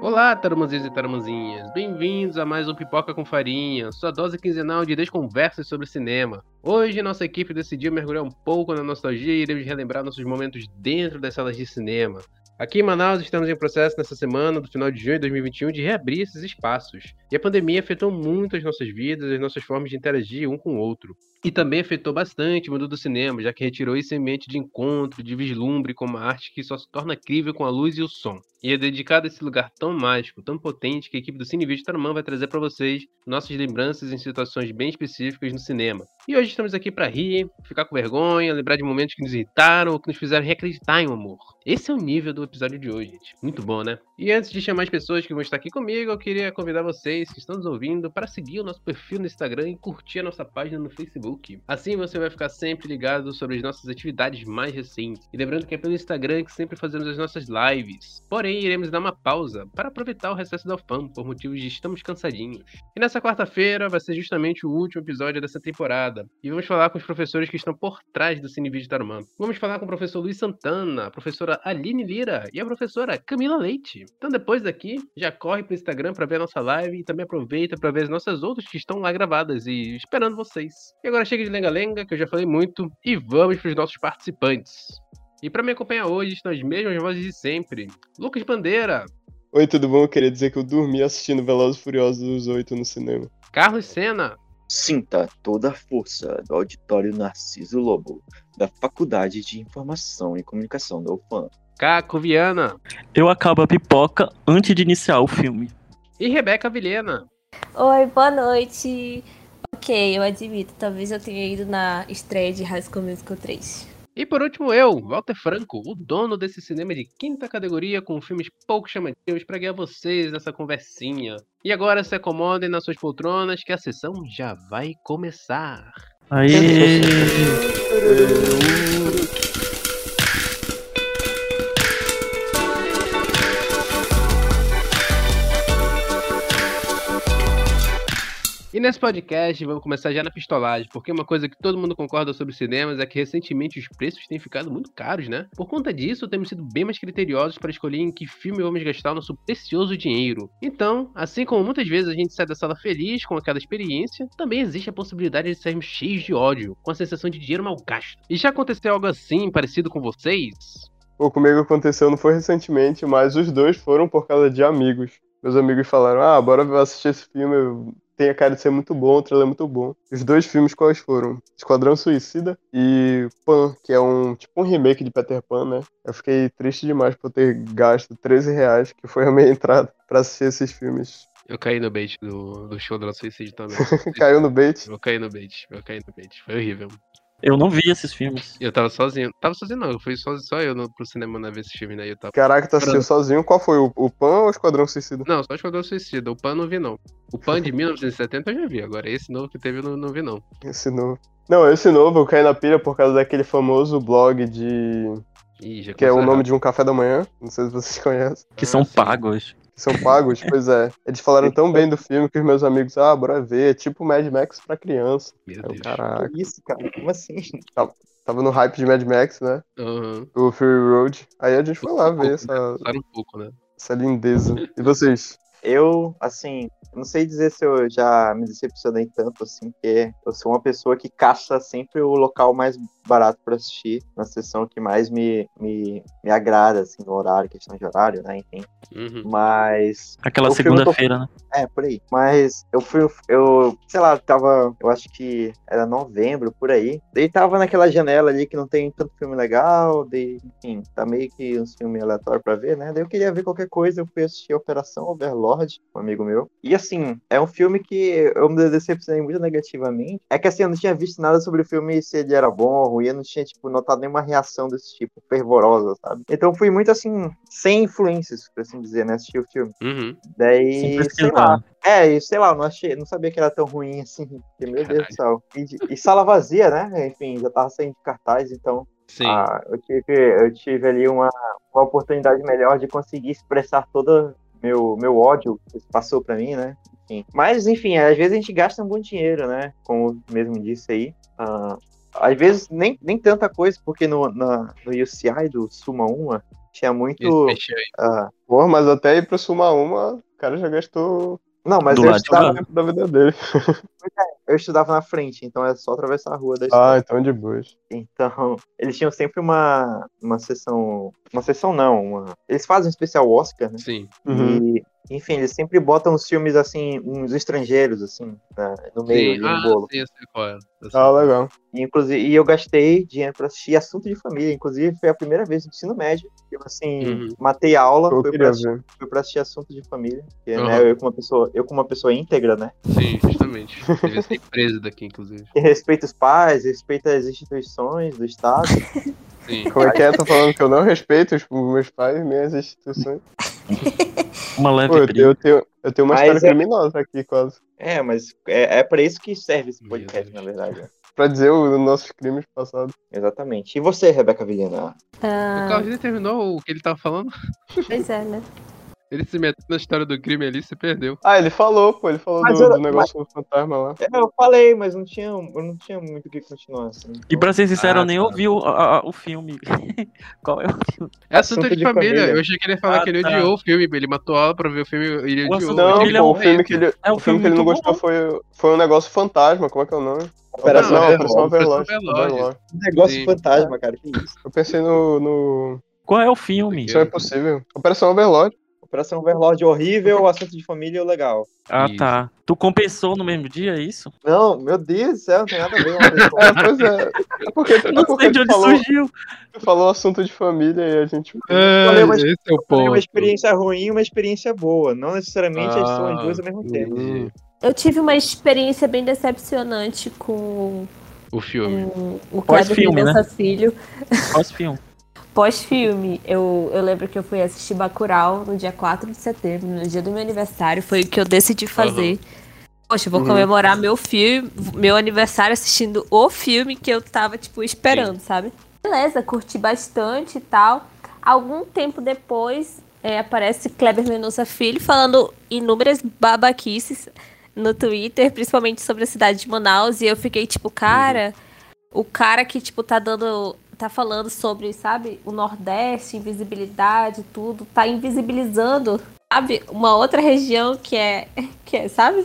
Olá, tarumanzinhos e tarumanzinhas. Bem-vindos a mais um Pipoca com Farinha, sua dose quinzenal de desconversas sobre cinema. Hoje, nossa equipe decidiu mergulhar um pouco na nostalgia e iremos relembrar nossos momentos dentro das salas de cinema. Aqui em Manaus, estamos em processo nessa semana, do final de junho de 2021, de reabrir esses espaços. E a pandemia afetou muito as nossas vidas e as nossas formas de interagir um com o outro. E também afetou bastante o mundo do cinema, já que retirou esse ambiente de encontro, de vislumbre, como uma arte que só se torna crível com a luz e o som. E é dedicado a esse lugar tão mágico, tão potente, que a equipe do Cinevídeo Tarumã vai trazer para vocês nossas lembranças em situações bem específicas no cinema. E hoje estamos aqui para rir, ficar com vergonha, lembrar de momentos que nos irritaram ou que nos fizeram reacreditar em um amor. Esse é o nível do episódio de hoje, gente. Muito bom, né? E antes de chamar as pessoas que vão estar aqui comigo, eu queria convidar vocês que estão nos ouvindo para seguir o nosso perfil no Instagram e curtir a nossa página no Facebook. Assim você vai ficar sempre ligado sobre as nossas atividades mais recentes. E lembrando que é pelo Instagram que sempre fazemos as nossas lives. Porém, iremos dar uma pausa para aproveitar o recesso da UFAM por motivos de estamos cansadinhos. E nessa quarta-feira vai ser justamente o último episódio dessa temporada e vamos falar com os professores que estão por trás do Cinevídeo Tarumã. Vamos falar com o professor Luiz Santana, a professora Aline Lira e a professora Camila Leite. Então depois daqui, já corre para o Instagram para ver a nossa live e também aproveita para ver as nossas outras que estão lá gravadas e esperando vocês. E agora chega de lenga-lenga, que eu já falei muito, e vamos para os nossos participantes. E para me acompanhar hoje estão as mesmas vozes de sempre. Lucas Bandeira, Oi, tudo bom? Eu queria dizer que eu dormi assistindo Velozes e Furiosos 8 no cinema. Carlos Sena, Sinta toda a força do auditório Narciso Lobo, da Faculdade de Informação e Comunicação da UFAM. Caco Viana Eu acabo a pipoca antes de iniciar o filme. e Rebeca Vilhena. Oi, boa noite. Ok, eu admito, talvez eu tenha ido na estreia de High School Musical 3. E por último eu, Walter Franco, o dono desse cinema de quinta categoria com filmes pouco chamativos para guiar vocês nessa conversinha. E agora se acomodem nas suas poltronas que a sessão já vai começar. Aí. E nesse podcast vamos começar já na pistolagem, porque uma coisa que todo mundo concorda sobre os cinemas é que recentemente os preços têm ficado muito caros, né? Por conta disso, temos sido bem mais criteriosos para escolher em que filme vamos gastar o nosso precioso dinheiro. Então, assim como muitas vezes a gente sai da sala feliz com aquela experiência, também existe a possibilidade de sairmos cheios de ódio, com a sensação de dinheiro mal gasto. E já aconteceu algo assim parecido com vocês? Pô, comigo aconteceu, não foi recentemente, mas os dois foram por causa de amigos. Meus amigos falaram, ah, bora assistir esse filme, tem a cara de ser muito bom, o trailer é muito bom. Os dois filmes quais foram? Esquadrão Suicida e Pan, que é um tipo um remake de Peter Pan, né? Eu fiquei triste demais por ter gasto 13 reais, que foi a minha entrada, pra assistir esses filmes. Eu caí no bait do, do show do Suicídio também. Caiu no bait. Eu caí no bait, eu caí no bait. Foi horrível. Eu não vi esses filmes. Eu tava sozinho. Tava sozinho, não. Eu fui só, só eu no, pro cinema na ver esse filme, né? E Eu tava... Caraca, tu assistiu sozinho? Qual foi? O, o Pan ou o Esquadrão Suicida? Não, só Esquadrão Suicida. O Pan não vi, não. O Pan de 1970 eu já vi. Agora, esse novo que teve eu não, não vi, não. Esse novo. Não, esse novo eu caí na pilha por causa daquele famoso blog de. Ih, já que é o começou nome errado. de um café da manhã. Não sei se vocês conhecem. Que são Ah, sim. pagos. Que são pagos, pois é. Eles falaram tão bem do filme que os meus amigos, ah, bora ver. É tipo Mad Max pra criança. Meu Eu, Deus. caraca. Que isso, cara? Como assim? Tava no hype de Mad Max, né? Aham. Do Fury Road. Aí a gente foi lá Um pouco, ver né? essa, Passaram um pouco, né? essa lindeza. E vocês? Eu, assim, eu não sei dizer se eu já me decepcionei tanto, assim, porque eu sou uma pessoa que caça sempre o local mais barato pra assistir, na sessão que mais me, me, me agrada, assim, no horário, questão de horário, né, enfim. Uhum. Mas Aquela O filme segunda-feira, né? É, por aí. Mas eu fui, eu, sei lá, tava, eu acho que era novembro, por aí. Daí tava naquela janela ali que não tem tanto filme legal, daí, enfim, tá meio que uns filmes aleatórios pra ver, né? Daí eu queria ver qualquer coisa, eu fui assistir Operação Overlord, um amigo meu. E assim, é um filme que eu me decepcionei muito negativamente. É que assim, eu não tinha visto nada sobre o filme, se ele era bom ou ruim, eu não tinha, tipo, notado nenhuma reação desse tipo, fervorosa, sabe? Então eu fui muito assim, sem influências, por assim dizer, né? Assistir o filme. Uhum. Sem Daí, sei lá. pesquisar. É, e sei lá, eu não achei, não sabia que era tão ruim assim. Porque, meu Deus do céu. E, de- e sala vazia, né? Enfim, já tava saindo de cartaz, então Sim. ah, eu, tive, eu tive ali uma, uma oportunidade melhor de conseguir expressar todo meu meu ódio que passou pra mim, né? Enfim. Mas, enfim, às vezes a gente gasta um bom dinheiro, né? Como mesmo disse aí. Ah, às vezes nem, nem tanta coisa, porque no, na, no UCI do Suma Uma, Tinha muito. Esse fechou aí. ah, Porra, mas até ir pra sumar uma, o cara já gastou não, mas Do eu lado de estudava, lá. tempo da vida dele. eu estudava na frente, então é só atravessar a rua da Ah, então de boas. Então, eles tinham sempre uma, uma sessão. Uma sessão não, uma. Eles fazem um especial Oscar, né? Sim. Uhum. E, enfim, eles sempre botam os filmes assim, uns estrangeiros, assim, na- no meio Sim. do Ah, bolo. sim, eu sei qual é. Eu sei. Ah, legal. E, inclusive, e eu gastei dinheiro pra assistir assunto de família. Inclusive, foi a primeira vez no ensino médio. que Eu assim, Uhum. matei a aula, Eu foi pra, queria assistir, ver. foi pra assistir assunto de família. Porque, Uhum. né, eu com uma pessoa, eu como uma pessoa íntegra, né? Sim, justamente. Devia ser preso daqui, inclusive. Que respeita os pais, respeita as instituições do Estado. Sim. Como é que é? Tá falando que eu não respeito os meus pais e minhas instituições. Uma leve Pô, eu, briga. tenho- eu tenho, eu tenho uma Mas história é- criminosa aqui, quase. É, mas é, é pra isso que serve esse Meu podcast, na Deus. verdade. né? Pra dizer os nossos crimes passados. Exatamente. E você, Rebeca Vilhena? O Ah, Carlos nem terminou o que ele tava falando. pois é, né? Ele se meteu na história do crime ali e se perdeu. Ah, ele falou, pô. Ele falou Mas do, eu- do negócio do fantasma lá. É, eu falei, mas não tinha, eu não tinha muito o que continuar. Assim. E pra ser sincero, Ah, eu nem tá. ouvi o, a- a- o filme. Qual é o filme? É assunto, Assunto de, de família. família. Eu achei que ele ia falar Ah, que ele tá. odiou o filme. Ele matou a aula pra ver o filme e ele O odiou. assunto Não, Ele é pô, um o filme que ele, É um o filme filme que ele não muito gostou bom. foi, foi um negócio fantasma. Como é que é o nome? Operação não, Overlord. Operação Overlord. Operação Overlord. Um negócio Sim. fantasma, cara. Que isso? Eu pensei no, no... Qual é o filme? Isso Isso é possível. Operação Overlord. Operação Overlord horrível, assunto de família legal. Ah, Isso. tá. Tu compensou no mesmo dia, é isso? Não, meu Deus do céu, não tem nada a ver uma coisa com a É, outra. pois é. É porque, é Não porque sei de tu, onde falou, surgiu. tu falou assunto de família e a gente... Ah, Valeu, mas- esse é o Foi ponto. uma experiência ruim e uma experiência boa. Não necessariamente elas são as Ah, duas ao mesmo tempo. entendi. Eu tive uma experiência bem decepcionante com O filme. o Pós Cleber filme, né? Mendonça Filho. Qual esse filme? Pós-filme, eu, eu lembro que eu fui assistir Bacurau no dia 4 de setembro, no dia do meu aniversário, foi o que eu decidi fazer. Poxa, eu vou Uhum. comemorar meu filme, meu aniversário assistindo o filme que eu tava, tipo, esperando, sabe? Beleza, curti bastante e tal. Algum tempo depois, é, aparece Kleber Mendonça Filho falando inúmeras babaquices no Twitter, principalmente sobre a cidade de Manaus, e eu fiquei tipo, cara, o cara que, tipo, tá dando. tá falando sobre, sabe, o Nordeste, invisibilidade, tudo, tá invisibilizando, sabe, uma outra região que é. que é, sabe?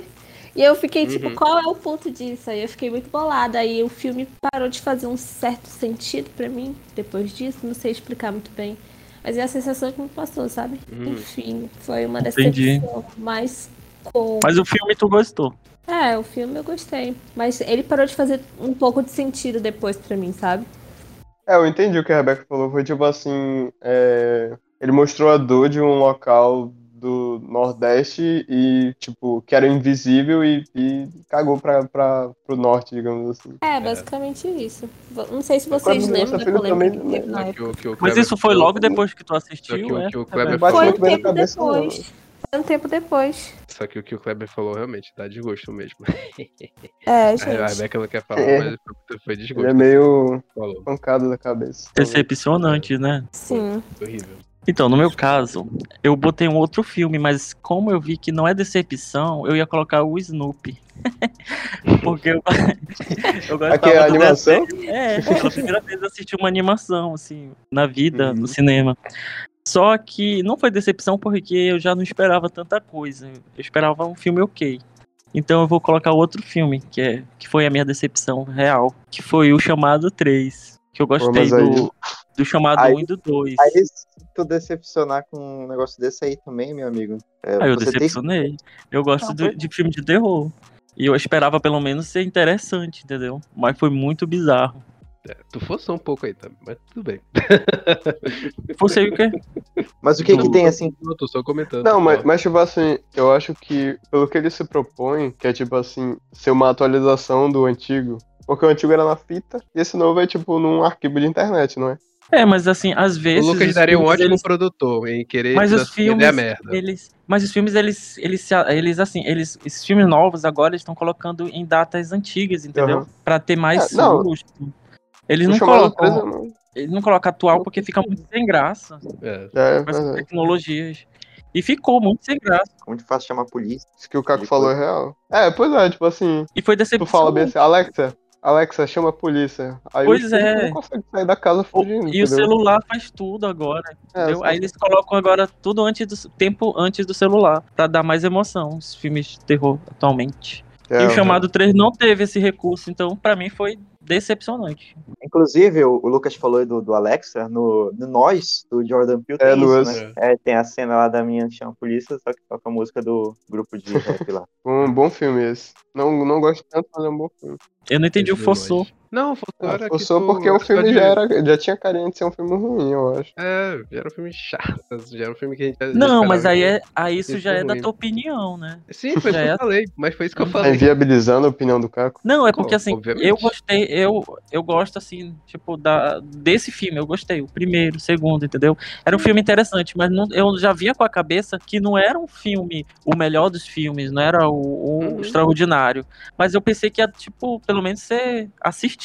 E eu fiquei, tipo, Uhum. qual é o ponto disso? Aí eu fiquei muito bolada. Aí o filme parou de fazer um certo sentido pra mim depois disso. Não sei explicar muito bem. Mas é a sensação que me passou, sabe? Uhum. Enfim, foi uma decepção. Entendi. Mas com Mas o filme tu gostou. é, o filme eu gostei. Mas ele parou de fazer um pouco de sentido depois pra mim, sabe? É, eu entendi o que a Rebeca falou. Foi tipo assim, é, ele mostrou a dor de um local do Nordeste e, tipo, que era invisível e, e cagou pra, pra, pro Norte, digamos assim. É, basicamente isso. V- Não sei se Mas vocês quando você lembram da filho polêmica também, é que teve na Só que época. o- que o Mas Kleber isso foi falou- logo depois que tu Só que assistiu, o é? que o Kleber Bate Foi falou. muito um bem na tempo cabeça, não, depois. Foi um tempo depois. Só que o que o Kleber falou realmente dá desgosto mesmo. É, A gente. Rebeca não quer falar, É. mas foi- foi Ele é desgosto. meio Falou. pancado da cabeça. Decepcionante, né? Sim. Horrível. Então, no meu caso, eu botei um outro filme, mas como eu vi que não é decepção, eu ia colocar o Snoopy. Porque eu, eu gostava Aqui é a do animação? desenho. É, pela primeira vez eu assisti uma animação, assim, na vida, Uhum. no cinema. Só que não foi decepção porque eu já não esperava tanta coisa. Eu esperava um filme ok. Então eu vou colocar outro filme, que, é, que foi a minha decepção real, que foi o Chamado 3. Que eu gostei mas aí- do, do Chamado aí- 1 e do 2. Aí se tu decepcionar com um negócio desse aí também, meu amigo. é, Então, Ah, eu você tem- decepcionei. Eu gosto Ah, Não, do- foi- de filme de terror. E eu esperava pelo menos ser interessante, entendeu? Mas foi muito bizarro. É, tu forçou um pouco aí também, mas tudo bem. Você o quê? Mas o que que Não. tem assim? Não, tô só comentando. Não, mas, só. mas tipo assim, eu acho que pelo que ele se propõe, que é tipo assim, ser uma atualização do antigo. Porque o antigo era na fita e esse novo é tipo num arquivo de internet, não é? É, mas assim, às vezes. O Lucas os daria um filmes, ótimo eles- produtor em querer Mas os dar- vender filmes, a é merda. eles, mas os filmes, eles, eles, se- eles, assim, eles, esses filmes novos agora eles estão colocando em datas antigas, entendeu? Aham. Pra ter mais É, não. susto. Eles O não chamado é colocam, 13 não. eles não colocam atual porque fica muito sem graça É. É, é com essas verdade. tecnologias. E ficou muito sem graça. Como te faz chamar a polícia? Isso que o Caco falou é real. É, pois é, tipo assim, E foi tu decepcionante. fala bem assim, Alexa, Alexa, chama a polícia. Aí Pois os filhos é. não conseguem sair da casa O- fugindo. e entendeu? o celular faz tudo agora, É, entendeu? só- Aí eles colocam agora tudo antes do tempo antes do celular, pra dar mais emoção, os filmes de terror atualmente. é, e o chamado 3 não teve esse recurso, então pra mim foi decepcionante. Inclusive, o, o Lucas falou aí do, do Alexa, no, no Nós, do Jordan Peele, tem É, isso, no Us. né? É, tem a cena lá da minha chama polícia, só que toca a música do grupo de rap lá. Um bom filme esse. Não, não gosto tanto, mas é um bom filme. Eu não entendi o forçou. Não, Fossou era tipo Ah, que só tu- porque o era só filme de- já, era, já tinha carinha de ser um filme ruim, eu acho. É, já era um filme chato. Já era um filme que a gente. já- já Não, mas esperava. aí, é, aí isso Esse já é da ruim. tua opinião, né? Sim, foi isso já que eu é- falei. Mas foi isso que eu Tá falei. inviabilizando a opinião do Caco. Não, é Pô, porque assim, obviamente. eu gostei, eu, eu gosto assim, tipo, da, desse filme, eu gostei, o primeiro, o segundo, entendeu? Era um filme interessante, mas não- eu já via com a cabeça que não era um filme, o melhor dos filmes, não era o, o Uhum. extraordinário. Mas eu pensei que ia, tipo, pelo menos ser assistível.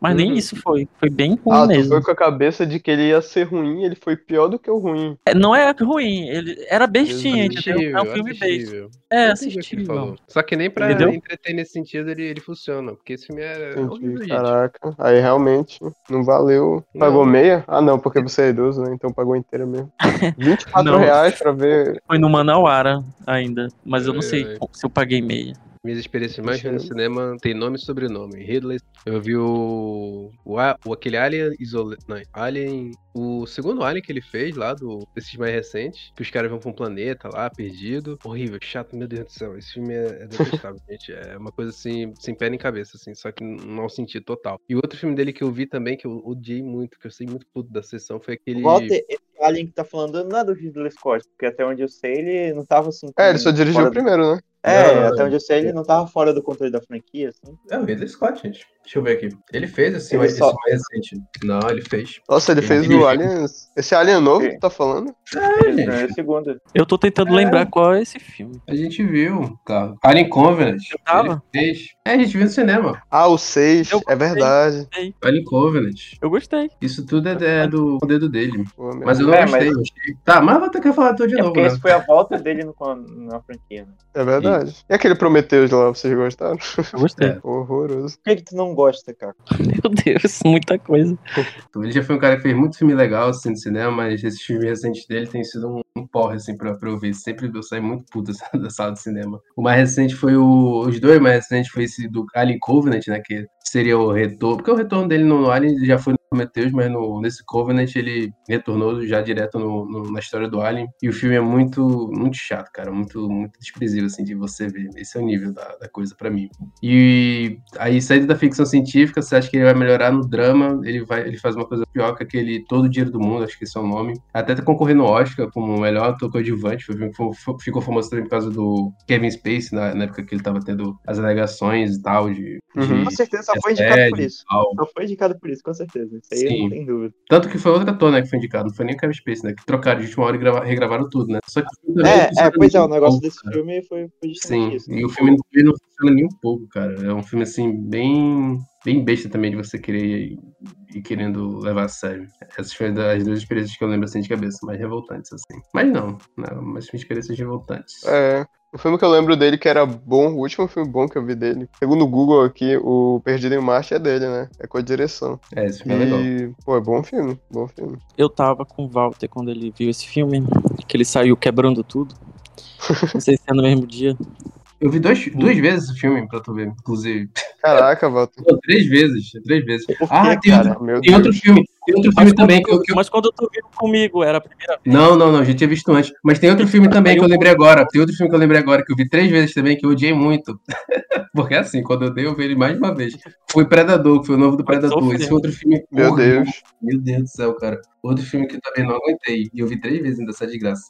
Mas nem Uhum. então isso foi, foi bem ruim Ah, tu mesmo. foi com a cabeça de que ele ia ser ruim, ele foi pior do que o ruim. É, Não é ruim, ele era bestinha, entendeu? Assistível, É um filme besta. assistível. É, Entendi o que ele assistível. falou. Só que nem pra Entendeu? entreter nesse sentido ele, ele funciona. Porque esse filme é horrível, Entendi, gente. caraca. Aí realmente não valeu. Pagou Não. meia? Ah, não, porque você é idoso, né? Então pagou inteira mesmo. 24 Não. reais pra ver. Foi no Manauara ainda, mas eu não Ai, sei ai. se eu paguei meia. Minhas experiências mais Deixa no cinema tem nome e sobrenome. Ridley. Eu vi o. o, a- o aquele Alien Isolation. Não, Alien. O segundo Alien que ele fez lá, do, desses mais recentes, que os caras vão pra um planeta lá, perdido. Horrível, chato, meu Deus do céu. Esse filme é, é detestável, gente. É uma coisa assim, sem pé nem cabeça, assim, só que no mau sentido total. E outro filme dele que eu vi também, que eu odiei muito, que eu sei muito puto da sessão, foi aquele. Walter, esse alien que tá falando não é do Ridley Scott, porque até onde eu sei ele não tava assim. É, ele só dirigiu fora o primeiro, né? Do... É, Não, até onde eu sei ele não tava fora do controle da franquia, assim. É o Ridley Scott, gente. Deixa eu ver aqui. Ele fez assim, Ele mas esse só- mais recente. Não, ele fez. Nossa, ele Ele fez o dirigiu. Alien. Esse Alien novo que tu tá falando? É, Ele gente. é o segundo. Eu tô tentando É. lembrar qual é esse filme. A gente viu, cara. Alien Covenant. tava? Ele fez. É, a gente viu no cinema. Ah, o 6, Eu é verdade. Alien Covenant. Eu gostei. Isso tudo é, é do o dedo dele. Pô, meu. Mas eu não É, gostei, mas- eu gostei. Tá, mas vou ter que falar tudo de É novo, porque né? esse foi a volta dele no, con- na franquia. Né? É verdade. E aquele Prometheus lá, vocês gostaram? Eu gostei. É. Horroroso. Por que, que tu não gosta, cara? Meu Deus, muita coisa. Ele já foi um cara que fez muito filme legal assim no cinema, mas esses filmes recentes dele tem sido um, um porre assim pra, pra eu ver. Sempre eu saio muito puto dessa- da sala de cinema. O mais recente foi o. Os dois mais recentes foi esse do Alien Covenant, né? Que seria o retorno. Porque o retorno dele no Alien ele já foi no Prometheus, mas no, nesse Covenant ele retornou já direto no- no- na história do Alien. E o filme é muito, muito chato, cara. Muito, muito desprezível, assim, de você ver. Esse é o nível da, da coisa pra mim. E aí, saindo da ficção científica, você acha que ele vai melhorar no drama, ele, vai, ele faz uma coisa pior que aquele Todo o Dinheiro do Mundo, acho que esse é o nome. Até tá concorrendo ao Oscar como o melhor ator coadjuvante, foi um filme que fo- fo- ficou famoso também por causa do Kevin Spacey, na, na época que ele tava tendo as alegações e tal, de... Uhum. Com de certeza só foi assédio indicado por isso. e tal. Só foi indicado por isso, com certeza. Isso aí Sim. não tem dúvida. Tanto que foi outro ator, né, que foi indicado, não foi nem o Kevin Spacey, né, que trocaram de última hora e grava- regravaram tudo, né. Só que o filme também É, é, funciona pois é, o muito né? bom, negócio desse cara. filme foi, foi justamente Sim, isso. e o filme ele não funciona nem um pouco, cara. É um filme, assim, bem, bem besta também de você querer ir, ir querendo levar a sério. Essas foram as duas experiências que eu lembro, assim, de cabeça. Mais revoltantes, assim. Mas não, não mas são experiências revoltantes. É. O filme que eu lembro dele que era bom, o último filme bom que eu vi dele, segundo o Google aqui, o Perdido em Marte é dele, né? É com a direção. É, esse filme é legal. E, pô, é bom filme, bom filme. Eu tava com o Walter quando ele viu esse filme, que ele saiu quebrando tudo. Não sei se é no mesmo dia. Eu vi dois, duas vezes esse filme, pra tu ver, inclusive. Caraca, Walter. Não, três vezes, três vezes. Por Ah, quê, tem outro, cara? Meu tem outro Deus. filme, tem outro Mas filme quando, também que eu, que eu- mas quando tu viu comigo, era a primeira vez. Não, não, não, já tinha visto antes. Mas tem outro filme também que eu lembrei agora. Tem outro filme que eu lembrei agora, que eu vi três vezes também, que eu odiei muito. Porque assim, quando eu dei, eu vi ele mais de uma vez. Foi Predador, que foi o novo do Mas Predador. sofreu. Esse outro filme. Meu porra, Deus. Meu Deus do céu, cara. Outro filme que eu também não aguentei. E eu vi três vezes ainda essa de graça.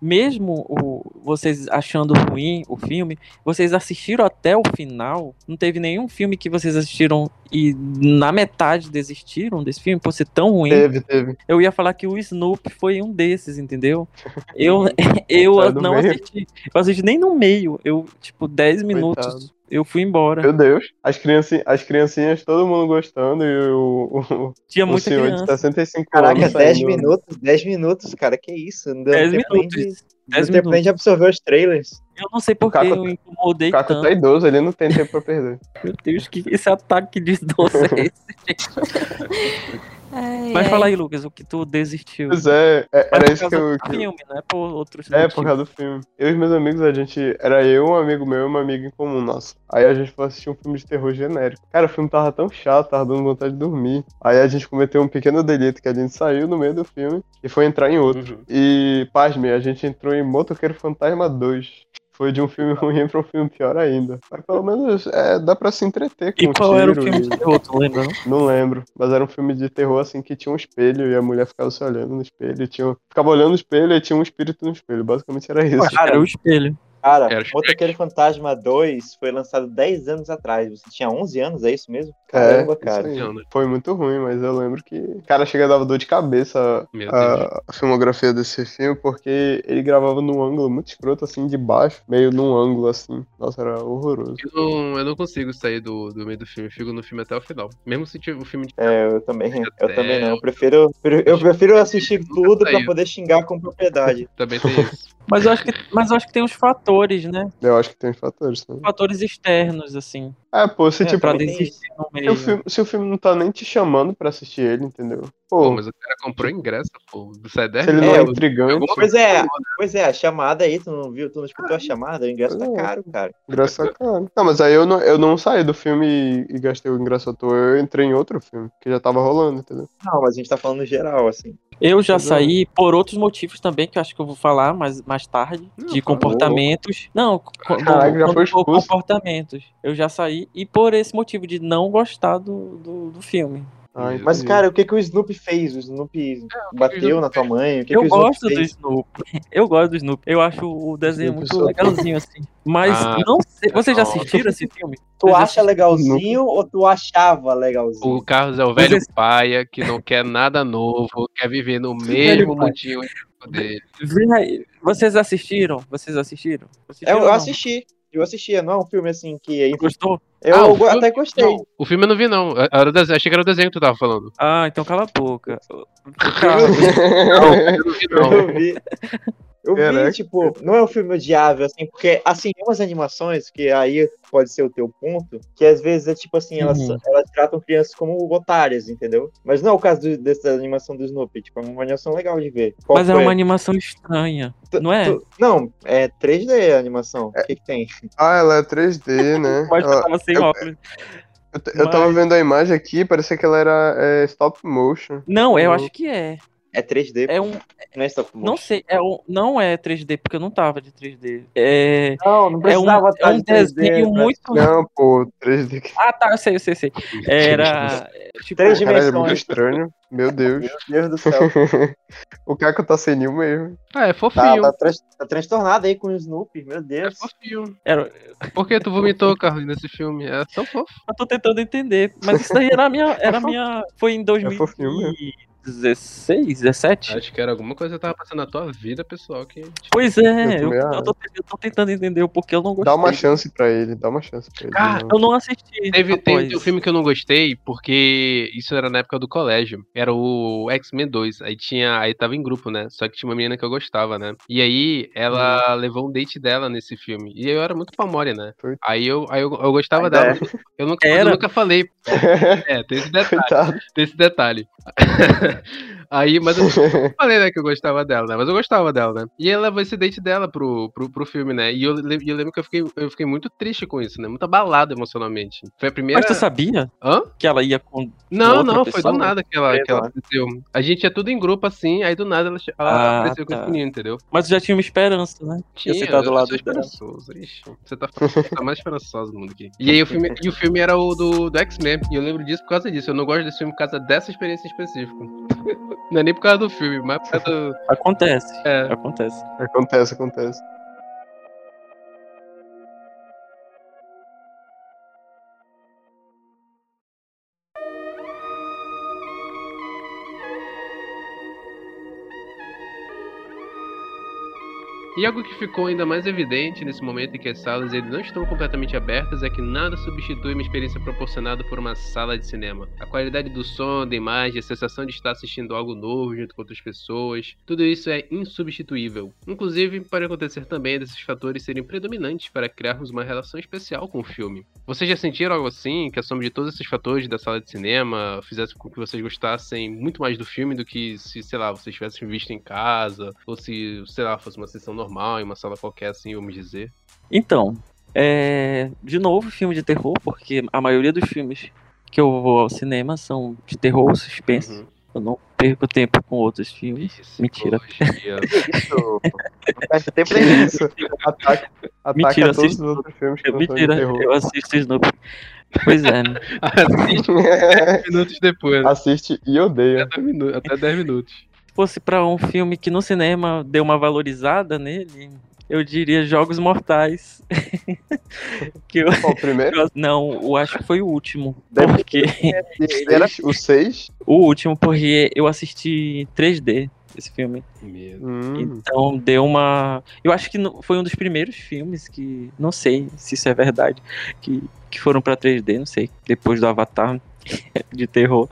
Mesmo o- vocês achando ruim o filme, vocês assistiram até o final. Não teve nenhum filme que vocês assistiram e na metade desistiram desse filme por ser tão ruim. Teve, teve. Eu ia falar que o Snoop foi um desses, entendeu? Eu, eu Saiu do não meio. assisti. Eu assisti nem no meio. Eu, tipo, 10 minutos, Coitado. eu fui embora. Meu Deus. As, crianci... As criancinhas, todo mundo gostando e o, Tinha o, o muita senhor de criança. 65 Caraca, anos. 10 saindo. minutos, 10 minutos, cara, que isso? Não deu 10 tempo nem de- minutos. não 10 deu tempo nem minutos. de absorver os trailers. Eu não sei por que Caco- eu incomodei O Caco tanto. tá idoso, ele não tem tempo pra perder. Meu Deus, que esse ataque de doce é esse? Ai, Mas ai. fala aí, Lucas, o que tu desistiu. Pois é, é- É por era isso que causa eu. do que- filme, não é por É, outros motivos. por causa do filme. Eu e meus amigos, a gente. Era eu, um amigo meu e uma amiga em comum nossa. Aí a gente foi assistir um filme de terror genérico. Cara, o filme tava tão chato, tava dando vontade de dormir. Aí a gente cometeu um pequeno delito que a gente saiu no meio do filme e foi entrar em outro. Uhum. E, pasme, a gente entrou em Motoqueiro Fantasma 2. Foi de um filme ruim pra um filme pior ainda. Mas pelo menos é, dá pra se entreter com E um qual tiro. era o filme e- de terror, tu lembra? não? Não lembro, mas era um filme de terror assim que tinha um espelho e a mulher ficava se olhando no espelho. e Tinha... Ficava olhando no espelho e tinha um espírito no espelho. Basicamente era isso. Cara, Era o espelho. Cara, Era o Shrek. Motoqueiro Fantasma 2 foi lançado 10 anos atrás. Você tinha 11 anos, é isso mesmo? Caramba, isso cara. aí. Foi muito ruim, mas eu lembro que. Cara, chega dava dor de cabeça Meu Deus. a, a filmografia desse filme, porque ele gravava num ângulo muito escroto, assim, de baixo, meio num ângulo assim. Nossa, era horroroso. Eu Ah. não, eu não consigo sair do, do meio do filme, eu fico no filme até o final. Mesmo se tiver o filme de. É, eu também, eu É. também não. Eu prefiro, eu prefiro assistir Nunca tudo pra saiu. poder xingar com propriedade. Também tem isso. Mas eu, acho que, mas eu acho que tem uns fatores, né? Eu acho que tem fatores também. Fatores externos, assim. É, pô, se É, tipo. pra tem desistir no Se meio. o, filme, se o filme não tá nem te chamando pra assistir ele, entendeu? Pô, Pô, mas o cara comprou ingresso, pô. Sai 10 se ele não é, é, intrigante, alguma Pois é, pois é, a chamada aí, tu não viu, tu não escutou a chamada, o ingresso tá Não. caro, cara. ingresso é caro. Não, mas aí eu não, eu não saí do filme e, e gastei o ingresso à toa, eu entrei em outro filme, que já tava rolando, entendeu? Não, mas a gente tá falando no geral, assim. Eu já Entendeu? saí por outros motivos também, que eu acho que eu vou falar mais, mais tarde, Não, tá de fala. comportamentos. Não, é co- Caraca, já quando foi for expulso. comportamentos. Eu já saí e por esse motivo de não gostar do, do, do filme. Ah, Mas, entendi. cara, o que que o Snoopy fez? O Snoopy bateu Snoopy na tua mãe? O que eu que o Snoopy gosto do fez? Snoopy. Eu gosto do Snoopy. Eu acho o desenho Snoopy muito só. legalzinho, assim. Mas Ah, não sei. Vocês já não. assistiram esse filme? Tu Vocês acha assistiram? legalzinho ou tu achava O legalzinho? Carlos é o Mas velho esse- paia que não quer nada novo, quer viver no velho mesmo paia. mundinho dele. Vê aí. Vocês assistiram? Vocês assistiram? Assistiram Eu, ou eu não? assisti, eu assistia, não é um filme assim que é Gostou? Eu Ah, o go- filme? até gostei. Não, o filme eu não vi, não. É, Era o desenho, achei que era o desenho que tu tava falando. Ah, então cala a boca. Cara, Eu não vi, não. Eu vi. Eu vi, Caraca. tipo, não é um filme odiável, assim, porque, assim, tem umas animações que aí pode ser o teu ponto, que às vezes é tipo assim, elas, Uhum. elas tratam crianças como otárias, entendeu? Mas não é o caso do- dessa animação do Snoopy, tipo, é uma animação legal de ver. Qual mas é foi? uma animação estranha. Tu- não é? tu- não, é 3D a animação. O que, que tem? Ah, ela é 3D, né? Mas eu Ela- tava sem eu- óculos. eu, t- eu tava mas- vendo a imagem aqui, parecia que ela era é, stop motion. Não, eu Eu- acho que é. É 3D, É um. não é stop Não motion. sei, é um, não é 3D, porque eu não tava de 3D. É, Não, não é um, precisava é estar um de né? 3D desenho pra- muito. Não, pô, 3D. que- Ah, tá, eu sei, eu sei, eu sei. Era. é, Tipo, Três Caralho, é muito dimensões. estranho. Meu Deus. Meu Deus do céu. o Caco tá senil mesmo. Ah, é Tá, fofinho. tá, trans- tá transtornado aí com o Snoopy, meu É Deus. fofinho. era- Por que tu vomitou, Carlos, nesse filme? É tão fofo. eu tô tentando entender. Mas isso daí era a minha. Era a minha foi em fofinho 2016, 17? Acho que era alguma coisa que tava passando na tua vida, pessoal. Que... Pois é, Eu eu, também acho. eu tô, eu tô tentando entender o porquê eu não gostei. Dá uma chance pra ele, dá uma chance pra ele. Cara, não. Eu não assisti. Teve, rapaz. teve um filme que eu não gostei, porque isso era na época do colégio. Era o X-Men 2. Aí tinha. Aí tava em grupo, né? Só que tinha uma menina que eu gostava, né? E aí ela levou um date dela nesse filme. E eu era muito palmole, né? Foi. Aí eu, aí eu, eu gostava Ainda dela. Eu, nunca, eu Era. nunca falei. É, tem esse detalhe. Coitado. tem esse detalhe. aí, mas eu falei, né, que eu gostava dela, né? Mas eu gostava dela, né? E ela levou esse date dela pro, pro, pro filme, né? E eu, le- e eu lembro que eu fiquei, eu fiquei muito triste com isso, né? Muito abalado emocionalmente. Foi a primeira. Mas tu sabia Hã? que ela ia com. Não, outra não, foi pessoa? do nada que ela, Sei que ela lá. apareceu. A gente ia tudo em grupo assim, aí do nada ela, che- ela Ah, apareceu com tá. esse menino, entendeu? Mas tu já tinha uma esperança, né? você tá do eu lado sou dela. esperançoso. Ixi, você tá, você tá mais esperançoso do mundo aqui. E aí o filme, e o filme era o do, do X-Men. E eu lembro disso por causa disso. Eu não gosto desse filme por causa dessa experiência específica. Não é nem por causa do filme, mas por causa do. Acontece. É. Acontece. acontece, acontece. E algo que ficou ainda mais evidente nesse momento em que as salas eles não estão completamente abertas é que nada substitui uma experiência proporcionada por uma sala de cinema. A qualidade do som, da imagem, a sensação de estar assistindo algo novo junto com outras pessoas, tudo isso é insubstituível. Inclusive, pode acontecer também desses fatores serem predominantes para criarmos uma relação especial com o filme. Vocês já sentiram algo assim, que a soma de todos esses fatores da sala de cinema fizesse com que vocês gostassem muito mais do filme do que se, sei lá, vocês tivessem visto em casa, ou se, sei lá, fosse uma sessão normal, em uma sala qualquer, assim, vamos dizer? Então, é, de novo, filme de terror, porque a maioria dos filmes que eu vou ao cinema são de terror ou suspense. Uhum. Eu não perco tempo com outros filmes. Mentira. Psicologia. Isso. Acho tempo é isso. Ataca, ataca Mentira, todos assiste- os outros filmes que não são de Mentira, terror. eu assisto Snoopy. Pois é, né? Assiste 10 minutos depois, né? Assiste e odeia. Até minu- até 10 minutos. se fosse pra um filme que no cinema deu uma valorizada nele, eu diria Jogos Mortais. que eu, Ó, o primeiro, não, eu acho que foi o último. Deve Porque o seis- o 6. o último porque eu assisti em 3D esse filme. Medo. Hum, Então deu uma. Eu acho que no- foi um dos primeiros filmes que. Não sei se isso é verdade. Que, que foram pra 3D, não sei. Depois do Avatar de terror.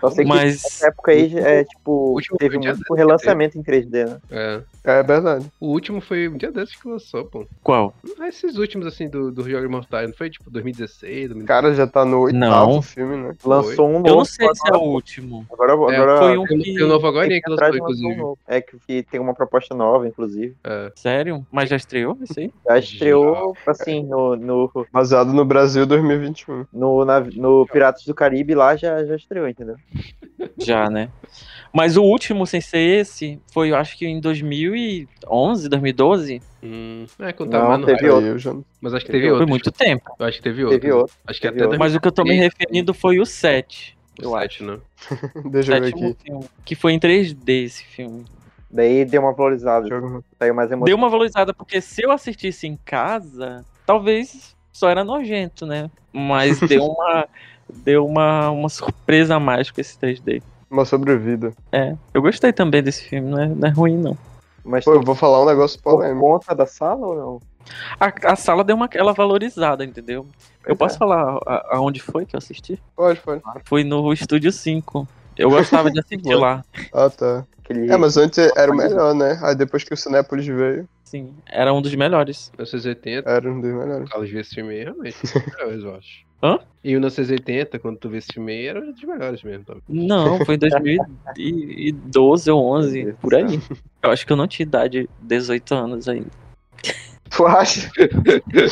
Só sei que Mas. nessa época aí, é, tipo, Último teve filme de muito relançamento em 3D, né? É. é verdade. O último foi um dia desses que lançou, pô. Qual? Esses últimos, assim, do, do Jogos Mortais, não foi tipo 2016, 2017? O cara já tá no oitavo Não. filme, né? Lançou um novo. Eu não sei se é agora, o último. agora, É, agora Foi um Tem que. tem o novo agora tem né, que que ir lançou, atrás, lançou um inclusive. novo. É que, que tem uma proposta nova, inclusive. Sério? Mas já estreou isso aí? Já estreou, assim, no, no, Baseado no Brasil 2021. no, na- no Piratas do Caribe lá já, já estreou, entendeu? Já, né? Mas o último, sem ser esse, foi, eu acho que em 2011, 2012. Hum, é, contar Não, mais no teve hype. Aí outro. eu já não Mas acho que teve Foi Foi outro. muito tempo. Eu acho que teve outro. né? Teve outro. Acho que teve até outro. Mas o que eu tô me 2013, referindo foi o 7. Eu 2017, né? Deixa eu ver Sétimo aqui. filme, que foi em 3D esse filme. Daí deu uma valorizada, Jogo- saiu mais emocionante. Deu uma valorizada, porque se eu assistisse em casa, talvez só era nojento, né? Mas deu uma. deu uma, uma surpresa a mais com esse 3D. Uma sobrevida. É. Eu gostei também desse filme, não é, não é ruim, não. Mas Pô, eu tu vou falar um negócio por polêmico. conta da sala ou não? A, a sala deu uma aquela valorizada, entendeu? Eu Pois posso é. falar a- aonde foi que eu assisti? Pode, pode. Foi no Estúdio 5. Eu gostava de assistir lá. Ah, tá. Aquele... É, mas antes era o melhor, né? Aí depois que o Cinépolis veio, Sim, era um dos melhores. É. 1980, era um dos melhores. o Carlos viu esse filme aí, realmente. um dos melhores, eu acho. Hã? E 1980, quando tu vê esse filme aí, era um dos melhores mesmo. Tá? Não, foi em 2012 ou 11, Meu Deus por aí. Eu acho que eu não tinha idade 18 anos ainda. Tu acha?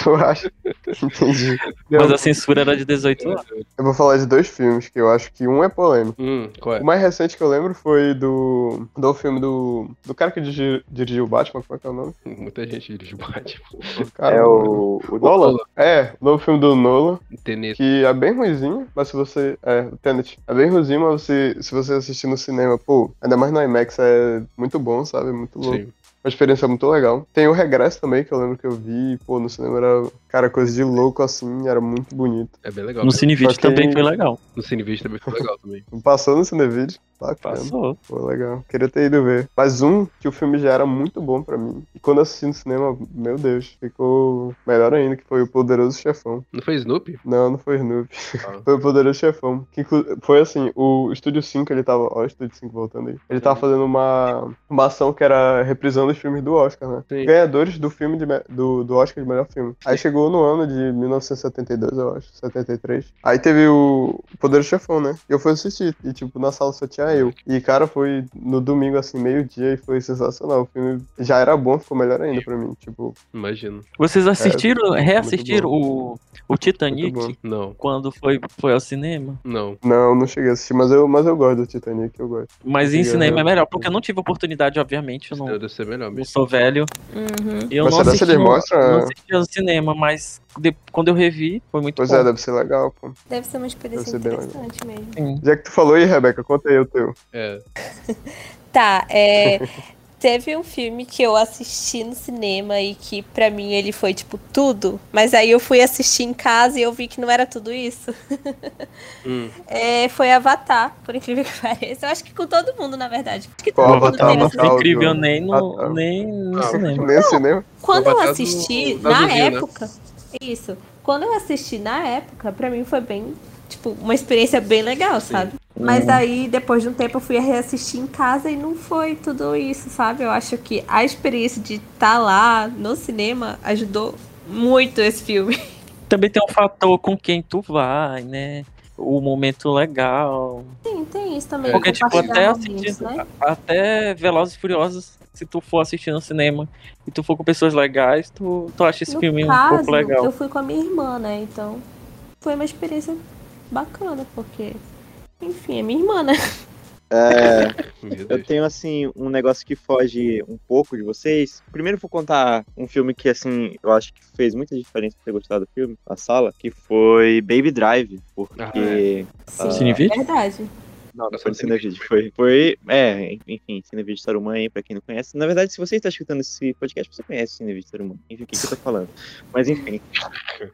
tu acha? Entendi. Mas um assim, um- a censura era de né? 18 anos. Eu vou falar de dois filmes que eu acho que um é polêmico. Hum, qual é? O mais recente que eu lembro foi do. do filme do. do cara que dirigi- dirigiu o Batman, como é que é o nome? Muita gente dirige Batman. Cara, é o, o Nolan? É, o novo filme do Nolan, Tenente. que é bem ruizinho, mas se você. É, o Tenet. É bem ruizinho, mas você, se você assistir no cinema, pô, ainda mais no IMAX, é muito bom, sabe? Muito louco. Sim. Uma experiência muito legal. Tem o Regresso também, que eu lembro que eu vi, pô, no cinema era, cara, coisa de louco assim, era muito bonito. É bem legal. No mesmo. Cinevídeo um Só que- também foi legal. No Cinevídeo também foi legal também. Passou no Cinevid, tá? Passou. Pô, legal. Queria ter ido ver. Mas um que o filme já era muito bom pra mim. E quando eu assisti no cinema, meu Deus, ficou melhor ainda, que foi o Poderoso Chefão. Não foi Snoopy? Não, não foi Snoopy. Ah. foi o Poderoso Chefão. Que inclu- foi assim, o Estúdio 5, ele tava. Ó, o Estúdio 5 voltando aí. Ele tava fazendo uma, uma ação que era reprisando os filmes do Oscar, né? Sim. É. Ganhadores do filme de me- do, do Oscar de melhor filme. Aí chegou no ano de 1972, eu acho, 73. Aí teve o Poderoso Chefão, né? E eu fui assistir. E, tipo, na sala só tinha eu. E, cara, foi no domingo, assim, meio-dia, e foi sensacional. O filme já era bom, ficou melhor ainda pra mim. Tipo, Imagino. Vocês assistiram, reassistiram o, o É, Muito Titanic Não, quando foi, foi ao cinema? não. não, eu não cheguei a assistir, mas eu, mas eu gosto do Titanic, eu gosto. Mas Sim, em eu cinema é lembro. melhor, porque eu não tive oportunidade, obviamente. Eu não, Deve ser melhor não mesmo. sou velho. Uhum. Eu Mas será não que assisti, ele no- mostra- não assisti ao cinema, mas de- quando eu revi, foi muito Pois bom. é, deve ser legal, pô. Deve ser uma experiência Deve ser bem interessante mesmo. Já que tu falou aí, Rebeca, conta aí o teu. É. Tá, é. Teve um filme que eu assisti no cinema e que pra mim ele foi tipo tudo, mas aí eu fui assistir em casa e eu vi que não era tudo isso. Hum. É, foi Avatar, por incrível que pareça. Eu acho que com todo mundo, na verdade. Acho que Qual todo Avatar? mundo teve essa Avatar. Áudio. é incrível nem no, Ah, tá. nem no Ah, cinema. Nem cinema. Quando eu Avatar do- assisti, da na Zubi, né? época. Isso. Quando eu assisti na época, pra mim foi bem. Tipo, uma experiência bem legal, sabe? Uhum. Mas aí, depois de um tempo, eu fui reassistir em casa e não foi tudo isso, sabe? Eu acho que a experiência de estar lá no cinema ajudou muito esse filme. Também tem um fator com quem tu vai, né? O momento legal. Sim, tem isso também. É, Porque, tipo, até compartilhar assistir, momentos, né? até Velozes e Furiosos, se tu for assistir no cinema e tu for com pessoas legais, tu, tu acha esse No filme um caso, pouco legal. eu fui com a minha irmã, né? Então, foi uma experiência bacana, porque... Enfim, é minha irmã, né? É, Meu eu Deus. tenho, assim, um negócio que foge um pouco de vocês. Primeiro eu vou contar um filme que, assim, eu acho que fez muita diferença ter gostado do filme, na sala, que foi Baby Drive, porque... Ah, é. Sim, Cinevídeo? verdade. Não, não Passou foi no no Cinevídeo, Cinevídeo, foi, foi... É, enfim, Cinevídeo Tarumã aí, pra quem não conhece. Na verdade, se você está escutando esse podcast, você conhece o Cinevídeo Tarumã. Enfim, o que, que eu tô falando? Mas, enfim...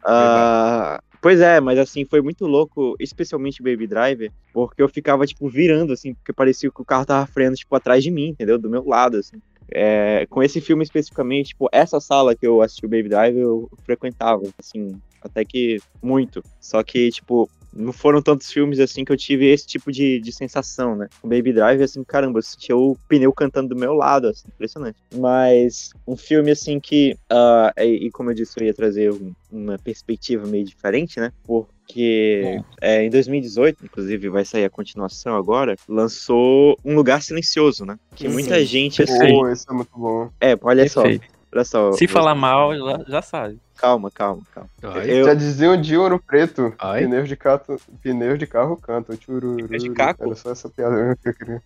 Ah, pois é, mas assim, foi muito louco, especialmente Baby Driver, porque eu ficava, tipo, virando, assim, porque parecia que o carro tava freando, tipo, atrás de mim, entendeu? Do meu lado, assim. É, com esse filme especificamente, tipo, essa sala que eu assisti o Baby Driver, eu frequentava, assim, até que muito. Só que, tipo, não foram tantos filmes, assim, que eu tive esse tipo de, de sensação, né? O Baby Driver, assim, caramba, eu sentia o pneu cantando do meu lado, assim, impressionante. Mas um filme, assim, que ah, e, e como eu disse, eu ia trazer um- uma perspectiva meio diferente, né? Porque é, em 2018, inclusive vai sair a continuação agora, lançou Um Lugar Silencioso, né? Que Sim. muita gente assim. Perfeito. Pô, esse é muito bom. É, olha só, Perfeito. olha só. Se você- falar mal, já, já sabe. Calma, calma, calma. Ai, Eu- Já diziam de ouro preto. ai. Pneus de, cato, pneus de carro cantam. Tchururu. Pneus de caco? Era só essa piada que eu queria.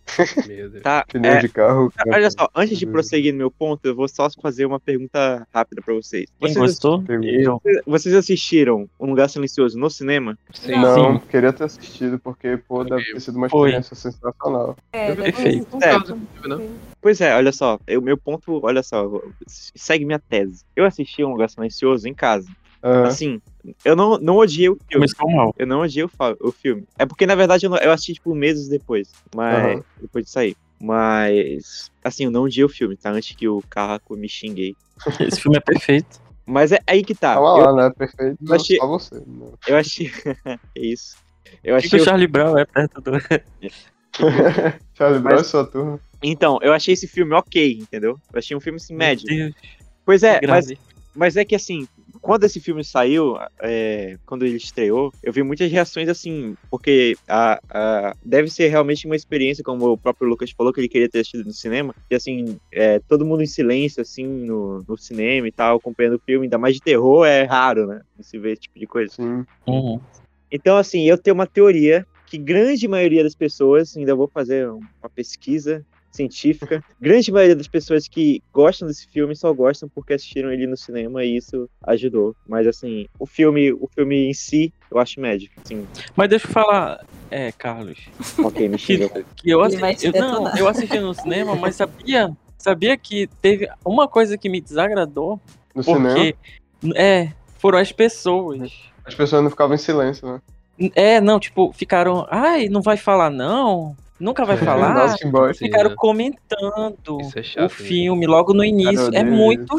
Meu Deus. Tá, Pneus é, de carro cantam. olha só, antes de Uhum. prosseguir no meu ponto, eu vou só fazer uma pergunta rápida pra vocês. Quem Vocês, gostou? Pergunta. Eu. vocês assistiram Um Lugar Silencioso no cinema? Sim. Não, queria ter assistido, porque, pô, deve ter sido uma Foi. experiência sensacional. É, Perfeito. depois- É, não. Pois é, olha só, o meu ponto, olha só, segue minha tese. Eu assisti Um Lugar Silencioso em casa. Ah, Assim, eu não, não odiei o filme. Começou mal. Eu não odiei o, fa- o filme. É porque, na verdade, eu, não- eu assisti, tipo, meses depois. Mas. Aham. Depois de sair. Mas. Assim, eu não odiei o filme, tá? Antes que o Carraco me xinguei. Esse filme é perfeito. Mas é aí que tá. Tava Eu, lá, né? Perfeito. eu achei- Só você. né. Não. eu achei. é isso. Tipo Eu O que que achei. o Charlie Brown é perto do. Charlie Brown e Mas- sua turma. Então, eu achei esse filme ok, entendeu? Eu achei um filme assim, médio. Meu Deus, Pois é, que mas grave. Mas é que assim, quando esse filme saiu, é, quando ele estreou, eu vi muitas reações assim, porque a, a- deve ser realmente uma experiência, como o próprio Lucas falou, que ele queria ter assistido no cinema, e assim, é, todo mundo em silêncio, assim, no, no cinema e tal, acompanhando o filme, ainda mais de terror, é raro, né? de Se ver esse tipo de coisa. Sim. Uhum. Então, assim, eu tenho uma teoria que grande maioria das pessoas, ainda vou fazer uma pesquisa científica, grande maioria das pessoas que gostam desse filme só gostam porque assistiram ele no cinema e isso ajudou. Mas assim, o filme, o filme em si, eu acho médio. Sim, Mas deixa eu falar, é, Carlos, ok, me xinga. que eu Ele vai assisti, te eu, não, detonar. eu assisti no cinema, mas sabia, sabia que teve uma coisa que me desagradou, No cinema, porque é, foram as pessoas. as pessoas não ficavam em silêncio, né? É, não, tipo, ficaram, ai, não vai falar não, nunca vai falar. Nossa, que boy. Sim, Ficaram né? comentando É, Isso é o chato. né? filme logo no início. Cara, eu é odeio muito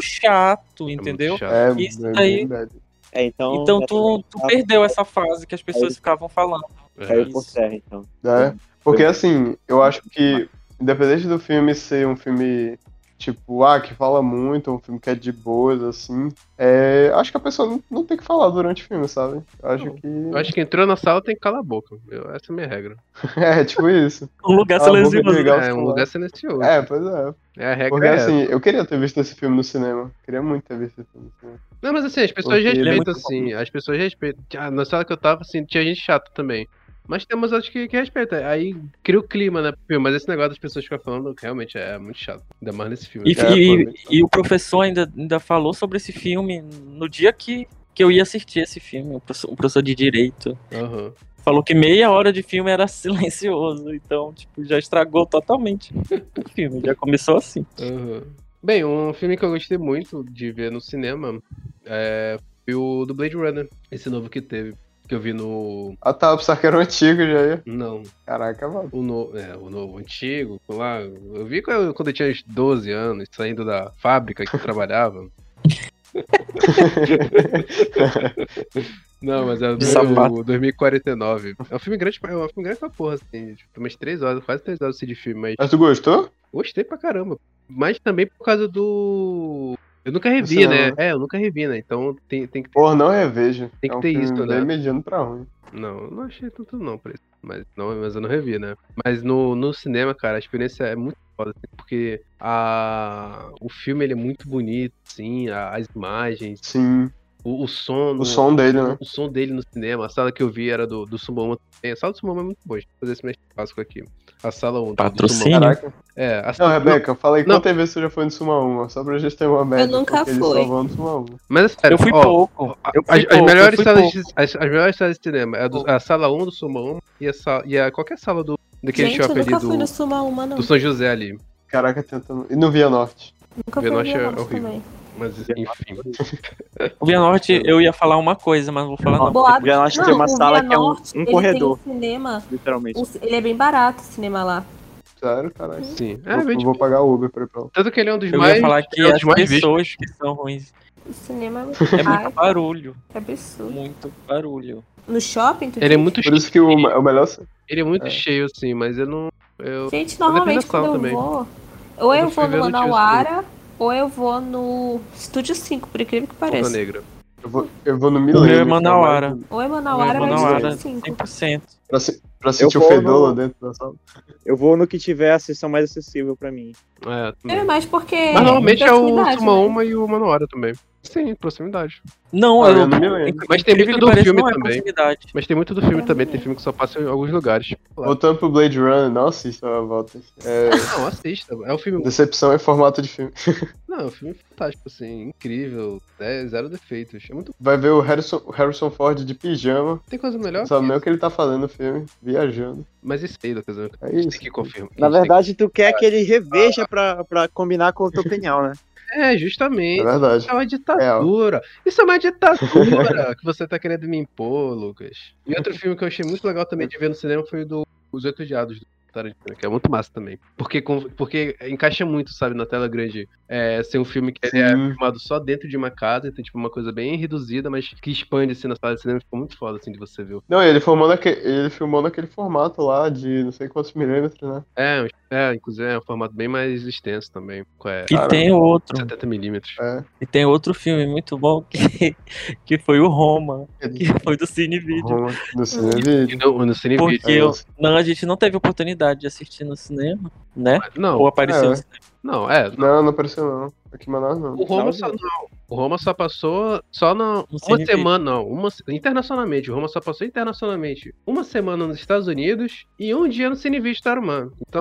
É chato, muito entendeu? chato. É, Isso é daí. verdade. É, então. Então tu, tu perdeu essa fase que as pessoas ficavam falando. Caiu É. por terra, então. É, porque assim, eu acho que, independente do filme ser um filme, tipo, ah, que fala muito, um filme que é de boas, assim, é, acho que a pessoa não, não tem que falar durante o filme, sabe? Eu Acho que. Eu acho que entrou na sala tem que calar a boca. Eu- essa é a minha regra. É, tipo isso. Um lugar Cala a boca, silencioso. Diego. Legal é um falar. lugar silencioso. É, É, pois é. a regra. Porque é essa. assim, eu queria ter visto esse filme no cinema. Queria muito ter visto esse filme no cinema. Não, mas assim, as pessoas Porque ele é respeitam, muito assim. As pessoas respeitam. Ah, na sala que eu tava, assim, tinha gente chata também. Mas temos outros que, que respeita. Aí cria o clima, né? pro filme. Mas esse negócio das pessoas ficar falando realmente é muito chato. Ainda mais nesse filme. E, né? É, e- pô, e o professor ainda, ainda falou sobre esse filme no dia que, que eu ia assistir esse filme, o professor, o professor de Direito. Aham. Falou que meia hora de filme era silencioso, então, tipo, já estragou totalmente o filme, já começou assim. Aham. Bem, um filme que eu gostei muito de ver no cinema é, foi o do Blade Runner, esse novo que teve. Que eu vi no. Ah tá, eu pensava que era um antigo já. Não, Caraca, mano. o novo. É, o novo o antigo, lá. Eu vi quando eu quando eu tinha uns 12 anos, saindo da fábrica que eu trabalhava. Não, mas é o De sapato. do- 2049. É um filme grande, pra- é um filme grande pra porra, assim. Tipo, umas 3 horas, quase 3 horas assim, de filme, mas. Mas tu gostou? Gostei pra caramba. Mas também por causa do. Eu nunca revi, Você não, né? né? É, eu nunca revi, né? Então tem, tem que ter. Porra, não revejo. Tem que é um ter filme isso, né? bem mediano pra ruim. Não, eu não achei tanto não pra isso. Mas, não, mas eu não revi, né? Mas no, no cinema, cara, a experiência é muito foda, assim, porque a... o filme ele é muito bonito, assim, a- as imagens, Sim. o, o som. O som dele, né? O som dele no cinema, a sala que eu vi era do, do Sumoma também. A sala do Sumoma é muito boa, a gente vai fazer esse mês de Páscoa aqui. A sala 1. Patrocínio? Caraca. É, a Não, sala. Rebeca, fala aí Não. quantas vezes você já foi no Suma Uma, só pra gente ter uma média. nunca porque eles fui. só vão no Suma Uma. Mas é sério, eu fui ó, pouco. A- Eu fui As, as pouco, eu melhores fui salas pouco. de, as, as melhores salas de cinema. é A, do- a sala 1 do Soma 1 e a, sa- e a qualquer sala do, daquele Gente, eu shopping ali nunca do, fui no Suma Uma, não. do São José ali. Caraca, tentando. E no Via Norte. Nunca fui no Venoche é Venoche horrível. também. Mas enfim. O Via Norte, eu ia falar uma coisa, mas não vou falar Tá não. Boa, Já acho que tem uma sala que é um, um corredor, Tem um cinema, literalmente. um- ele é bem barato o cinema lá. Sério, caraca. Sim. É, Eu vou, bem vou difícil. pagar Uber pra ir pra lá. tanto que ele é um dos Eu mais. ia falar que ele é um as dos mais vistos. pessoas que são ruins. O cinema É é, muito Ai, barulho, que absurdo. muito barulho. No shopping, tu Ele é muito Por cheio. isso que o, o melhor. Ele é muito É. cheio, assim, mas eu não. Eu... Mas Gente, normalmente depende da sala quando eu também. vou, Eu ou eu, não vou fui no ver, não tinha Manauara, ou eu vou no Estúdio 5, por incrível que Ponta pareça. negra. Eu vou, eu vou no O Milênio. meu é pra lá, Manauara. Ou é Manauara, ou é Manauara, Estúdio 5. 100%. Pra, se- pra sentir o vou fedor no- lá dentro da sala. Eu vou no que tiver a sessão mais acessível pra mim. É, também. É, mas porque. Mas normalmente é o proximidade, Soma né? 1 e o Manoara também. Sim, proximidade. Não, Ah, é eu, eu não me lembro. Mas tem incrível muito que do pareça, filme não é também. proximidade. Mas tem muito do filme Eu também, não tem filme que só passa em alguns lugares. Voltando pro Blade Runner, não assista a volta. É, Não, assista. É um filme decepção é formato de filme. Não, é um filme fantástico, assim, incrível, né? zero defeitos. É muito. Vai ver o Harrison, o Harrison Ford de pijama. Tem coisa melhor? Não sabe nem o que que ele tá fazendo no filme, viajando. isso. Mas isso aí, Lucas, é o que É a gente isso. tem que confirmar. Na A gente tem verdade, tu quer que Ah. ele reveja pra, pra combinar com o teu penhal, né? que- É, É justamente. verdade. Isso é uma ditadura. Isso é uma ditadura que você tá querendo me impor, Lucas. E outro filme que eu achei muito legal também de ver no cinema foi o do Os Oito Diados do Tarantino, que é muito massa também. Porque, com- porque encaixa muito, sabe, na tela grande. É, ser um filme que ele é Sim. filmado só dentro de uma casa, então, tipo, uma coisa bem reduzida, mas que expande, assim, na sala de cinema. Ficou muito foda, assim, de você ver o Não, ele, formou naque- ele filmou naquele formato lá de não sei quantos milímetros, né? É, um- é, inclusive é um formato bem mais extenso também. com- É, E Cara. tem outro, 70mm. É. e tem outro filme muito bom que, que foi o Roma, É que foi do Cine Video. Roma, No cinema. é E No, no Cine Porque Video. eu- Não, a gente não teve oportunidade de assistir no cinema, né? Ou Não, apareceu É. no cinema. não, é. Não, não apareceu não. Aqui em Manaus não. O Roma Não, só gente. não. O Roma só passou só na uma Cine Video. semana, não, uma se- internacionalmente. O Roma só passou internacionalmente. Uma semana nos Estados Unidos e um dia no Cine Video Tarumã. Então,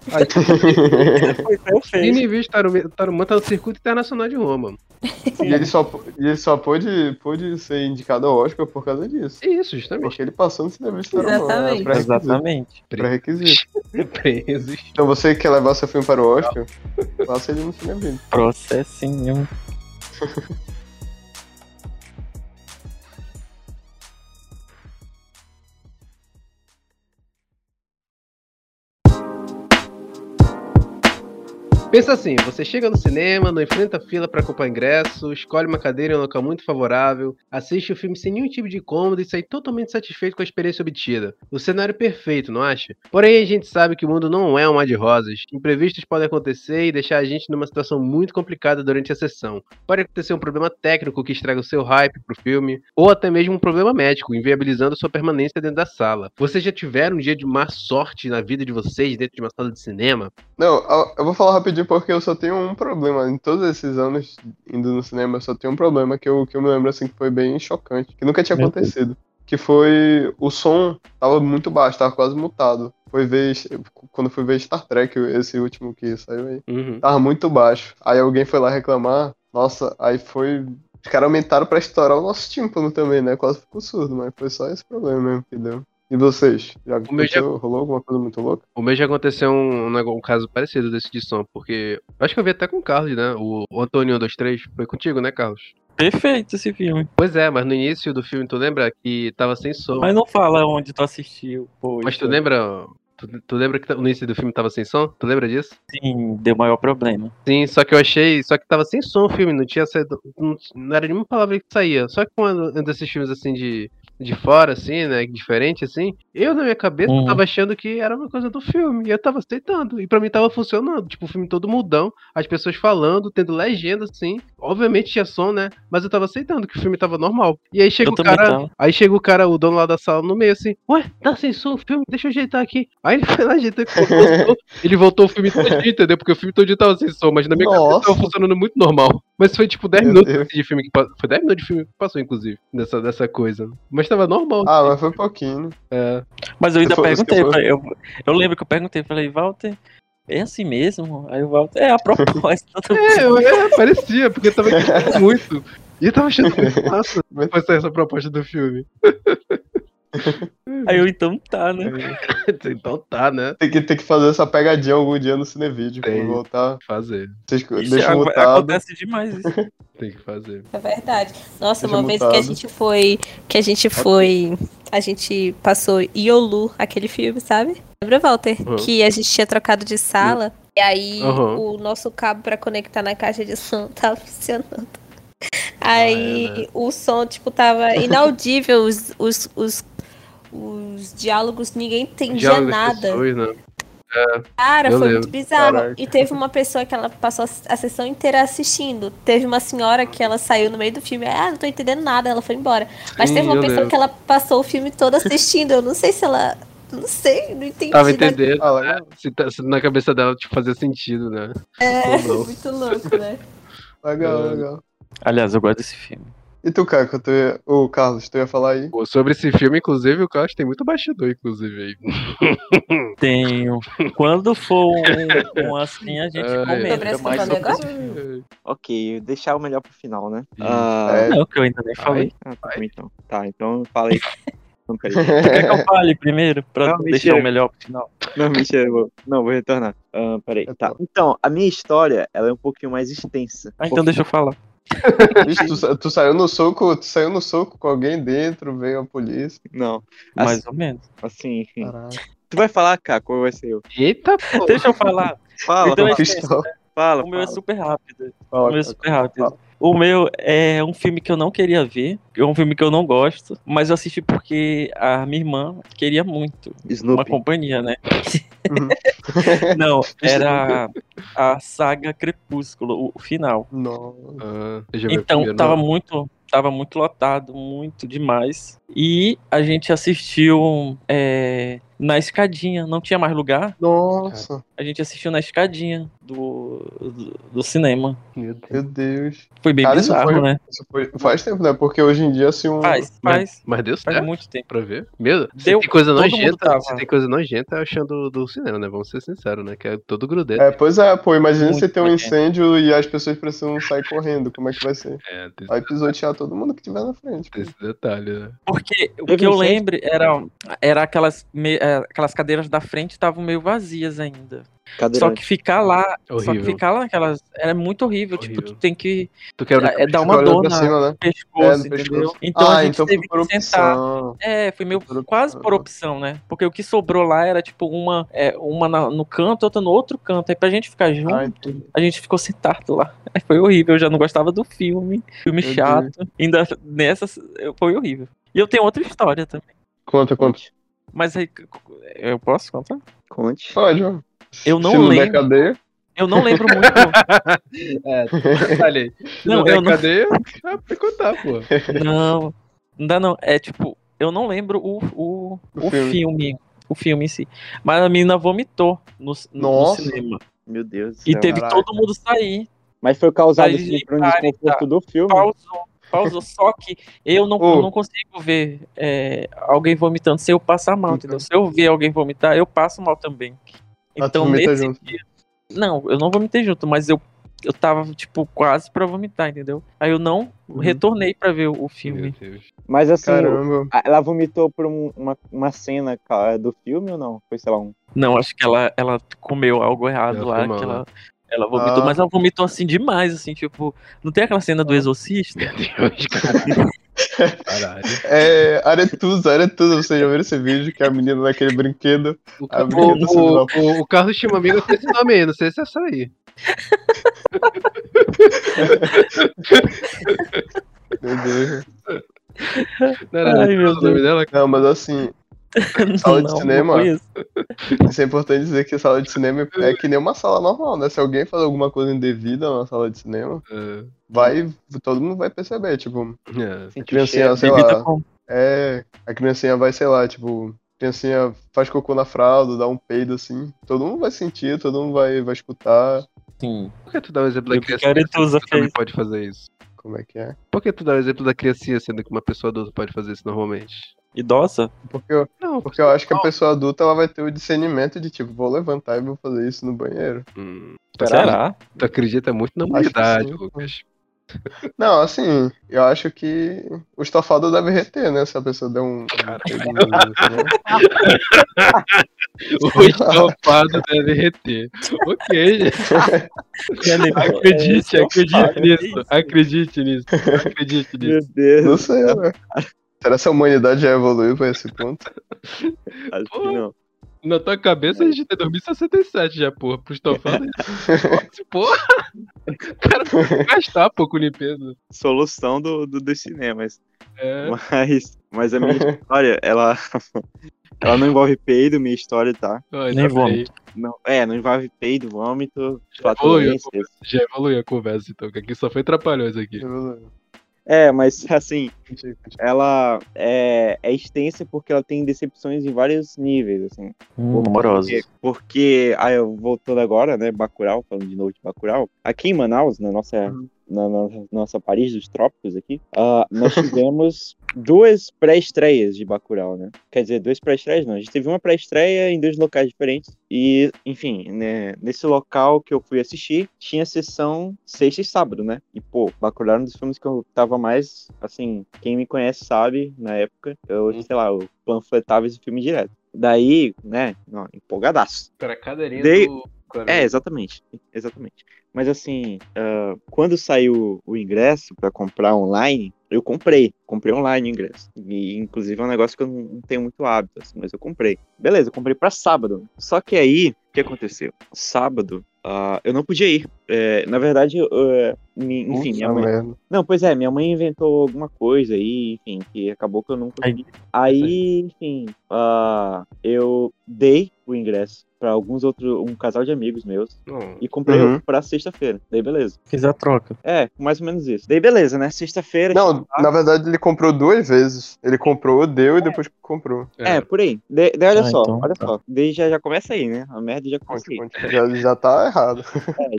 Foi perfeito. Cine Video Tarumã, Tarumã tá no circuito internacional de Roma. E ele só, e ele só pôde, pôde ser indicado ao Oscar por causa disso. É isso, justamente. Porque ele passou no cinema de Exatamente. Exatamente. Exatamente. né? Pré-requisito. Presos. Então você quer levar seu filme para o Oscar? Passa ele no cinema. Processinho. Pensa assim, você chega no cinema, não enfrenta fila pra comprar ingresso, escolhe uma cadeira em um local muito favorável, assiste o filme sem nenhum tipo de incômodo e sai totalmente satisfeito com a experiência obtida. O cenário é perfeito, não acha? Porém, a gente sabe que o mundo não é um mar de rosas. Imprevistos podem acontecer e deixar a gente numa situação muito complicada durante a sessão. Pode acontecer um problema técnico que estraga o seu hype pro filme, ou até mesmo um problema médico, inviabilizando sua permanência dentro da sala. Vocês já tiveram um dia de má sorte na vida de vocês dentro de uma sala de cinema? Não, eu- eu vou falar rapidinho porque eu só tenho um problema. Em todos esses anos indo no cinema, eu só tenho um problema que eu, que eu me lembro assim que foi bem chocante, que nunca tinha Meu acontecido. Que foi o som tava muito baixo, tava quase mutado. Foi ver quando fui ver Star Trek, esse último que saiu aí. Uhum. Tava muito baixo. Aí alguém foi lá reclamar. Nossa, aí foi. Os caras aumentaram pra estourar o nosso tímpano também, né? Quase ficou surdo, mas foi só esse problema mesmo que deu. E vocês? meu Já já- aconteceu- rolou alguma coisa muito louca? O meu já aconteceu um, um nego- um caso parecido desse de som, porque. Acho que eu vi até com o Carlos, né? O, o Antônio 123 foi contigo, né, Carlos? Perfeito esse filme. Pois é, mas no início do filme, tu lembra que tava sem som. Mas não fala onde tu assistiu. Pois, Mas tu lembra. Tu, tu lembra que no início do filme tava sem som? Tu lembra disso? Sim, assim, deu maior problema. Sim, só que eu achei. Só que tava sem som o filme, não tinha saído. Não, não era nenhuma palavra que saía. Só que quando um desses filmes assim de. De fora, assim, né? Diferente, assim. Eu, na minha cabeça, Uhum. tava achando que era uma coisa do filme. E eu tava aceitando. E pra mim tava funcionando. Tipo, o filme todo mudão. As pessoas falando, tendo legenda, assim. Obviamente tinha som, né? Mas eu tava aceitando que o filme tava normal. E aí chega eu o também Tipo, cara. tava. Aí chega o cara, o dono lá da sala, no meio assim, ué, tá sem som o filme, deixa eu ajeitar aqui. Aí ele foi lá, ajeitou, colocou o som, ele voltou o filme todinho, entendeu? Porque o filme todinho tava sem som, mas na minha cabeça Nossa. tava funcionando muito normal. Mas foi tipo 10 Meu minutos Deus. de filme que passou, foi 10 minutos de filme que passou, inclusive, dessa, dessa coisa. Mas tava normal. Ah, mas foi pouquinho. né? É. Mas eu ainda Foi isso que eu perguntei. pra- Eu, eu lembro que eu perguntei, falei, Walter, é assim mesmo? Aí o Walter, é a propósito. É, eu- é, parecia, porque tava gostando muito. E eu tava achando muito massa Mas- depois sair essa proposta do filme. Aí eu, então tá, né? então tá, né? Tem que, tem que fazer essa pegadinha algum dia no cinevídeo. Tem. Tem. Voltar. Fazer, Vocês Isso deixam ac- mutado. acontece demais isso. né? tem que fazer. É verdade. Nossa, Seja uma vez que a mutado. gente foi. Que a gente foi. A gente passou Iolu, aquele filme, sabe? Lembra, Walter? Uhum. Que a gente tinha trocado de sala. E aí Uhum. o nosso cabo pra conectar na caixa de som tava funcionando. Aí Ah, é, o som, tipo, tava inaudível, os, os, os, os diálogos, ninguém entendia Diálogo das nada. pessoas, né? Cara, Eu foi lembro. muito bizarro. Caraca. E teve uma pessoa que ela passou a sessão inteira assistindo. Teve uma senhora que ela saiu no meio do filme. Ah, não tô entendendo nada, ela foi embora. Mas Sim, teve eu uma pessoa lembro. que ela passou o filme todo assistindo. Eu não sei se ela. Não sei, não entendi. né? Tava nada. entendendo. Ah, né? legal. se, tá- se na cabeça dela tipo, fazia sentido, né? É, Ou não. muito louco, né? Legal, É. legal. Aliás, eu gosto desse filme. E tu, Caco, tu ia... Ô, Carlos, tu ia falar aí? Pô, sobre esse filme, inclusive, o Carlos tem muito bastidor, inclusive, aí. Tenho. Quando for um, um assim, a gente Ai. Sobre comenta. esse Mas filme agora? Ok, deixar o melhor pro final, né? Sim. Ah, não, que eu ainda nem falei. ah, tá bom, então. Tá, então fala aí. Não, peraí. Quer que eu fale primeiro? Pra Não, deixar mentira. o melhor pro final. Não, mentira, eu vou... Não, vou retornar. Ah, peraí. Retorna. Tá. Então, a minha história, ela é um pouquinho mais extensa. Ah, então deixa eu falar. Bicho, tu, sa- tu saiu no soco, tu saiu no soco com alguém dentro, veio a polícia. Não, Mais ou menos. assim... Caraca. Tu vai falar, Caco, ou vai ser eu? Eita, pô. Deixa eu falar. Fala, Então, fala, é- Pistol. fala. O meu é super rápido. O Fala, meu é Caco. super rápido. O meu é um filme que eu não queria ver. É um filme que eu não gosto. Mas eu assisti porque a minha irmã queria muito. Uma Snoopy. companhia, né? Uhum. Não, era a saga Crepúsculo, o final. Nossa. Ah, deixa eu ver Então primeiro, tava não. muito, tava muito lotado, muito demais. E a gente assistiu é, na escadinha, não tinha mais lugar. Nossa, A gente assistiu na escadinha do, do, do cinema. Meu Deus. meu Deus. Foi bem Cara, isso bizarro, foi- né? Isso foi- faz tempo, né? Porque hoje em dia, assim, um. Faz, Mas, faz, mas deu faz certo muito tempo. pra ver. Meu, se Deu, tem coisa todo mundo nojenta, tava. se tem coisa nojenta, é o chão do, do cinema, né? Vamos ser sinceros, né? Que é todo grudento. É, pois é, pô, imagina Muito você ter um nojento. incêndio e as pessoas precisam sair correndo. Como é que vai ser? É, tem, Vai pisotear todo mundo que tiver na frente. tem esse detalhe, né? Porque o Teve um que eu gente- lembro era, era aquelas, me- é, aquelas cadeiras da frente estavam meio vazias ainda. Só Cadeirante. que ficar lá, só que É Horrível. ficar lá naquelas, era muito horrível, tipo, Horrível. tu tem que Tu quebra é, o dar uma Fica olhando dor pra na- cima, né? É, pescoço, no pescoço. entendeu? Então ah, a gente então foi teve por que sentar. opção. É, foi meio Por opção. quase por opção, né? Porque o que sobrou lá era tipo uma, é, uma na- no canto, outra no outro canto. Aí pra gente ficar junto, Ah, entendi. a gente ficou sentado lá. Aí foi horrível, eu já não gostava do filme. Filme Meu chato. Ainda nessa eu- foi horrível. E eu tenho outra história também. Conta, conta. Conte. Mas aí eu posso contar? Conte. Pode, ó. Eu não Se não der lembro. cadeia, Eu não lembro muito. Detalhe. Se Não, não, der eu não- cadeia, dá Ah, pra contar, pô. não, não dá não. É tipo, eu não lembro o, o, O o filme. filme. O filme em si. Mas a menina vomitou no, no Nossa. cinema. Meu Deus do E céu. teve Caraca. todo mundo sair. Mas foi causado Aí, tá. assim, por um pare, desconforto do filme. Pausou. Pausou. Só que eu não, Ô. eu não consigo ver é, alguém vomitando se eu passar mal, entendeu? Se eu ver alguém vomitar, eu passo mal também. Ah, tu Então, vomita nesse junto. dia. Não, eu não vomitei junto, mas eu eu tava, tipo, quase pra vomitar, entendeu? Aí eu não Uhum. retornei pra ver o, o Meu filme. Deus. Mas assim, Caramba. Ah, Ela vomitou por um- uma, uma cena cara, do filme ou não? Foi, sei lá, um. Não, acho que ela, ela comeu algo errado Ela lá, foi mal, que ela, ela vomitou, né? Ah. mas ela vomitou assim demais, assim, tipo, não tem aquela cena do exorcista? Meu Deus, cara. Caralho. É Aretusa, Aretusa, vocês já viram esse vídeo que é a menina naquele brinquedo. O, A briga do o, o, o, o Carlos Chimamiga tem esse nome aí, não sei se é essa aí. Meu Deus. Não era Ai, meu o nome dela? Não, mas assim, Sala de cinema. conheço. isso é importante dizer que sala de cinema é que nem uma sala normal, né? Se alguém fazer alguma coisa indevida na sala de cinema, Ah, vai. Todo mundo vai perceber, tipo, é. sentiu criancinha, cheiro. sei Bebida lá, com- é. A criancinha vai, sei lá, tipo, criancinha faz cocô na fralda, dá um peido assim. Todo mundo vai sentir, todo mundo vai, vai escutar. Sim. Por que tu dá o exemplo da Eu criança? quero tu usar que também fez. pode fazer isso. Como é que é? Por que tu dá o exemplo da criancinha, sendo que uma pessoa adulta pode fazer isso normalmente? Idosa? Porque eu, Não, porque eu acho que a pessoa adulta ela vai ter o discernimento de tipo, vou levantar e vou fazer isso no banheiro. Hum, Será? tu acredita muito na Acho que humanidade, sim. Hum. Lucas. Não, assim, eu acho que o estofado deve reter, né? Se a pessoa der um. né? O estofado deve reter. Ok, gente. Acredite, É, acredite estofado, nisso. isso. Acredite nisso. Acredite nisso. Meu Deus, Não sei, né? Será que a humanidade já evoluiu pra esse ponto? acho que não. Na tua cabeça a gente tem 2067 já, porra. Pro estofado. gente. porra! O cara vai gastar, pô, com limpeza. Solução do, do, dos cinemas. É. Mas, mas a minha história, ela. Ela não envolve peido, minha história, tá? Olha, Nem tá bem. vômito. Não, é, não envolve peido, vômito, Oi, eu- flatulências. Já evoluiu a conversa, então, que aqui só foi trapalhões aqui. Evoluiu. É, mas assim, ela é, é extensa porque ela tem decepções em vários níveis, assim. Hum, Amorosa. Porque, porque ah, eu voltando agora, né, Bacurau, falando de novo de Bacurau, aqui em Manaus, na nossa, na, na- nossa Paris dos Trópicos aqui, ah, nós tivemos duas pré-estreias de Bacurau, né? Quer dizer, duas pré-estreias não, a gente teve uma pré-estreia em dois locais diferentes e, enfim, né, nesse local que eu fui assistir, tinha sessão sexta e sábado, né? E, pô, Bacurau era um dos filmes que eu tava mais, assim, quem me conhece sabe, na época, eu, sei lá, eu panfletava esse filme direto. Daí, né, não, empolgadaço. Pra cada linha Dei- do... É, exatamente, exatamente. Mas assim, ah, quando saiu o ingresso pra comprar online, eu comprei, comprei online o ingresso. E inclusive é um negócio que eu não não tenho muito hábito, assim, mas eu comprei. Beleza, eu comprei pra sábado. Só que aí, o que aconteceu? Sábado, ah, eu não podia ir. É, na verdade, eu, eh, mi- enfim, minha Ah, mãe, merda. não, pois é, minha mãe inventou alguma coisa aí, enfim, que acabou que eu não consegui. Aí, enfim, ah, eu dei o ingresso pra alguns outros, um casal de amigos meus Não. É, e comprei Uhum. pra sexta-feira. Daí beleza. Fiz a troca. É, mais ou menos isso. Daí beleza, né? Sexta-feira. Não, na verdade ele comprou duas vezes. Ele comprou, deu e depois comprou. É, por aí. Daí, daí olha Ah, só, então olha tá. só. Daí já, já começa aí, né? A merda já começa Conte, aí. conte. Já, já tá errado.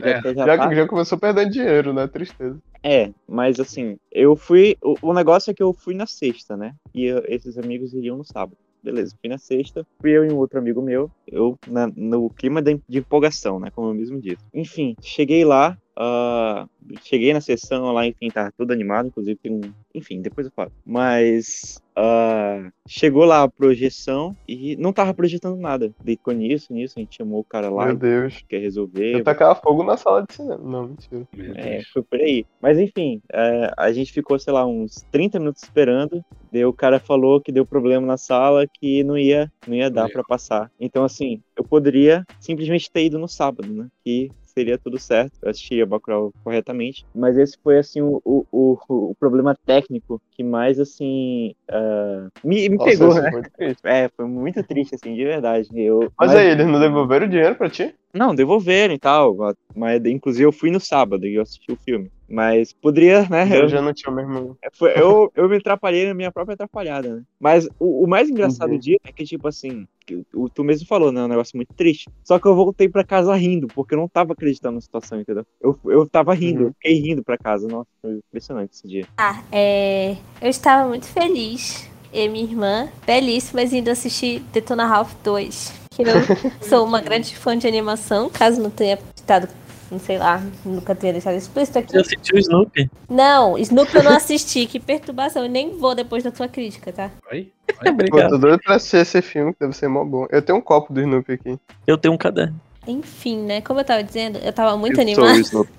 É, já, já, Já, tá- já começou perdendo dinheiro, né? Tristeza. É, mas assim, eu fui. O, o negócio é que eu fui na sexta, né? E eu- esses amigos iriam no sábado. Beleza, fui na sexta, fui eu e um outro amigo meu, eu na- no clima de, de empolgação, né? Como eu mesmo disse. Enfim, cheguei lá, ah, cheguei na sessão lá, enfim, tava todo animado, inclusive tem um. Enfim, depois eu falo. Mas. ah, chegou lá a projeção e não tava projetando nada. Deitou nisso, nisso, a gente chamou o cara lá, Meu Deus. quer resolver. Eu tacava fogo na sala de cinema. Não, mentira. Meu É, Deus. foi por aí. Mas enfim, é, a gente ficou, sei lá, uns 30 minutos esperando. Daí o cara falou que deu problema na sala, que não ia, não ia dar Meu. pra passar. Então, assim, eu poderia simplesmente ter ido no sábado, né? Que seria tudo certo, eu assistiria Bacurau corretamente. Mas esse foi, assim, o, o, o, o problema técnico que mais, assim, ah, me, me Nossa, pegou, isso né? é muito triste. É, foi muito triste, assim, de verdade. Eu, Mas aí, eles não devolveram o dinheiro pra ti? não, devolveram e tal. Mas, inclusive, eu fui no sábado e eu assisti o filme. Mas poderia, né? Eu Eu, já não tinha mesmo. foi- eu, eu me atrapalhei na minha própria atrapalhada, né? Mas o, o mais engraçado Uhum. disso é que, tipo assim, que o, tu mesmo falou, né? É um negócio muito triste. Só que eu voltei pra casa rindo, porque eu não tava acreditando na situação, entendeu? Eu, eu tava rindo, Uhum. eu fiquei rindo pra casa. Nossa, foi impressionante esse dia. É, eu estava muito feliz. Eu e minha irmã, belíssimas, indo assistir Detona Ralph 2. Que eu sou uma grande fã de animação, caso não tenha estado Não sei lá, nunca tinha deixado explícito aqui. Você assistiu o Snoopy? Não, Snoopy eu não assisti, que perturbação. Eu nem vou depois da tua crítica, tá? é. Vai? Pô, Obrigado. tô doido pra assistir esse filme, que deve ser mó bom. Eu tenho um copo do Snoopy aqui. Eu tenho um caderno. Enfim, né? Como eu tava dizendo, eu tava muito Eu sou o animada. Snoopy.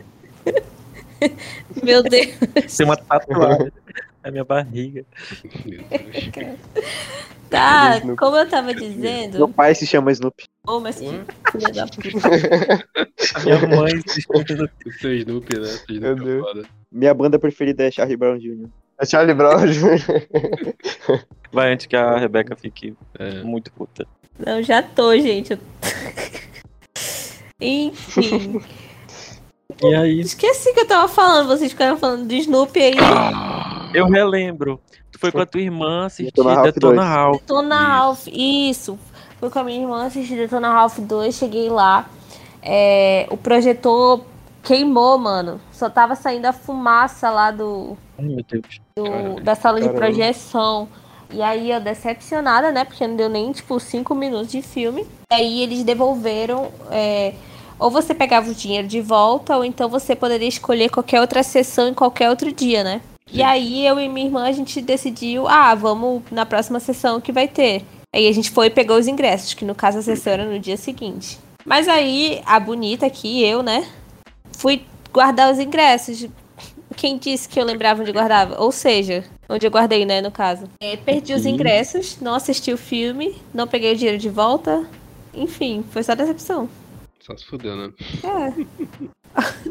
Meu Deus. Tem uma tatuagem na minha barriga. Meu Deus. Tá, Snoopy. como eu tava dizendo. Meu pai se chama Snoopy. Ô, mas que filha da puta. A minha mãe se escondendo. O seu Snoopy, né? Seu Meu Snoopy é Deus. foda. Minha banda preferida é Charlie Brown Jr. É Charlie Brown Jr. Vai antes que a Rebeca fique É. muito puta. Não, já tô, gente. Eu- Enfim. E aí, Esqueci que eu tava falando. Vocês ficaram falando do Snoopy aí. Ah. eu relembro. Tu foi com a tua irmã assistir Detona Ralph Detona dois. Ralph. Detona Ralph, isso. Fui com a minha irmã assistir Detona Ralph 2, cheguei lá. É, o projetor queimou, mano. Só tava saindo a fumaça lá do, Ai, meu Deus. do- Caralho. da sala de Caramba. projeção. E aí eu decepcionada, né? Porque não deu nem, tipo, cinco minutos de filme. E aí eles devolveram. é, ou você pegava o dinheiro de volta, ou então você poderia escolher qualquer outra sessão em qualquer outro dia, né? E aí eu e minha irmã, a gente decidiu, ah, vamos na próxima sessão que vai ter. Aí a gente foi e pegou os ingressos, que no caso a sessão era no dia seguinte. Mas aí, a bonita aqui, eu, né? Fui guardar os ingressos. Quem disse que eu lembrava onde guardava? Ou seja, onde eu guardei, né, no caso. É, perdi os Ih. ingressos, não assisti o filme, não peguei o dinheiro de volta. Enfim, foi só decepção. Só se fudeu, né? É,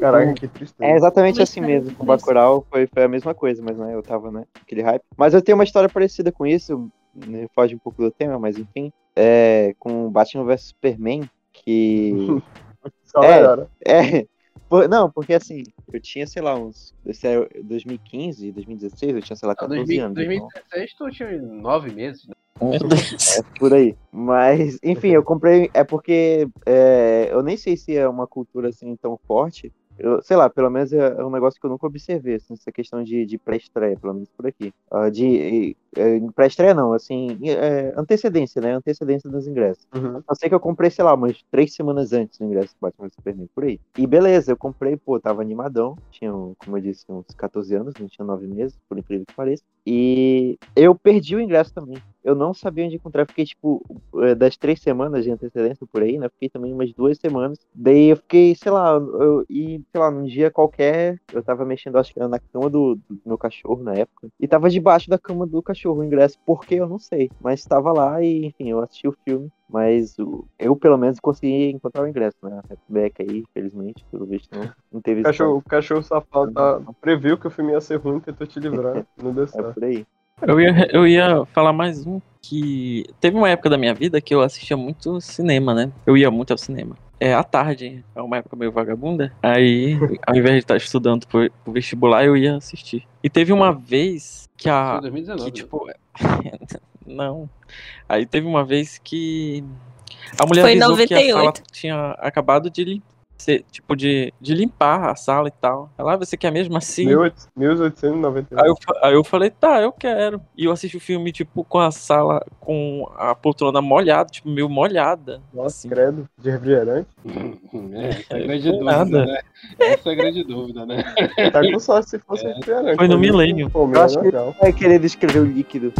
Caraca, que tristeza. É exatamente Muito assim mesmo. parecido Com com isso. Bacurau foi, foi a mesma coisa, mas né, eu tava, né, aquele hype. Mas eu tenho uma história parecida com isso, né, foge um pouco do tema, mas enfim. É, com Batman vs Superman, que. Só É. melhora. é. por- não, porque assim, eu tinha, sei lá, uns. Esse era 2015, 2016, eu tinha, sei lá, 14 anos. então. 2017 tu tinha nove meses, né? Meu Deus. É por aí. Mas, enfim, eu comprei. É porque é, eu nem sei se é uma cultura assim tão forte. Eu, sei lá, pelo menos é é um negócio que eu nunca observei, assim, essa questão de, de pré-estreia, pelo menos por aqui. Ah, de é, pré-estreia não, assim, é, antecedência, né? Antecedência dos ingressos. Uhum. Eu sei que eu comprei, sei lá, umas três semanas antes do ingresso do Batman vs Superman, por aí. E beleza, eu comprei, pô, tava animadão. Tinha, um- como eu disse, uns 14 anos, não tinha 9 meses, por incrível que pareça. E eu perdi o ingresso também. Eu não sabia onde encontrar. Fiquei, tipo, eh, das três semanas de antecedência por aí, né? Fiquei também umas duas semanas. Daí eu fiquei, sei lá, eu, e, sei lá, num dia qualquer, eu tava mexendo, acho que era na cama do, do meu cachorro na época. E tava debaixo da cama do cachorro o ingresso. Por que eu não sei. Mas tava lá e, enfim, eu assisti o filme. Mas o- eu, pelo menos, consegui encontrar o ingresso, né? A Rebeca aí, infelizmente, pelo visto, não, não O teve esse cachorro, o cachorro safado tá- previu que o filme ia ser ruim, tentou te livrar. Não deu É certo. por aí. Eu ia, eu ia falar mais um que teve uma época da minha vida que eu assistia muito cinema, né? Eu ia muito ao cinema. É à tarde, é uma época meio vagabunda. Aí, ao invés de estar estudando pro, pro vestibular, eu ia assistir. E teve uma vez que Isso a. em 2019. Que, né? tipo. não. Aí teve uma vez que. A mulher Foi em avisou que a sala 98. tinha acabado de lim- ser, tipo, de, de limpar a sala e tal. Ela, "Ah, você quer mesmo assim? 18- 1891. Aí eu, fa- aí eu falei, tá, eu quero. E eu assisti o filme, tipo, com a sala, com a poltrona molhada, tipo, meio molhada. Nossa, assim. credo, de refrigerante. É, essa é a grande Foi dúvida, nada. né? Essa é a grande dúvida, né? Tá com sorte se fosse refrigerante. É. Foi no mas- milênio. Pô, Eu acho milênio é que- legal. Vai querer descrever o líquido.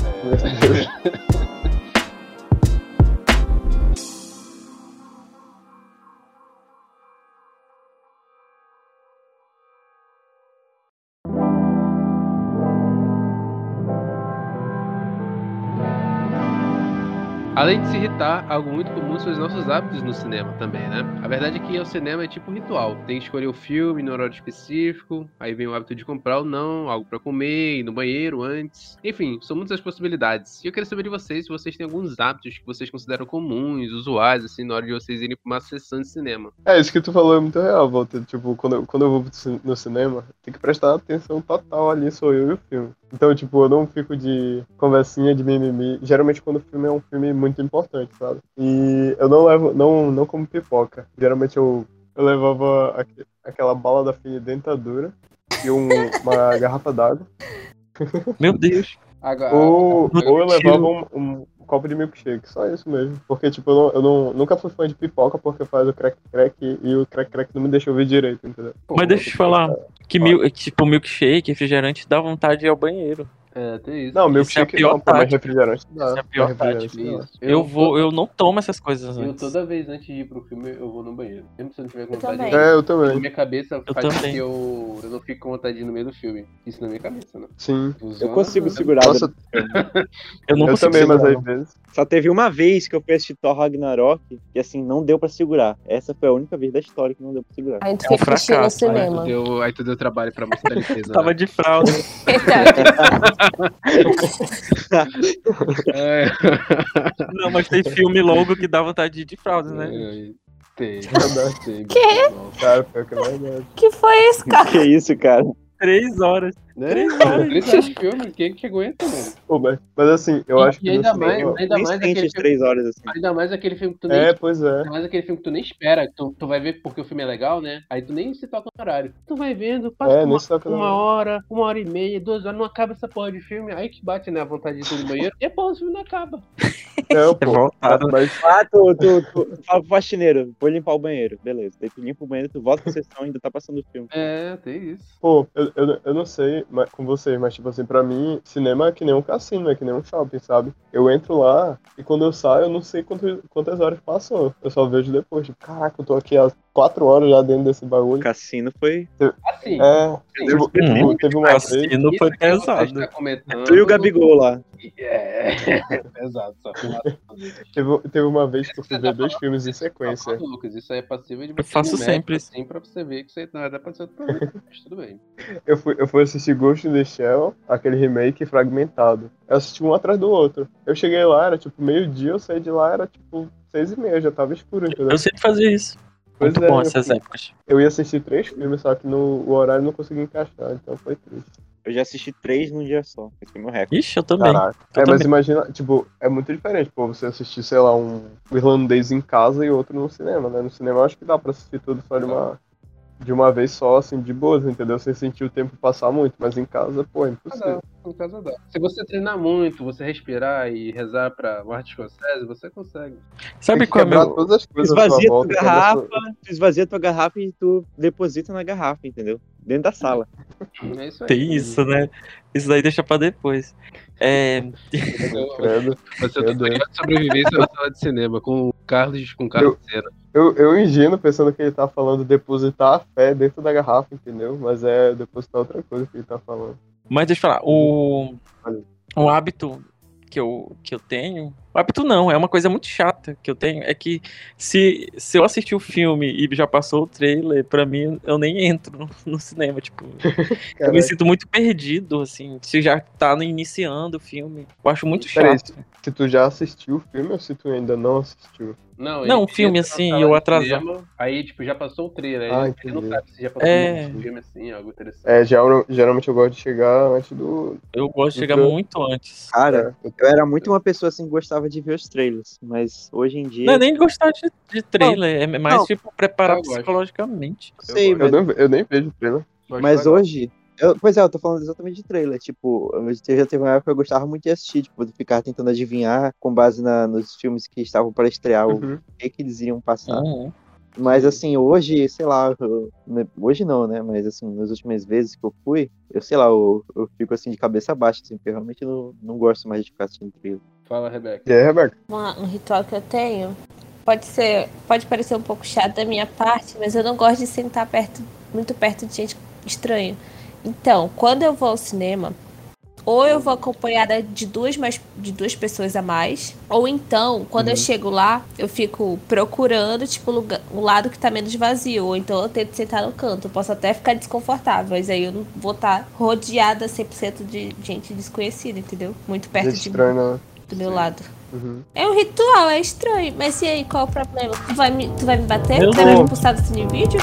Além de se irritar, algo muito comum são os nossos hábitos no cinema também, né? A verdade é que o cinema é tipo um ritual. Tem que escolher o filme no horário específico, aí vem o hábito de comprar ou não, algo pra comer, ir no banheiro antes. Enfim, são muitas as possibilidades. E eu queria saber de vocês se vocês têm alguns hábitos que vocês consideram comuns, usuais, assim, na hora de vocês irem pra uma sessão de cinema. É, isso que tu falou é muito real, Walter. Tipo, quando eu, quando eu vou pro ci- no cinema, tem que prestar atenção total ali, sou eu e o filme. Então, tipo, eu não fico de conversinha, de mimimi. Geralmente quando o filme é um filme muito importante, sabe? E eu não levo, não, não como pipoca. Geralmente eu, eu levava aque- aquela bala da fina dentadura e um- uma garrafa d'água. Meu Deus. Agora, Ou, ou eu Tiro. levava um, um copo de milkshake, só isso mesmo. Porque, tipo, eu, não- eu não- nunca fui fã de pipoca porque faz o crack-crack e o crack-crack não me deixou ver direito, entendeu? Mas deixa eu te falar, que Fala. mil, tipo, milkshake, refrigerante, dá vontade de ir ao banheiro. É, tem isso. Não, Isso é milkshake a pior não, pô, mas tática. refrigerante dá. Isso é a pior Mas Tática, refrigerante dá. isso. Eu, vou, eu não tomo essas coisas Eu antes. toda vez antes de ir pro filme, eu vou no banheiro. Mesmo se eu não tiver com Eu vontade também. de ir. É, eu Na também, minha cabeça Eu faz com também. que eu, eu não fique com vontade de ir no meio do filme. Isso na minha cabeça, né? sim. Funciona. Eu consigo segurar. Nossa, Eu não eu consigo também, mas segurar, às não. vezes. Só teve uma vez que eu fiz assistir Thor Ragnarok e assim, não deu pra segurar. Essa foi a única vez da história que não deu pra segurar. Aí tu É um fica assistindo no fracasso, Aí tu, cinema. deu, né? aí tu deu trabalho pra moça da limpeza. Tava né? de fralda. Eita, É, não, mas tem filme longo que dá vontade de ir de fralda, né? é, Tem. Verdade. tem Que? bom. Cara, pior que é verdade. que foi isso, cara? Que isso, cara? Três horas. Né? Três horas. Três horas de filme, quem que aguenta, mano? Pô, mas, mas assim, eu E- acho e que. no ainda cinema- mais- ainda Nem mais sente aquele as três horas assim. Ainda mais aquele filme que tu nem né? É, pois é. Ainda mais aquele filme que tu nem espera, que tu, tu vai ver porque o filme é legal, né? Aí tu nem se toca no horário. Tu vai vendo, passa É, nem uma, se toca no uma horário. hora, uma hora e meia, duas horas, não acaba essa porra de filme. Aí que bate, né, a vontade de ir no banheiro. E porra, o filme não acaba. Não, É pô. voltado. Mas, Ah, tu, tu, tu fala pro faxineiro, vou limpar o banheiro. Beleza. Daí tu limpa o banheiro, tu volta pra sessão e ainda tá passando o filme. É, tem isso. pô, eu, eu, eu não sei mas, com vocês, mas, tipo assim, pra mim, cinema é que nem um cassino, é que nem um shopping, sabe? Eu entro lá e quando eu saio, eu não sei quanto, quantas horas passou. Eu só vejo depois. Tipo, caraca, eu tô aqui há quatro horas já dentro desse O bagulho. cassino foi. Assim, É, tipo, Hum. teve uma vez. Cassino foi isso é que você pesado. está Tá comentando- Tu e o Gabigol lá. É, é pesado. Só que Teve, teve uma vez que eu fui Você tá ver dois filmes em sequência. Lucas, isso aí é passível de Eu faço ir no médico, sempre isso. Assim, pra você ver que você não é da pra ser outro problema, mas tudo bem. Eu fui, eu fui assistir Ghost in the Shell, aquele remake fragmentado. Eu assisti um atrás do outro. Eu cheguei lá, era tipo meio-dia, eu saí de lá, era tipo seis e meia, já tava escuro, entendeu? Eu sempre fazia isso. Pois Muito é, bom eu essas fui- épocas. Eu ia assistir três filmes, só que no o horário não consegui encaixar, então foi triste. Eu já assisti três num dia só. Esse foi meu recorde. Ixi, eu também. Caraca. Eu É, mas também. imagina, tipo, é muito diferente, pô, você assistir, sei lá, um irlandês em casa e outro no cinema, né? No cinema eu acho que dá pra assistir tudo só de uma, de uma vez só, assim, de boas, entendeu? Sem sentir o tempo passar muito, mas em casa, pô, é impossível. Em casa dá. Se você treinar muito, você respirar e rezar pra Martin Scorsese, você consegue. Sabe Tem que qual é quebrar meu. todas as Tu coisas à sua esvazia tua volta. quebra garrafa, sua- tu esvazia tua garrafa e tu deposita na garrafa, entendeu? Dentro da sala. É isso aí. Tem isso, né? Isso daí deixa pra depois. É, Você Credo. tem melhor de sobrevivência na sala de cinema com o Carlos com o Carlos Sena. Eu, eu ingênuo pensando que ele tá falando depositar a fé dentro da garrafa, entendeu? Mas é depositar outra coisa que ele tá falando. Mas deixa eu falar, o, Valeu. um hábito que eu, que eu tenho. o Hábito não, é uma coisa muito chata que eu tenho. É que se, se eu assistir o filme e já passou o trailer, pra mim eu nem entro no, no cinema. Tipo, eu Caraca. me sinto muito perdido, assim. Se já tá no- iniciando o filme. Eu acho muito Peraí, chato. Se tu já assistiu o filme ou se tu ainda não assistiu? Não, Não, ele um filme entra na assim, sala eu de atrasar. cinema, Aí, tipo, já passou o trailer. Ah, Aí ele não entendi. sabe se já passou É. um filme assim, algo interessante. É, geral- geralmente eu gosto de chegar antes do. Eu gosto de chegar Então- muito antes. Cara, eu- eu era muito uma pessoa assim que gostava de ver os trailers. Mas hoje em dia. Não é nem gostar de, de trailer, é mais não. tipo preparar Eu gosto. psicologicamente. não sei, eu Eu, mas, nem, eu nem vejo o trailer. Gosto mas de legal. hoje. eu- pois é, eu tô falando exatamente de trailer. Tipo, eu já teve uma época que eu gostava muito de assistir, tipo, de ficar tentando adivinhar com base na- nos filmes que estavam para É estrear o Uhum. que, que eles iriam passar. Uhum. Mas assim, hoje, sei lá, eu- né, hoje não, né? Mas assim, nas últimas vezes que eu fui, eu sei lá, eu, eu fico assim de cabeça baixa, assim, porque eu realmente não, não gosto mais de ficar assistindo trilha. Fala, Rebeca. E aí, Rebeca? Uma- um ritual que eu tenho. Pode ser, pode parecer um pouco chato da minha parte, mas eu não gosto de sentar perto, muito perto de gente estranha. Então, quando eu vou ao cinema, ou eu vou acompanhada de duas mais de duas pessoas a mais, ou então, quando eu chego lá, eu fico procurando, tipo, o lugar- o lado que tá menos vazio, ou então eu tento sentar no canto. Eu posso até ficar desconfortável, mas aí eu não vou estar rodeada 100% de gente desconhecida, entendeu? Muito perto Gente de mim, estranha, né? do meu Sim. lado. Uhum. É um ritual, é estranho. Mas e aí, qual o problema? Tu vai me, tu vai me bater? Eu tu vai me vou. expulsar do cine vídeo?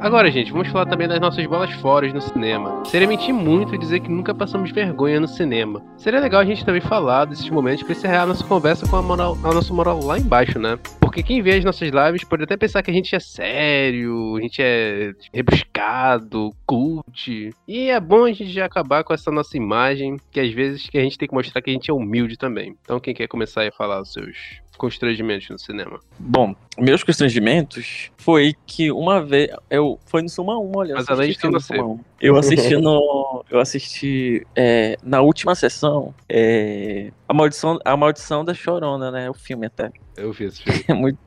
Agora, gente, vamos falar também das nossas bolas fora no cinema. Seria mentir muito e dizer que nunca passamos vergonha no cinema. Seria legal a gente também falar desses momentos pra encerrar a nossa conversa com a, moral, a nossa moral lá embaixo, né? Porque quem vê as nossas lives pode até pensar que a gente é sério, a gente é rebuscado, cult. E é bom a gente já acabar com essa nossa imagem, que às vezes que a gente tem que mostrar que a gente é humilde também. Então quem quer começar aí a falar os seus constrangimentos no cinema? Bom, meus constrangimentos foi que uma vez. Eu, foi no Suma 1, olha. Mas eu além assisti de no tudo, Suma 1. Eu assisti no. Eu assisti é, na última sessão. é, a, Maldição, a Maldição da Chorona, né? O filme até. Eu vi esse filme, É muito,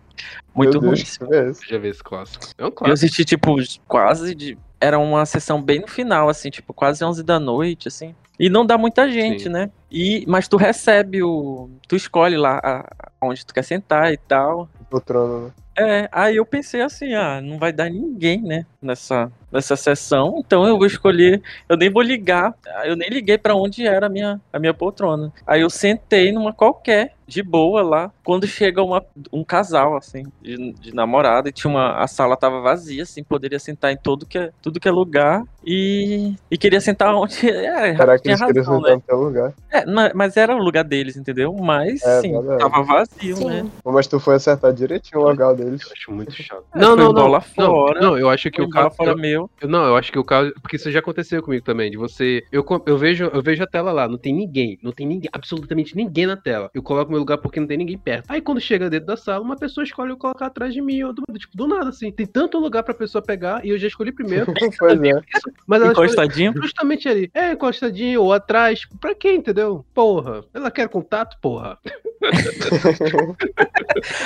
muito Meu ruim. Deus, esse que é esse? já vi esse clássico. É um Eu clássico. assisti, tipo, quase de. Era uma sessão bem no final, assim, tipo, quase 11 da noite, assim. E não dá muita gente, Sim. né? E, mas tu recebe o. Tu escolhe lá a- onde tu quer sentar e tal. Poltrona, né? É, aí eu pensei assim, ah, não vai dar ninguém, né, nessa, nessa sessão, então eu vou escolher, eu nem vou ligar, ah, eu nem liguei pra onde era a minha, a minha poltrona. Aí eu sentei numa qualquer, de boa lá, quando chega uma, um casal, assim, de, de namorada, e tinha uma, a sala tava vazia, assim, poderia sentar em todo que é, tudo que é lugar, e, e queria sentar onde, é, Caraca, tinha eles queriam razão, sentar né, em qualquer lugar. É, ma- mas era o lugar deles, entendeu, mas, É, sim, verdade. tava vazio, Sim. né. Pô, Mas tu foi acertar direitinho o legal deles. Eu acho muito chato. É, não, foi não, não. bola Não, fora, não, eu acho que o cara é. caso. fora meu. Eu- Não, eu acho que o caso. Porque isso já aconteceu comigo também. De você. Eu, co- eu, vejo, eu vejo a tela lá, não tem ninguém. Não tem ninguém, absolutamente ninguém na tela. Eu coloco meu lugar porque não tem ninguém perto. Aí quando chega dentro da sala, uma pessoa escolhe eu colocar atrás de mim. Eu, do, tipo, do nada, assim. Tem tanto lugar pra pessoa pegar e eu já escolhi primeiro. pois é. Mas ela escolheu Encostadinho. justamente ali. É, encostadinho ou atrás. Tipo, pra quê, entendeu? Porra. Ela quer contato, porra.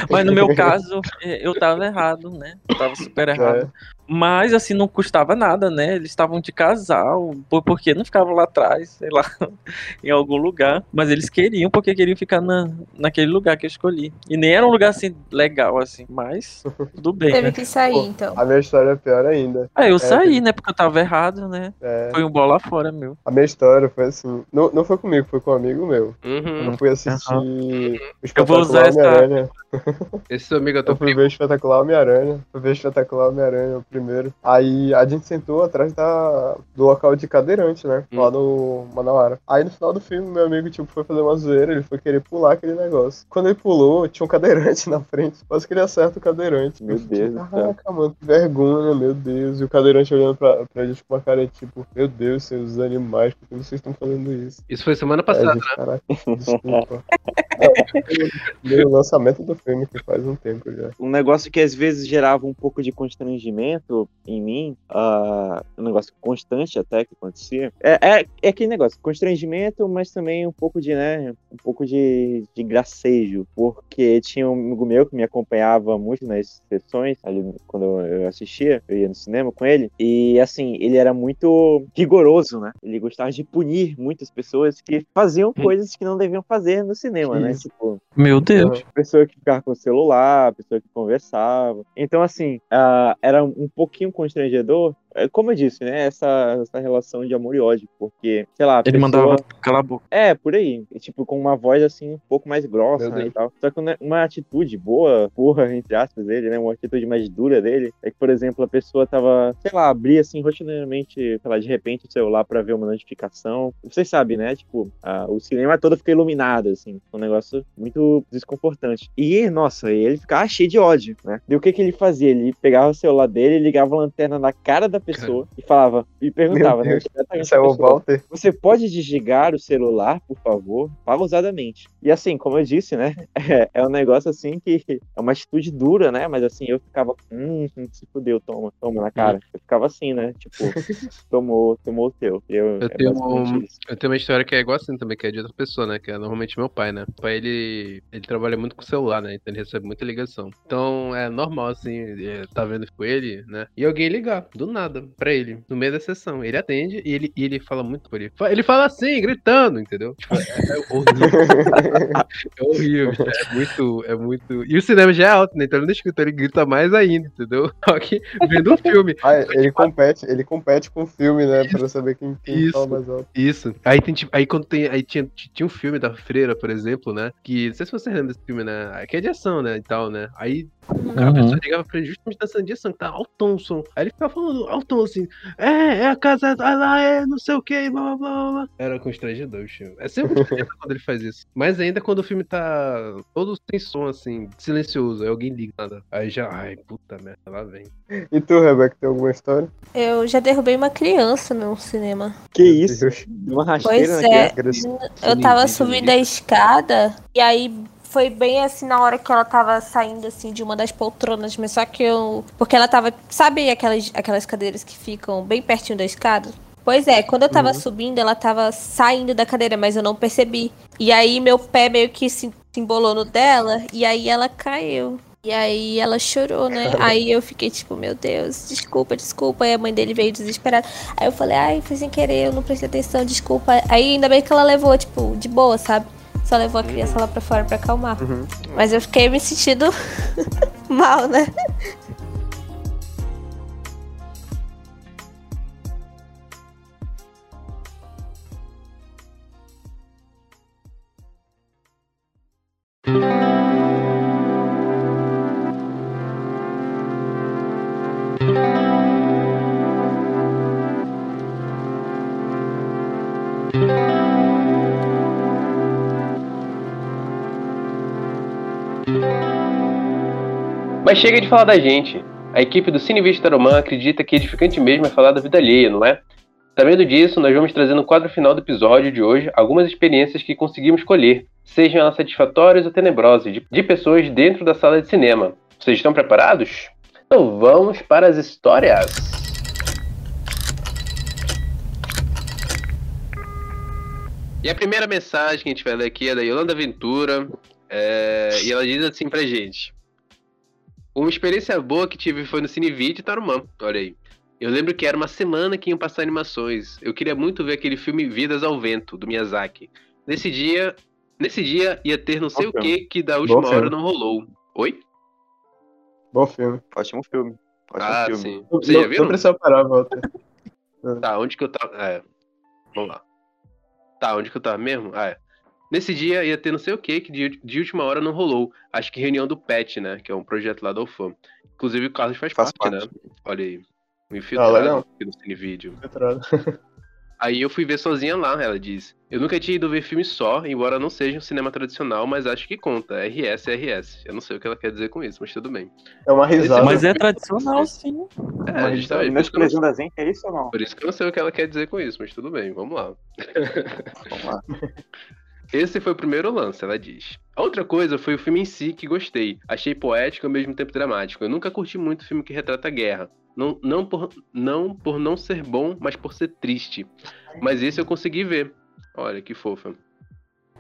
Mas no meu caso, eh, eu tava errado, né? Eu tava É. super errado. Mas assim, não custava nada, né? Eles estavam de casal, por- porque não ficavam lá atrás, sei lá, em algum lugar. Mas eles queriam, porque queriam ficar na, naquele lugar que eu escolhi. E nem era um lugar assim legal, assim, mas tudo bem. Teve Né? que sair, Pô, então. A minha história é pior ainda. Aí eu saí, né? Porque eu tava errado, né? É, Foi um bola fora, meu. a minha história foi assim. Não, não foi comigo, foi com um amigo meu. Uhum. Eu fui assistir o Hum. Eu espetacular vou usar essa- Homem-Aranha. Esse seu amigo é teu Eu fui primo. ver o espetacular Homem-Aranha. Fui ver o espetacular Homem-Aranha, o primeiro. Aí a gente sentou atrás da, do local de cadeirante, né? Hum. Lá no Manauara. Aí no final do filme, meu amigo, tipo, foi fazer uma zoeira, ele foi querer pular aquele negócio. Quando ele pulou, tinha um cadeirante na frente. Quase que ele acerta o cadeirante. Meu Deus do céu. Caraca, mano, que vergonha, meu Deus. E o cadeirante olhando pra, pra gente com uma cara tipo, meu Deus, seus animais, por que vocês estão fazendo isso? Isso foi semana É, passada. gente, caraca, desculpa. Meu lançamento do filme que faz um tempo já. um negócio que às vezes gerava um pouco de constrangimento em mim, ah, um negócio constante até que acontecia. É, é, é aquele negócio, constrangimento, mas também um pouco de, né, um pouco de, de gracejo, porque tinha um amigo meu que me acompanhava muito nas sessões, ali quando eu assistia, eu ia no cinema com ele, e assim, ele era muito rigoroso, né? Ele gostava de punir muitas pessoas que faziam coisas que não deviam fazer no cinema, né? Tipo, Meu É. Deus. pessoa que ficava com o celular, pessoa que conversava. Então, assim, ah, era um pouquinho constrangedor. É, Como eu disse, né? Essa, essa relação de amor e ódio, porque, sei lá, a Ele pessoa- mandava calar a boca. É, por aí. E, tipo, com uma voz assim, um pouco mais grossa Meu né, e Deus. tal. Só que né, uma atitude boa, porra, entre aspas, dele, né? Uma atitude mais dura dele. É que, por exemplo, a pessoa tava, sei lá, abria assim, rotineiramente, sei lá, de repente o celular pra ver uma notificação. Vocês sabem, né? Tipo, a- o cinema todo fica iluminado, assim. Um negócio muito desconfortante. E, nossa, ele ficava cheio de ódio, né? E o que que ele fazia? Ele pegava o celular dele, ligava a lanterna na cara da pessoa e falava, e perguntava, né? Deus, diretamente Isso é pra o pessoa. Walter. Você pode desligar o celular, por favor, pausadamente. E assim, como eu disse, né? É, é um negócio assim que é uma atitude dura, né? Mas assim, eu ficava, hum, se fudeu, toma, toma na cara. Eu ficava assim, né? Tipo, tomou, tomou o teu. Eu, Eu é tenho basicamente um- isso. Eu tenho uma história que é igual assim também, que é de outra pessoa, né? Que é normalmente meu pai, né? O pai, ele, ele trabalha muito com celular, né? Então ele recebe muita ligação. Então é normal, assim, é, tá vendo com ele, né? E alguém ligar, do nada, pra ele, no meio da sessão. Ele atende e ele, e ele fala muito por ele. Fa- Ele fala assim, gritando, entendeu? Tipo, é, é horrível. é horrível, cara. é muito, é muito... E o cinema já é alto, né? Então ele não escuta, ele grita mais ainda, entendeu? Só que vendo o filme, Ah, ele compete, ele compete com o filme, né? Pra saber quem, quem Isso. fala mais alto. Isso. Aí tem tipo, aí quando tem, aí tinha, tinha um filme da Freira, por exemplo, né? Que não sei se você lembra desse filme, né? Que é de ação, né, e tal, né? Aí Cara, a pessoa chegava pra ele justamente na Sandia Santos, tá? Alton som. Aí ele ficava falando, Alton assim, é, é a casa, ah lá, é, não sei o que, blá blá blá blá. Era constrangedor o filme. É sempre constrangedor quando ele faz isso. Mas ainda quando o filme tá todo sem som, assim, silencioso, aí alguém liga nada. Aí já, ai, puta merda, lá vem. E tu, Rebeca, tem alguma história? Eu já derrubei uma criança num cinema. Que isso? Deus. Deu uma rasteira Pois na é. criança. Eu tava subindo a escada e aí foi bem assim na hora que ela tava saindo assim de uma das poltronas, mas só que eu. Porque ela tava. Sabe aquelas, aquelas cadeiras que ficam bem pertinho da escada? Pois é, quando eu tava Uhum. subindo, ela tava saindo da cadeira, mas eu não percebi. E aí meu pé meio que se se embolou no dela e aí ela caiu. E aí ela chorou, né? Aí eu fiquei tipo, meu Deus, desculpa, desculpa. Aí a mãe dele veio desesperada. Aí eu falei, ai, foi sem querer, eu não prestei atenção, desculpa. Aí ainda bem que ela levou, tipo, de boa, sabe? Só levou a criança lá pra fora pra acalmar. Uhum. Mas eu fiquei me sentindo mal, né? Mas chega de falar da gente. A equipe do Cine Vista Tarumã acredita que edificante mesmo é falar da vida alheia, não é? Sabendo disso, nós vamos trazer no quadro final do episódio de hoje algumas experiências que conseguimos colher, sejam elas satisfatórias ou tenebrosas, de, de pessoas dentro da sala de cinema. Vocês estão preparados? Então vamos para as histórias! E a primeira mensagem que a gente vai ler aqui é da Yolanda Ventura, é, e ela diz assim pra gente. Uma experiência boa que tive foi no Cinevídeo Tarumã, olha aí. Eu lembro que era uma semana que iam passar animações. Eu queria muito ver aquele filme Vidas ao Vento, do Miyazaki. Nesse dia, nesse dia ia ter não sei Bom o que que da Bom última filme. hora não rolou. Oi? Bom filme. Ótimo filme. Ótimo ah, filme. sim. Você não, já viu? Não precisa parar, Walter. Tá, onde que eu tava? É. Vamos lá. Tá, onde que eu tava mesmo? Ah, é. Nesse dia ia ter não sei o que, que de, de última hora não rolou. Acho que reunião do PET, né? Que é um projeto lá da UFAM. Inclusive o Carlos faz, Faz parte, parte. né? Olha aí. Um infiltrado legal. aqui no Cinevídeo. Petrado. Aí eu fui ver sozinha lá, ela diz. Eu nunca tinha ido ver filme só, embora não seja um cinema tradicional, mas acho que conta. RS, RS. Eu não sei o que ela quer dizer com isso, mas tudo bem. É uma risada. Mas é tradicional, sim. É, justamente. por isso que eu não- Menosprezando a gente, é isso ou não? Por isso que eu não sei o que ela quer dizer com isso, mas tudo bem, vamos lá. Vamos lá. Esse foi o primeiro lance, ela diz. A outra coisa foi o filme em si que gostei. Achei poético e ao mesmo tempo dramático. Eu nunca curti muito filme que retrata a guerra. Não, não, por, não por não ser bom, mas por ser triste. Mas esse eu consegui ver. Olha que fofa.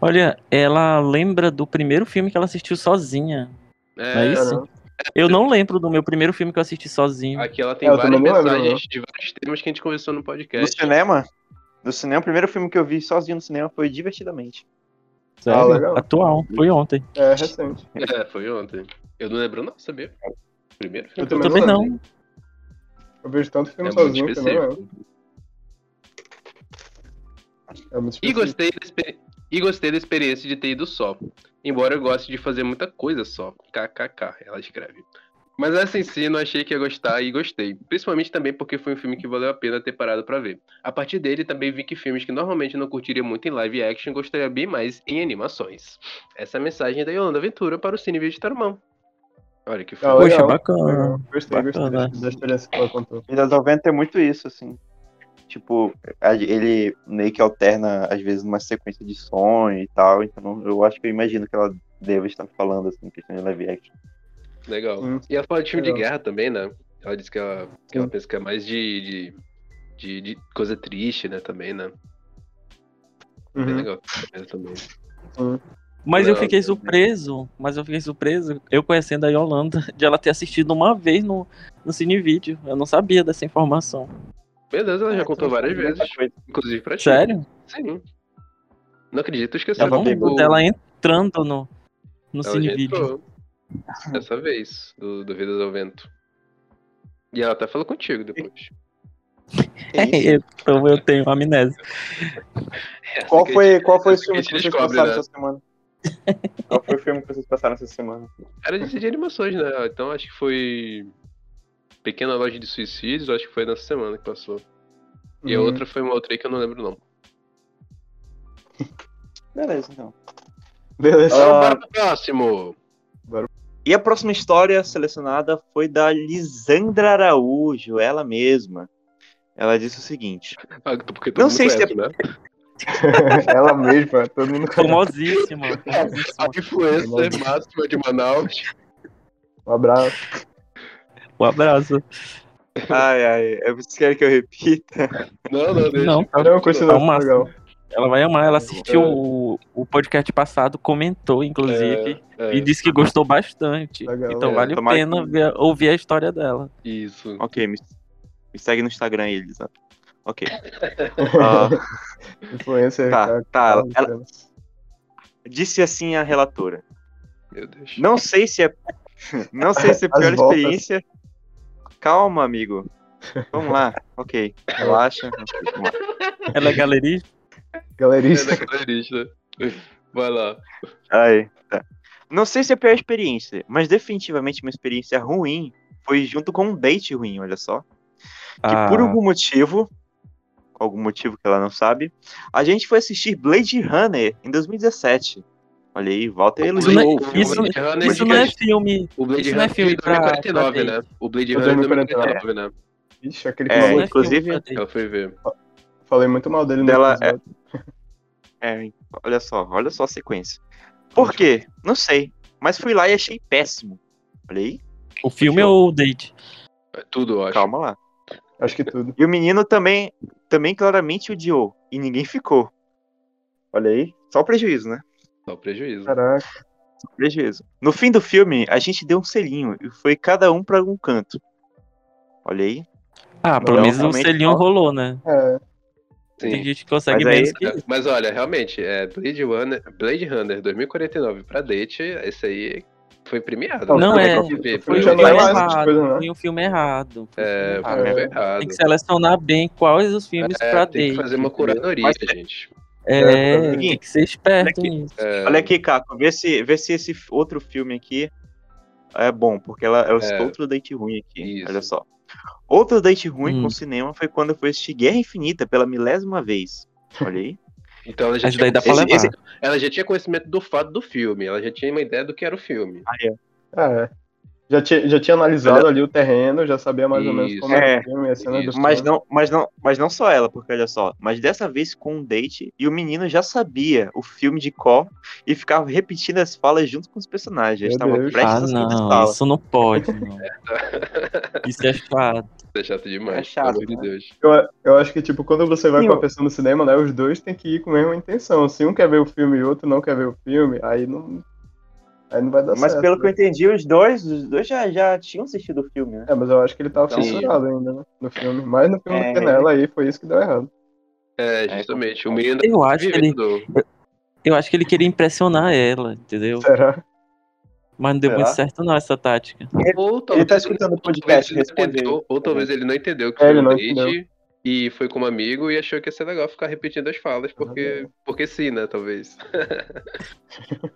Olha, ela lembra do primeiro filme que ela assistiu sozinha. É, Não é né? isso? Eu não lembro do meu primeiro filme que eu assisti sozinho. Aqui ela tem É, eu várias também não lembro, mensagens de vários temas que a gente conversou no No podcast. cinema? No cinema, o primeiro filme que eu vi sozinho no cinema foi Divertidamente. Sério? Ah, legal. Atual, foi ontem. É recente. É, foi ontem. Eu não lembro não, sabia? Primeiro filme. Eu também não. Eu vejo tanto filme É muito sozinho que não é. específico. É muito E específico. gostei, da exper- e gostei da experiência de ter ido só. Embora eu goste de fazer muita coisa só. KKK, ela escreve. Mas essa em si, não achei que ia gostar e gostei. Principalmente também porque foi um filme que valeu a pena ter parado pra ver. A partir dele, também vi que filmes que normalmente não curtiria muito em live action gostaria bem mais em animações. Essa é a mensagem da Yolanda Ventura para o Cine Vídeo de Tarumão. Olha que Ah, foi. Poxa, legal. bacana. Legal. Gostei, gostei Bacana. da experiência que ela contou. Vidas ao Vento é muito isso, assim. Tipo, a- ele meio que alterna, às vezes, uma sequência de som e tal. Então, eu acho que eu imagino que ela deva estar falando, assim, questão de live action. Legal. Hum. E ela fala de filme de Legal. guerra também, né? Ela disse que ela, que ela pensa que é mais de- de, de, de coisa triste, né? Também, né? Bem Uhum. legal. Eu também. Mas eu Não, fiquei não. surpreso, mas eu fiquei surpreso, eu conhecendo a Yolanda, de ela ter assistido uma vez no, no Cinevídeo. Eu não sabia dessa informação. Meu Deus, ela né? já É, contou várias muita vezes, coisa. inclusive pra ti. Sério? Sim. Não acredito, esqueci. Eu não lembro É dela entrando no, no ela já Cinevídeo. entrou. Dessa vez, do, do Vidas ao Vento. E ela até falou contigo depois. então eu tenho amnésia. Essa Qual que a foi, gente- qual foi o essa que filme a gente que vocês descobre, passaram né? essa semana? Qual foi o filme que vocês passaram essa semana? Era de de animações, né? Então acho que foi. Pequena Loja de Suicídios, acho que foi nessa semana que passou. E a Hum. outra foi uma outra aí que eu não lembro o nome. Beleza, então. Beleza. Então, Ah. bora pro próximo! E a próxima história selecionada foi da Lisandra Araújo, ela mesma. Ela disse o seguinte: Ah, porque todo Não mundo sei se conhece, né? Ela mesma, todo mundo conhece. Famosíssima. A famosíssima. influencer máxima de Manaus. Um abraço. Um abraço. Ai, ai, é- vocês querem que eu repita? Não, não, deixa. Não. Não, continua, É um máximo. legal. Ela vai amar. Ela assistiu o, o podcast passado, comentou, inclusive, É, e disse que gostou bastante. Legal, então é. vale a Tomara que- pena ver- ouvir a história dela. Isso. Ok, me, me segue no Instagram aí, Lisandra. Ok. Ah, Influencer. tá, cara. tá. Ela disse assim a relatora. Meu Deus. Não sei se é. Não sei se é a As pior voltas. experiência. Calma, amigo. Vamos lá. Ok. Relaxa. Ok, vamos lá. Ela é galerista? Galerista. É da galerista. Vai lá. Aí, tá. Não sei se é a pior experiência, mas definitivamente uma experiência ruim foi junto com um date ruim, olha só. Que Ah. por algum motivo, algum motivo que ela não sabe, a gente foi assistir Blade Runner em 2017. Olha aí, Walter Isso Eloy. não é- O filme isso- Blade Runner Isso não é podcast. filme. O Blade isso não Runner é foi em filme pra- 2049, pra né? O Blade O Runner é 2049, 2049, né? Ixi, aquele que É, isso não falou. é inclusive, filme pra Eu fui ver. Falei muito mal dele no Dela- episódio. É, olha só, olha só a sequência. Por quê? Não sei. Mas fui lá e achei péssimo. Olha aí, O filme ou o date? É tudo, eu acho. calma lá. Acho que tudo. E o menino também, também claramente odiou. E ninguém ficou. Olha aí. Só o prejuízo, né? Só prejuízo. Tá Caraca. Só o prejuízo. No fim do filme, a gente deu um selinho e foi cada um pra algum canto. Olha aí. Ah, pelo menos o realmente selinho não. rolou, né? É, Tem Sim. gente que consegue Mas aí- menos que É, Mas olha, realmente, é, Blade, Runner, Blade Runner 2049 pra date, esse aí foi premiado. Não, Não, é- Foi, foi Foi um já filme não é mais essas errado. coisas, né? Foi um filme errado. foi um é, filme foi errado. meio Tem errado. que selecionar bem quais os filmes É, pra tem date. que fazer uma curadoria, Mas- gente. É, tem Seguinte, que ser esperto olha nisso. É, Olha aqui, Caco. Vê se, vê se esse outro filme aqui é bom, porque ela é, o- É. outro date ruim aqui. Isso. Olha só. Outro date ruim Hum. com o cinema foi quando eu fui assistir Guerra Infinita pela milésima vez. Olha aí. Então ela já, Mas tinha, daí dá pra esse- levar. esse- ela já tinha conhecimento do fato do filme, ela já tinha uma ideia do que era o filme. é. Já tinha, já tinha analisado ali o terreno, já sabia mais ou menos Isso. como era É. o filme, né, a cena do Isso. Mas não, mas não, mas não só ela, porque olha só, mas dessa vez com um date e o menino já sabia o filme de cor e ficava repetindo as falas junto com os personagens. Já Meu estava Deus. Ah, prestes a não, sair de sala. isso não pode, não. Isso é chato. É chato demais, É chato, pelo amor de Deus. Eu, eu acho que, tipo, quando você vai Sim, com a eu- pessoa no cinema, né, os dois têm que ir com a mesma intenção. Se um quer ver o filme e o outro não quer ver o filme, aí não, aí não vai dar Mas certo. pelo que né? eu entendi, os dois, os dois já, já tinham assistido o filme, né? É, mas eu acho que ele tava Então- censurado ainda, né, no filme. Mais no filme É. do que nela, aí foi isso que deu errado. É, justamente. O menino Eu acho que ele, vivendo. eu acho que ele queria impressionar ela, entendeu? Será? Mas não deu Será? muito certo não essa tática. Ou Ele talvez tá escutando o podcast, ele não responde aí. entendeu, ou talvez ele não entendeu que É, foi ele um não date entendeu. e foi com um amigo e achou que ia ser legal ficar repetindo as falas, porque, porque sim, né, talvez.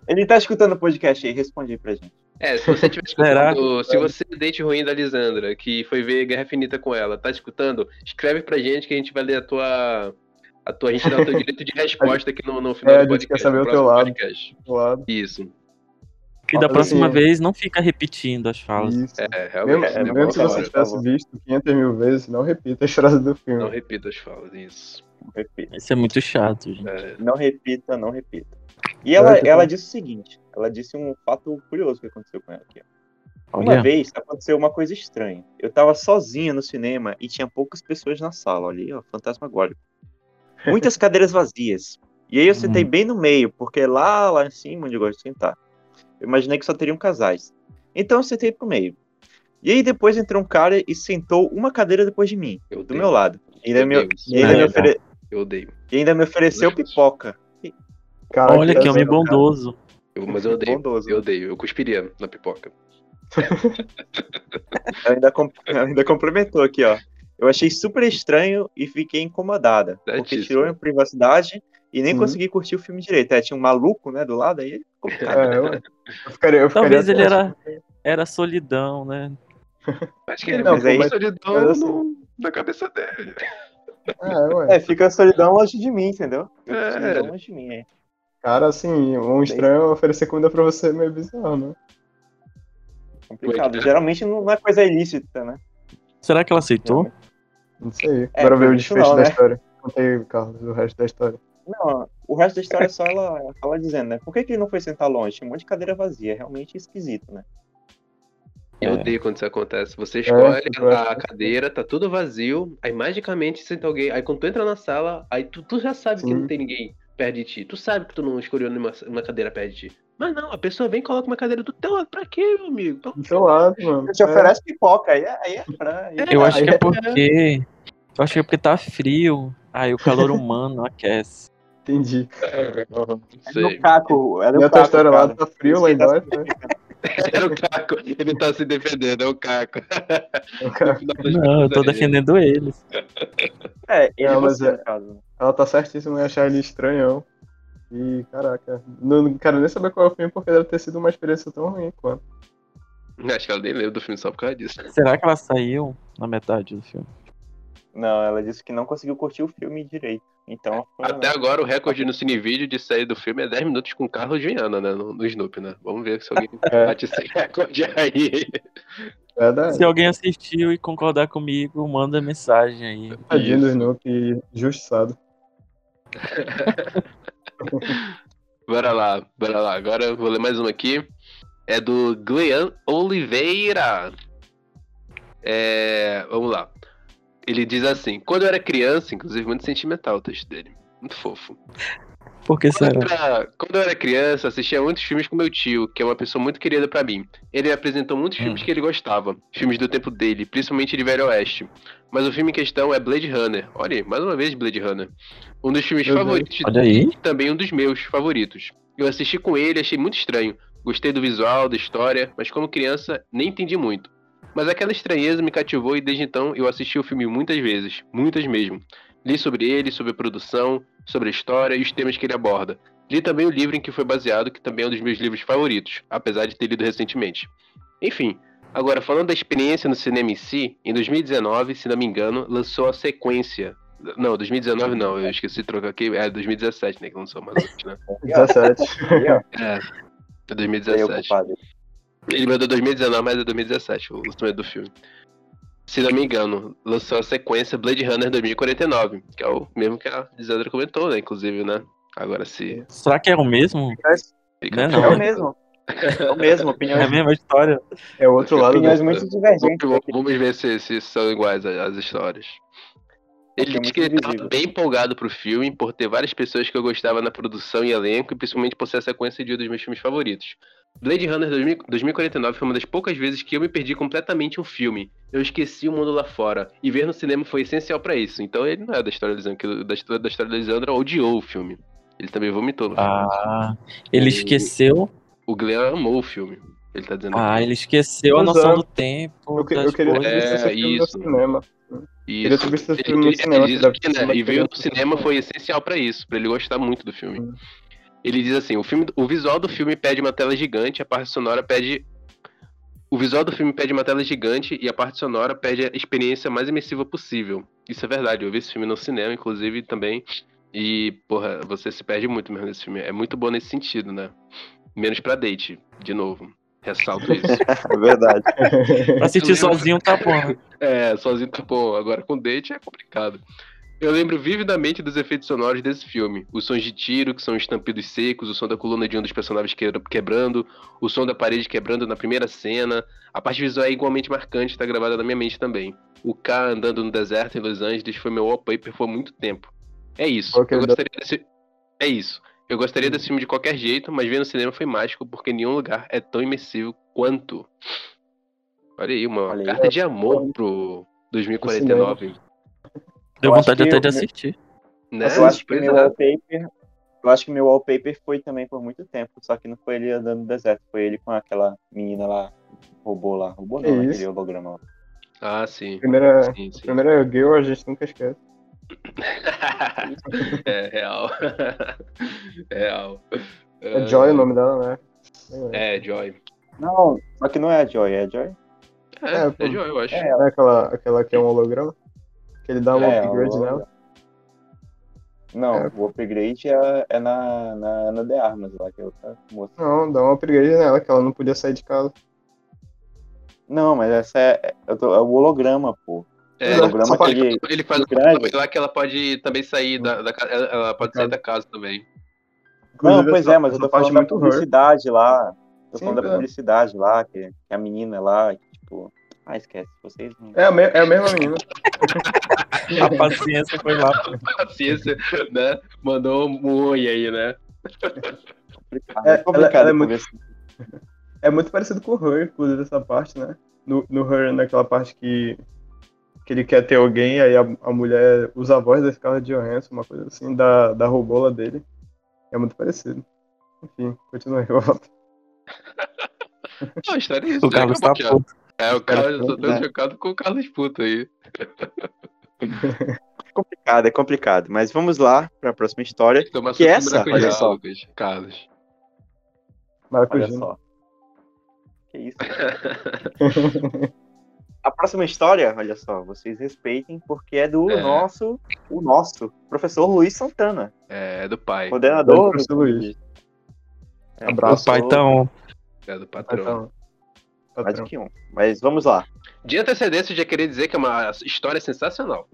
Ele tá escutando o podcast aí, responde aí pra gente. É, se você tiver Será? escutando, se você é date ruim da Lisandra, que foi ver Guerra Finita com ela, tá escutando? Escreve pra gente que a gente vai ler a tua. A tua a gente dá o teu direito de resposta aqui no, no final É, do a gente podcast. quer saber no o teu próximo lado. podcast. Do lado. Isso. Que da Mas, próxima assim, vez não fica repetindo as falas. Isso. É, Mesmo, realmente. é, né, mesmo bom se você trabalho. por tivesse favor. visto 500 mil vezes, não repita as frases do filme. Não repita as falas, isso. Isso é muito chato, gente. É, Não repita, não repita. E ela, que ela bom. disse o seguinte: ela disse um fato curioso que aconteceu com ela aqui. ó. Uma Olha, vez aconteceu uma coisa estranha. Eu tava sozinha no cinema e tinha poucas pessoas na sala. Olha aí, ó, fantasmagórico. Muitas cadeiras vazias. E aí eu sentei bem no meio, porque lá, lá em cima, onde eu gosto de sentar, eu imaginei que só teriam casais. Então eu sentei pro meio. E aí depois entrou um cara e sentou uma cadeira depois de mim, eu do odeio. meu lado. E ainda Meu me, Deus. e ainda me Ah, ofere- Eu odeio. e ainda me ofereceu pipoca. Ah, Cara, olha que essa- homem bondoso. Eu- mas eu odeio. Bondoso. Eu odeio. Eu cuspiria na pipoca. Ela ainda, com- ela ainda complementou aqui, ó. Eu achei super estranho e fiquei incomodada, porque Certíssimo. tirou minha privacidade E nem Uhum. consegui curtir o filme direito. É, tinha um maluco, né, do lado, aí ficou complicado. É, eu, eu ficaria, eu ficaria Talvez ele atrás. era, era solidão, né? Acho que é ele Não, não, é ficou mas com aí- solidão mas no, na cabeça dele. É, ué. É, fica a solidão longe de mim, entendeu? Fica a É. solidão longe de mim, é. Cara, assim, um estranho oferecer comida pra você é meio bizarro, né? Complicado. Geralmente não não é coisa ilícita, né? Será que ela aceitou? Não sei. É, Bora ver por o isso desfecho não, da né? história. Conta aí, Carlos, o resto da história. Não, o resto da história é só ela, ela dizendo, né? Por que, que ele não foi sentar longe? Tinha um monte de cadeira vazia. É Realmente esquisito, né? Eu É. odeio quando isso acontece. Você escolhe eu gosto a dessa cadeira, tá tudo vazio, aí magicamente senta alguém. Aí quando tu entra na sala, aí tu, tu já sabe que Sim. não tem ninguém perto de ti. Tu sabe que tu não escolheu nenhuma, uma cadeira perto de ti. Mas não, a pessoa vem e coloca uma cadeira do teu lado. Pra quê, meu amigo? Pra- Do teu lado, mano. Ele te É. oferece pipoca, aí é, aí é pra... aí- Ah, Eu acho aí que é é- porque. Eu acho que é porque tá frio. Aí o calor humano aquece. Entendi. Não Era sei. o Caco, era E a o tua Caco, história cara. lá tá frio Isso lá que tá embaixo, né? Era é o Caco. Ele tá se defendendo, é o Caco. O Então, cara- Não, eu tô defendendo eles. É, ele Não, não, mas você, é- no caso. Ela tá certíssima em achar ele estranhão. E, caraca, não, não quero nem saber qual é o filme, porque deve ter sido uma experiência tão ruim, quanto. Acho que ela nem lembra do filme só por causa disso. Será que ela saiu na metade do filme? Não, ela disse que não conseguiu curtir o filme direito. Então, foi, É, Até agora, o recorde no Cinevídeo de sair do filme é 10 minutos com o Carlos Juliana, né? No, no Snoop, né? Vamos ver se alguém É. bate esse recorde aí. Verdade. Se alguém assistiu e concordar comigo, manda mensagem aí. Tadinho do Isso. Snoopy, justiçado. Bora lá, bora lá. Agora eu vou ler mais uma aqui. É do Glean Oliveira. É, vamos lá. Ele diz assim: quando eu era criança, inclusive muito sentimental o texto dele. Muito fofo. Por que É. Quando eu, será? era, quando eu era criança, assistia muitos filmes com meu tio, que é uma pessoa muito querida pra mim. Ele me apresentou muitos Hum. filmes que ele gostava, filmes do tempo dele, principalmente de Velho Oeste. Mas o filme em questão é Blade Runner. Olha, aí, mais uma vez Blade Runner. Um dos filmes Meu Deus. favoritos Olha aí. e também um dos meus favoritos. Eu assisti com ele, achei muito estranho. Gostei do visual, da história, mas como criança nem entendi muito. Mas aquela estranheza me cativou e desde então eu assisti o filme muitas vezes, muitas mesmo. Li sobre ele, sobre a produção, sobre a história e os temas que ele aborda. Li também o livro em que foi baseado, que também é um dos meus livros favoritos, apesar de ter lido recentemente. Enfim, agora falando da experiência no cinema em si, em 2019, se não me engano, lançou a sequência. Não, 2019 não, eu esqueci de trocar aqui, é 2017, né, que lançou mais antes, né? 17. aí, ó, É, é aí, 2017. ocupado. Ele mandou 2019, mas é 2017, o lançamento do filme. Se não me engano, lançou a sequência Blade Runner 2049, que é o mesmo que a Lisandra comentou, né? Inclusive, né? Agora se. Será que é o mesmo? Fica né? Não, É o mesmo. É o mesmo, É a opiniões, mesma história? É o outro lado opiniões do. muito divergentes. Vamos, vamos ver se, se são iguais a- as histórias. Ele Fica disse muito que ele estava invisível. bem empolgado pro filme, por ter várias pessoas que eu gostava na produção e elenco, e principalmente por ser a sequência de um dos meus filmes favoritos. Blade Runner 2000 2049 foi uma das poucas vezes que eu me perdi completamente um filme. Eu esqueci o mundo lá fora, e ver no cinema foi essencial pra isso. Então ele não é da história da Lisandra, que da história da, história da Lisandra odiou o filme. Ele também vomitou. no filme. Ah, ele esqueceu. O Glenn amou o filme. Ele tá dizendo. Ah, ele esqueceu a Mas, noção ah, do tempo. Eu, que- das eu queria ter coisas. visto esse É, filme no isso. cinema. Isso. Queria ter visto esse filme no Ele- é cinema. ele que diz deve que, ser né, uma e veio no experiência. cinema foi essencial pra isso, pra ele gostar muito do filme. Hum. Ele diz assim: o, filme, o visual do filme pede uma tela gigante, a parte sonora pede. O visual do filme pede uma tela gigante e a parte sonora pede a experiência mais imersiva possível. Isso é verdade, eu vi esse filme no cinema, inclusive, também. E, porra, você se perde muito mesmo nesse filme. É muito bom nesse sentido, né? Menos pra date, de novo. Ressalto isso. É verdade. Pra assistir Eu lembro- sozinho tá bom. né? É, sozinho tá bom. Agora com date é complicado. Eu lembro vividamente dos efeitos sonoros desse filme. Os sons de tiro, que são estampidos secos, o som da coluna de um dos personagens que- quebrando, o som da parede quebrando na primeira cena. A parte visual é igualmente marcante, tá gravada na minha mente também. O K andando no deserto em Los Angeles foi meu wallpaper por muito tempo. É isso. Ok, Eu dá- gostaria desse... É isso. Eu Hum. gostaria desse filme de qualquer jeito, mas ver no cinema foi mágico, porque nenhum lugar é tão imersivo quanto. Olha aí, uma Olha aí. carta de amor pro 2049. Deu Eu acho vontade que até eu- de assistir. Né? eu acho que Pois meu é. wallpaper. Eu acho que meu wallpaper foi também por muito tempo, só que não foi ele andando no deserto, foi ele com aquela menina lá, robô lá, robô Que não, aquele isso? holograma lá. Ah, sim. É. Primeira, Sim, sim. primeira girl a gente nunca esquece. É, real. real. É Joy o nome dela, né? É, Joy. Não, só que não é a Joy, é a Joy? É, É, pô. é Joy, eu acho. Não é aquela, aquela que é um holograma? Que ele dá um É, upgrade o- nela? Não, É. o upgrade é, é na, na Ana de Armas lá, que é outra moça. Não, dá um upgrade nela, que ela não podia sair de casa. Não, mas essa é, é- eu tô- é o holograma, pô. É, o holograma só que pode- ele, ele faz um Grave. também lá que ela pode também sair da, da ca- ela- Ela pode sair da casa também. Não, Inclusive, pois essa- é, mas eu tô essa parte falando da muito horror. publicidade lá. Tô Sim, falando da é. publicidade lá, que, que a menina lá, que, tipo. Ah, esquece, vocês não. É a, me- é a mesma menina. A paciência foi lá. Paciência, né? Mandou um oi aí, né? complicado, É, é complicado ela- ela é muito- conversar. É muito parecido com o Her, inclusive, essa parte, né? No, no Her, naquela parte que, que ele quer ter alguém, aí a, a mulher usa a voz da Scarlett Johansson, uma coisa assim, da, da robola dele. É muito parecido. Enfim, continua aí, Walter. Não, a história é isso. O Carlos tá acabou já. puto. É, o Carlos, eu tô puto, todo né? chocado com o Carlos puto aí. É complicado, é complicado. Mas vamos lá pra próxima história. Tomar suco Que de essa? maracujá, Olha só. Lucas. Carlos. Olha Maracujá. só. Que isso? A próxima história, olha só, vocês respeitem, porque é do É. nosso, o nosso, professor Luiz Santana, É, do pai. coordenador. Professor Luiz. É, Abraço. O pai tá um- professor, tão. É, do patrão. Patrão. Mais do Patrão. que um. Mas vamos lá. De antecedência, eu já queria dizer que é uma história sensacional.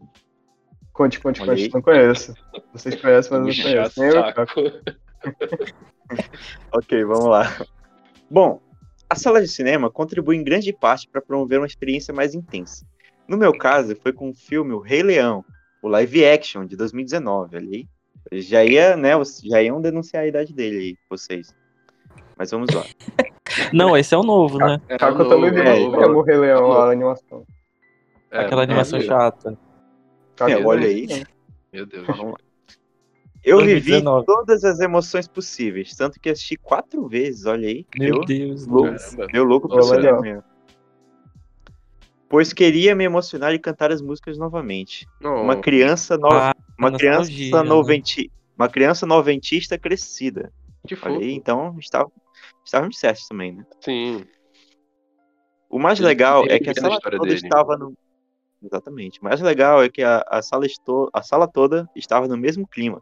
Conte, conte, Olha aí. conte. Não conheço. Vocês conhecem, mas eu não Puxa conheço. Nem eu, cara. saco. Ok, vamos lá. Bom, as salas de cinema contribuem em grande parte para promover uma experiência mais intensa. No meu caso, foi com o filme O Rei Leão, o live action de 2019, ali. Já ia, né, os- já iam denunciar a idade dele aí, vocês. Mas vamos lá. Não, esse é o novo, né? É, Caco, eu novo, também vi. é, É, novo. é Morrer Leão, Alô. a animação. É, Aquela animação meu Deus, chata. Caco, É, olha aí. Meu Deus. Vamos lá. Eu vivi 2019. todas as emoções possíveis, tanto que assisti quatro vezes, olha aí. Meu Eu- Deus. né? Lu- Lucas. Caramba. Deu louco pra Olha você lá. mesmo. Pois queria me emocionar e cantar as músicas novamente. Não, Uma criança nova, Ah, uma criança nostalgia, né? noventi, uma criança noventista crescida. que fofo. Olha aí, então estava estávamos certos também, né? Sim. O mais Ele- legal ele é que a entende a sala história toda dele. né? estava no Exatamente. O mais legal é que a, a sala esto... a sala toda estava no mesmo clima,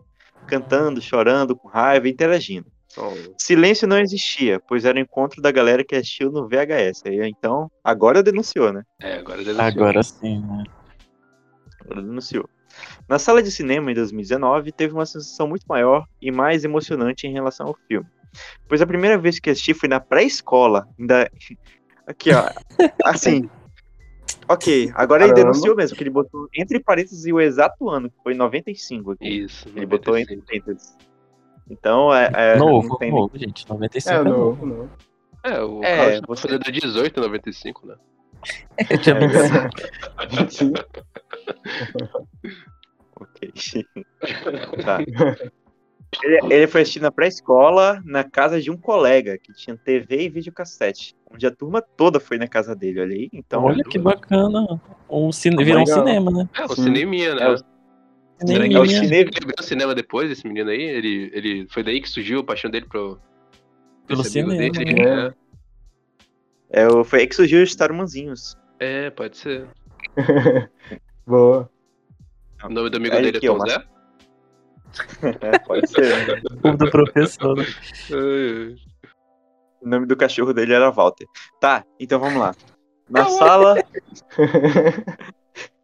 cantando, chorando, com raiva, interagindo. Não. Silêncio não existia, pois era o encontro da galera que assistiu no VHS. Aí, Então, agora denunciou, né? É, agora denunciou. Agora sim, né? Ela denunciou. Na sala de cinema em 2019, teve uma sensação muito maior e mais emocionante em relação ao filme. Pois a primeira vez que assisti foi na pré-escola. Ainda... Aqui, ó. Assim. Ok, agora ele Caramba. denunciou mesmo, que ele botou entre parênteses o exato ano, que foi 95 aqui. Isso. ele botou entre 95. parênteses. Então, é. é não novo, tem- novo, gente. 95 É, é, novo, novo. novo. É, o É, Carlos você- você... do 18 em 95, né? Eu tinha pensado. Ok. Tá. Ele, ele foi assistir na pré-escola, na casa de um colega, que tinha TV e videocassete, onde a turma toda foi na casa dele, olha aí. Então, Olha que bacana. Um cine... Virou um legal. cinema, né? É, o Sim. cineminha, né? É, o- é o Cineminha. cine- Ele abriu o cinema depois, esse menino aí. Ele, ele, foi daí que surgiu a paixão dele pro... Pelo esse amigo cinema, dele, né? né? é, o- foi aí que surgiu os Tarumanzinhos. É, pode ser. Boa. O nome do amigo Aí dele aqui, é ó, Tom Zé? É, pode ser. né? O do professor. né? É, Ai, ai. O nome do cachorro dele era Walter. Tá, então vamos lá. É Na sala,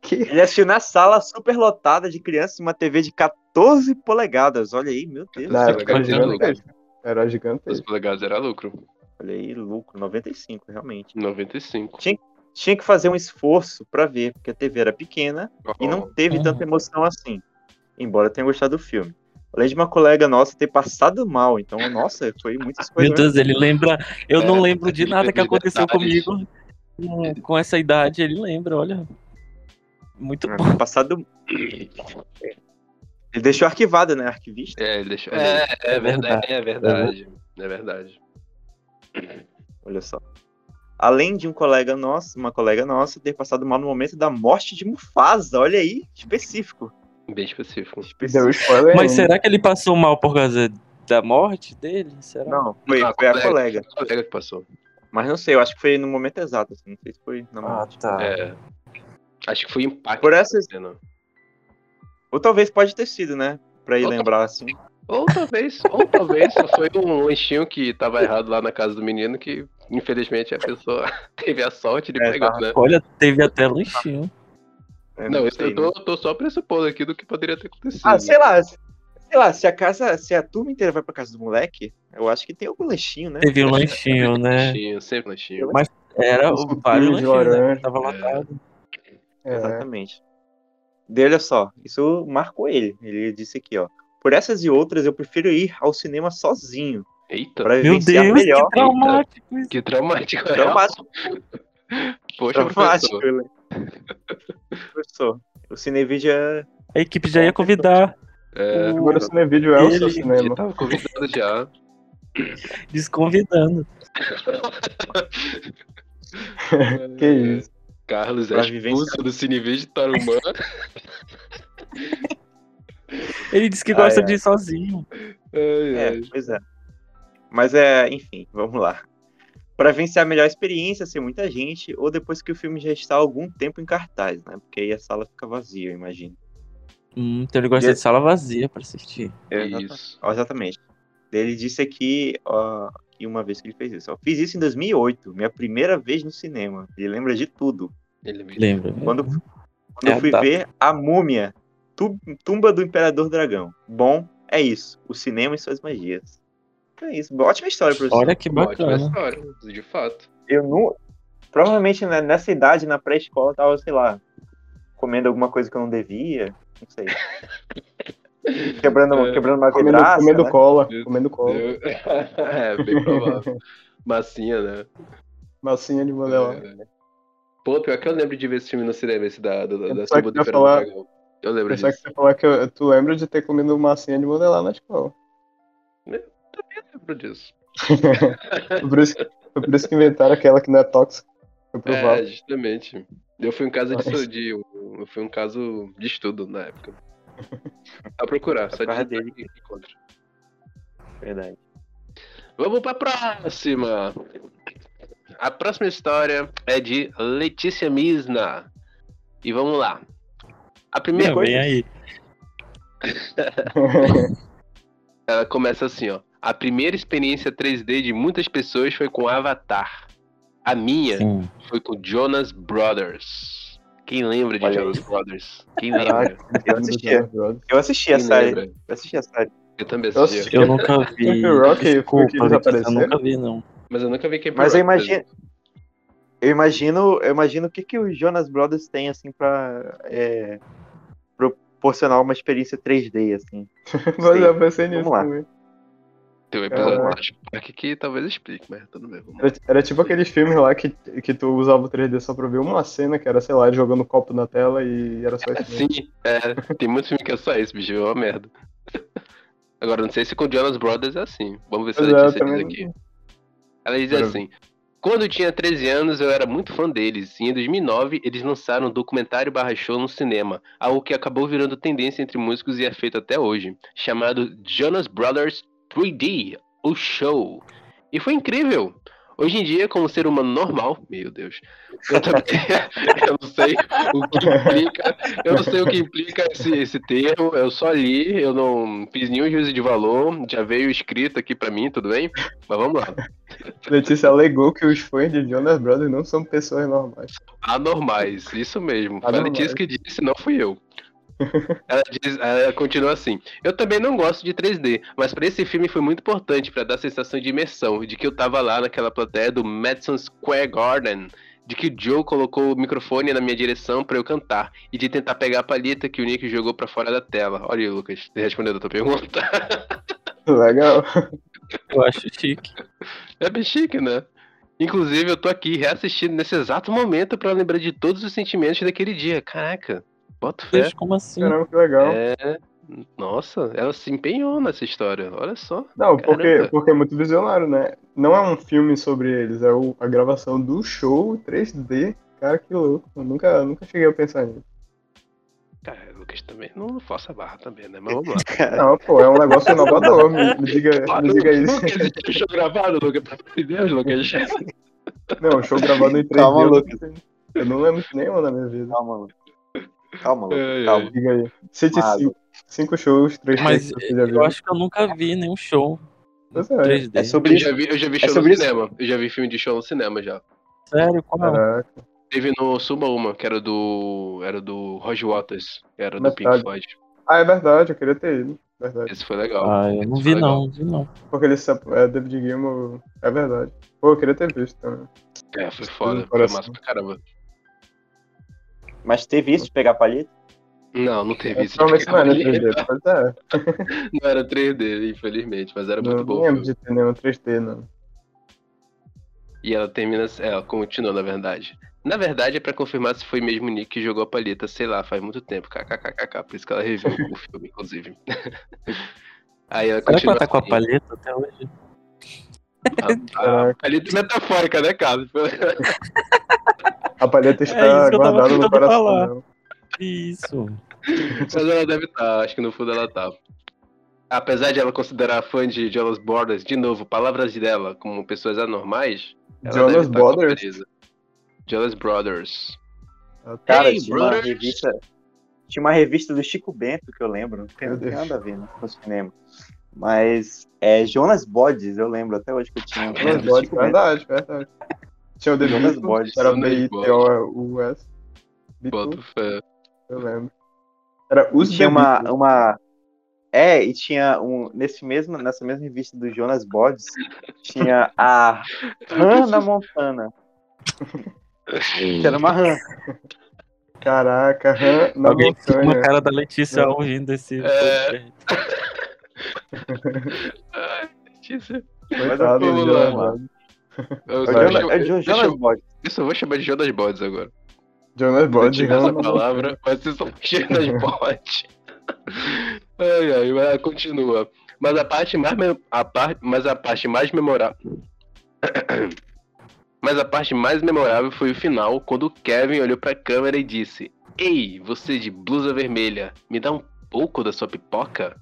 que ele assistiu na sala superlotada de crianças, uma TV de 14 polegadas. Olha aí, meu Deus. na época era Imagina, gigantesco. Era gigantesco. Os polegadas era lucro. Olha aí, lucro, 95, realmente. 95. Tinha que fazer um esforço pra ver, porque a TV era pequena e não teve Uhum. tanta emoção assim, embora tenha gostado do filme. Além de uma colega nossa ter passado mal, então, nossa, foi muitas coisas. Meu Deus, ele lembra. Eu É, não lembro de ele nada que lembra de aconteceu detalhes. comigo com- com essa idade. Ele lembra, olha. Muito né? bom. Passado. Ele deixou arquivado, né? Arquivista. É, ele deixou. Olha É, é É verdade, é verdade. É verdade. Olha só. Além de um colega nosso, uma colega nossa ter passado mal no momento da morte de Mufasa, olha aí, específico. Bem específico. Deu spoiler Mas ainda. será que ele passou mal por causa da morte dele? Será? Não, foi, Ah, foi a colega. O colega que passou. Mas não sei, eu acho que foi no momento exato, assim, não sei se foi na Ah, morte. tá. É. Acho que foi impacto. Por essas. cena. Ou talvez pode ter sido, né? Pra ir Ou lembrar, assim. Ou talvez, ou talvez só foi um lanchinho que tava errado lá na casa do menino que, infelizmente, a pessoa teve a sorte de É, pegar, tá. né? Olha, teve até lanchinho. É, Não, isso sei, eu tô, assim, né? eu tô só pressupondo aqui do que poderia ter acontecido. Ah, sei lá. Sei lá, se a casa, se a turma inteira vai pra casa do moleque, eu acho que tem algum lanchinho, né? Teve um lanchinho, né? Lanchinho, sempre lanchinho. Era Um o vários suquinho de lanchinhos, né? laranja. Tava lotado. É. Exatamente. Daí, olha só, isso marcou ele. Ele disse aqui, ó. Por essas e outras, eu prefiro ir ao cinema sozinho. Eita, Pra Meu vivenciar Deus, melhor. que traumático isso. que traumático. né? Traumático, Poxa, traumático. professor. né? Professor, o Cinevídeo é A equipe já ia convidar. É, o- Agora o cinevídeo é o seu Ele- ele cinema. tava convidado já. Desconvidando. Que isso. é, Carlos é Pra expulso vivenciar. do tá Cinevídeo de Tarumã. Ele disse que Ah, gosta é. de ir sozinho. Ai, É, ai. pois é. Mas é, enfim, vamos lá. Pra vencer a melhor experiência, sem muita gente, ou depois que o filme já está há algum tempo em cartaz, né? Porque aí a sala fica vazia, eu imagino. Hum, então ele gosta E- de sala vazia pra assistir. Isso. Ó, Exatamente. Ele disse aqui, ó, que uma vez que ele fez isso, ó, fiz isso em 2008, minha primeira vez no cinema. Ele lembra de tudo. Ele me Lembra? Quando, quando É eu fui a data. ver A Múmia, Tu- Tumba do Imperador Dragão. Bom, é isso. O cinema e suas magias. Então é isso. Ótima história, professor. Olha que Uma ótima bacana. história, de fato. Eu não. Provavelmente né, nessa idade, na pré-escola, eu tava, sei lá, comendo alguma coisa que eu não devia. Não sei. Quebrando, É, quebrando uma Tá Comendo, vidraça. comendo né? cola. Deus Comendo cola. Eu- é, bem provável. Massinha, né? Massinha de modelar. É. Pô, pior que eu lembro de ver esse filme no cinema, esse da, da, da, Eu da só Suba do queria Fernando falar- Dragão. Eu lembro Pensar que disso. você falar que eu, tu lembra de ter comido massinha de modelar na escola. Eu lembro disso. Foi por isso, que- foi por isso que inventaram aquela que não é tóxica. Foi Uhum. É, provável. justamente. Eu fui um caso de, Mas- de eu fui um caso de estudo na época. A É procurar, só Por causa digitar dele. que encontra. Verdade. Vamos pra próxima. A próxima história é de Letícia Misna. E vamos lá. A primeira Não, vem aí. Ela começa assim, ó. A primeira experiência 3D de muitas pessoas foi com Avatar. A minha Sim. foi com Jonas Brothers. Quem lembra de Olha Jonas Brothers? Quem Caraca. lembra? Eu assistia. Eu assisti a Quem série. lembra? Eu assisti a série. Eu também Eu assisti. assisti. Eu nunca vi. Camp Rock foi o que Desculpa, eles Vitor, eu apareceram? nunca vi, não. Mas eu nunca vi quem Mas eu imagino. Eu imagino, eu imagino o que, que o Jonas Brothers tem, assim, pra é, proporcionar uma experiência 3D, assim. Mas é- eu pensei nisso Vamos lá. também. Tem um episódio Ah. do Jurassic Park que talvez explique, mas tudo bem. Vamos lá. Era, era tipo aqueles filmes lá que, que tu usava o 3D só pra ver uma cena, que era, sei lá, jogando copo na tela e era só isso. mesmo. Sim, é, tem muito filme que é só isso, bicho. É uma merda. Agora, não sei se com Jonas Brothers é assim. Vamos ver se a Pois é, Letícia diz também- aqui. Ela diz Bora. assim: Quando eu tinha 13 anos, eu era muito fã deles, e em 2009 eles lançaram um documentário barra show no cinema, algo que acabou virando tendência entre músicos e é feito até hoje, chamado Jonas Brothers 3D, o show. E foi incrível! Hoje em dia, como ser humano normal, meu Deus, eu também eu não sei o que implica, eu não sei o que implica esse, esse termo, eu só li, eu não fiz nenhum juízo de valor, já veio escrito aqui pra mim, tudo bem? Mas vamos lá. Letícia alegou que os fãs de Jonas Brothers não são pessoas normais. Anormais, isso mesmo. Ela Anormais. disse que disse, não fui eu. Ela, diz- ela continua assim: Eu também não gosto de 3D, mas pra esse filme foi muito importante pra dar a sensação de imersão, de que eu tava lá naquela plateia do Madison Square Garden, de que o Joe colocou o microfone na minha direção pra eu cantar e de tentar pegar a palheta que o Nick jogou pra fora da tela. Olha aí, Lucas, respondendo a tua pergunta. Legal. Eu acho chique. É bem chique, né? Inclusive, eu tô aqui reassistindo nesse exato momento pra lembrar de todos os sentimentos daquele dia. Caraca, bota fé. É? Gente, como assim? Caramba, que legal. É. Nossa, ela se empenhou nessa história. Olha só. Não, porque, Caramba. porque é muito visionário, né? Não é um filme sobre eles, é o- a gravação do show 3D. Cara, que louco. Eu nunca, nunca cheguei a pensar nisso. Cara, Lucas, mas também não, não força a barra também, né? Mas vamos lá. Não, pô, é um negócio inovador. Me, me diga, me diga isso. Lucas, ele tem o show gravado, Lucas, pelo amor de Deus, Lucas. Não, show gravado em 3D. Calma, eu- Lucas. Eu não lembro nenhuma na minha vida. Calma, Lucas. Calma, Lucas. Ai, Calma. ai. Diga aí. Cite Mas- cinco, cinco shows, três Mas que você já viu. eu acho que eu nunca vi nenhum show Pois é. 3D. É sobre Eu isso. já vi, eu já vi show sobre no isso? cinema. Eu já vi filme de show no cinema já. Sério? Qual é? Caraca, Teve no Suba Uma, que era do. Era do Roger Waters, que era do Metade. Pink Floyd. Ah, é verdade, eu queria ter ido. Verdade. Esse foi legal. Ah, eu não vi não, não vi não. Porque ele se- é David Gilmour. É verdade. Pô, eu queria ter visto também. É, foi foda. Foi Coração. massa pra caramba. Mas teve isso de pegar palito? Não, não teve isso. É, Provavelmente não era 3D. Não Pois é. era 3D, infelizmente, mas era Não É muito bom. o lembro filme. de ter nenhum 3D, não. E ela termina. Ela continua, na verdade. Na verdade, é pra confirmar se foi mesmo o Nick que jogou a palheta, sei lá, faz muito tempo. KKKKK, por isso que ela reviu o filme, inclusive. Aí ela Será que continua. ela tá com a assim, palheta até hoje? a- a palheta metafórica, né, Carlos? A palheta está É isso que eu tava guardada no tentando falar. coração. Isso. Mas ela deve estar, acho que no fundo ela tá. Apesar de ela considerar fã de Jonas Borders, de novo, palavras dela como pessoas anormais. Não. Ela Jonas deve tá com a Brothers? Teresa. Jonas Brothers. Cara, Hey, tinha uma brothers. revista. Tinha uma revista do Chico Bento que eu lembro. Não tem, Meu não tem Deus. nada a ver né, com o cinema. Mas é Jonas Bodes, eu lembro até hoje que eu tinha. um Jonas Bode, verdade, verdade. Tinha o The Jonas Beatles, Bode. era Jonas B-I-T-O-U-S. Boto Beatles, fã. eu lembro. Era E os tinha The uma, Beatles. uma. É, e tinha um. Nesse mesmo, nessa mesma revista do Jonas Bodes, tinha a Hannah Montana. Que era uma rã. Caraca, Han na Alguém fica com a montanha. cara da Letícia né? Não. ouvindo desse É. podcast. Ai, Letícia. Coitado do Vamos Jonas lá. Bode. Eu, É o só vou Jonas- chamar- é o Jo- deixa Jonas eu- Bodes. isso eu vou chamar de Jonas Bodes agora. Jonas Vou Bode, tirar Han essa na montanha. palavra, mas vocês são Jonas Bodes. Ai, ai, mas continua. Mas a parte mais. me- A par... Mas a parte mais memorável. Mas a parte mais memorável foi o final, quando o Kevin olhou pra câmera e disse: Ei, você de blusa vermelha, me dá um pouco da sua pipoca?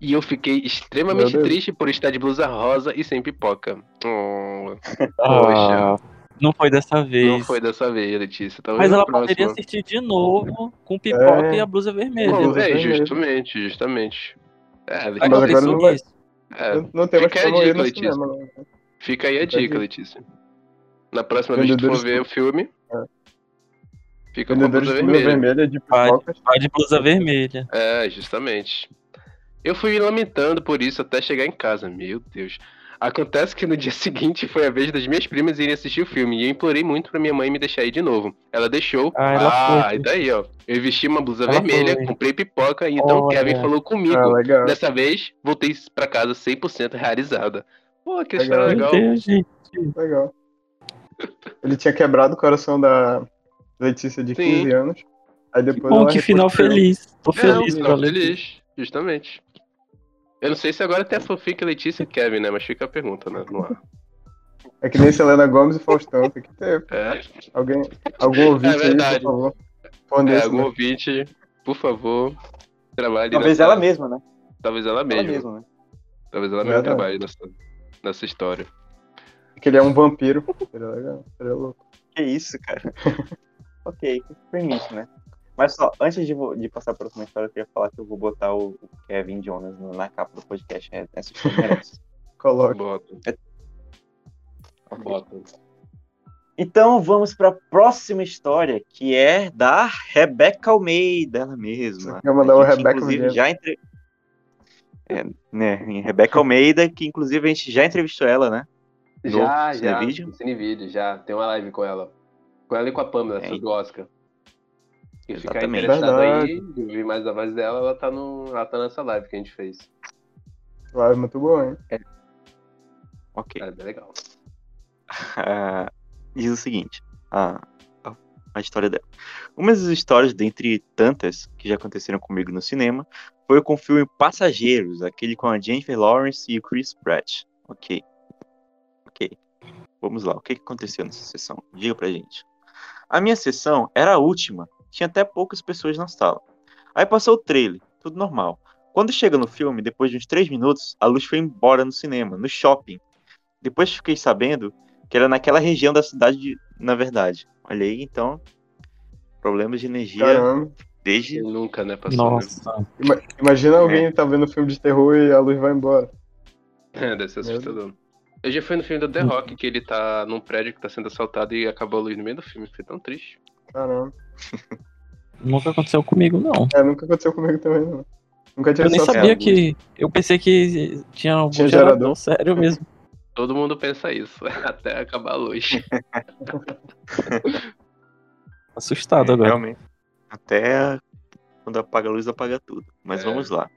E eu fiquei extremamente Meu Deus. triste por estar de blusa rosa e sem pipoca. Oh, Ah, não foi dessa vez. não foi dessa vez, Letícia. Talvez Mas na ela próxima. poderia assistir de novo com pipoca É. e a blusa vermelha. Bom, Não, Blusa é, vermelha. justamente, justamente. É, Mas Aí ela Letícia, agora pensou não vai- nisso. é, Não- Não tem mais Fica a como ir dica, no Letícia. cinema, né? não. fica aí a Fica dica, a dica. Letícia. Na próxima vez que tu for Vendedores- É. ver o filme, fica com a Vendedores blusa de blusa vermelha. vermelha de Vai. pipocas. Vai de blusa vermelha. É, justamente. Eu fui lamentando por isso até chegar em casa, meu Deus. Acontece que no dia seguinte foi a vez das minhas primas irem assistir o filme e eu implorei muito pra minha mãe me deixar ir de novo. Ela deixou. Ah, ela Ah, foi. e daí, ó. Eu vesti uma blusa Ela vermelha, foi. comprei pipoca e então o Olha. Kevin falou comigo. Ah, legal. Dessa vez, voltei pra casa 100% realizada. Pô, que história Meu Tá legal. Deus, gente. Legal. Ele tinha quebrado o coração da Letícia de Sim. 15 anos. Aí depois Bom, ela que final reconstruiu. feliz. Tô feliz, é, pra não, Letícia. feliz, justamente. Eu não sei se agora até fica Letícia e Kevin, né? Mas fica a pergunta, né? No ar. É que nem Selena Gomes e Faustão. Tem que ter. É, Alguém, algum ouvinte aí, verdade. por favor. é, Forneça, algum né? ouvinte, por favor, trabalhe. Talvez nessa- ela mesma, né? Talvez ela Ela mesma. mesma, né? Talvez ela mesma Verdade. trabalhe nessa, nessa história. Que ele é um vampiro. Seria legal. Seria louco. Que isso, cara. ok, permite, né? Mas só, antes de, vo- de passar para próxima história, eu queria falar que eu vou botar o, o Kevin Jonas no- na capa do podcast. É, essa história merece. Coloque. Bota, Ok. bota. Então vamos para a próxima história, que é da Rebeca Almeida, ela mesma. Você quer mandar o A gente, Rebeca inclusive, Almeida? já entre... é, né, em Rebeca Almeida, que inclusive a gente já entrevistou ela, né? No Já, já. Cinevídeo? No Cinevídeo, já. Tem uma live com ela. Com ela e com a Pamela, É. sobre o Oscar. Quem ficar Exatamente. interessado Verdade. aí, ouvir mais da voz dela, ela tá, no, ela tá nessa live que a gente fez. Vai, muito bom, hein? Ok. É bem legal. Ah, diz o seguinte: a, a- a história dela. Uma das histórias, dentre tantas que já aconteceram comigo no cinema, foi com o filme Passageiros, aquele com a Jennifer Lawrence e o Chris Pratt. Ok. Ok. Vamos lá, o que que aconteceu nessa sessão? Diga pra gente. A minha sessão era a última, tinha até poucas pessoas na sala. Aí passou o trailer, tudo normal. Quando chega no filme, depois de uns 3 minutos, a luz foi embora no cinema, no shopping. Depois fiquei sabendo que era naquela região da cidade, de- na verdade. Olha aí, então, problemas de é. energia Caramba. desde E nunca, né, passou. Nossa. Ima- Imagina alguém É. tá vendo um filme de terror e a luz vai embora. Né? É, deve ser assustador. Eu já fui no filme Uhum. do The Rock, que ele tá num prédio que tá sendo assaltado e acabou a luz no meio do filme. Foi tão triste. Caramba. Nunca aconteceu comigo, não. É, nunca aconteceu comigo também, não. Nunca tinha Eu nem essa- sabia é, que. Eu pensei que tinha algum Tinha gerador, gerador. sério mesmo. Todo mundo pensa isso, até acabar a luz. Assustado É, agora. Realmente. Até quando apaga a luz, apaga tudo. Mas É. vamos lá.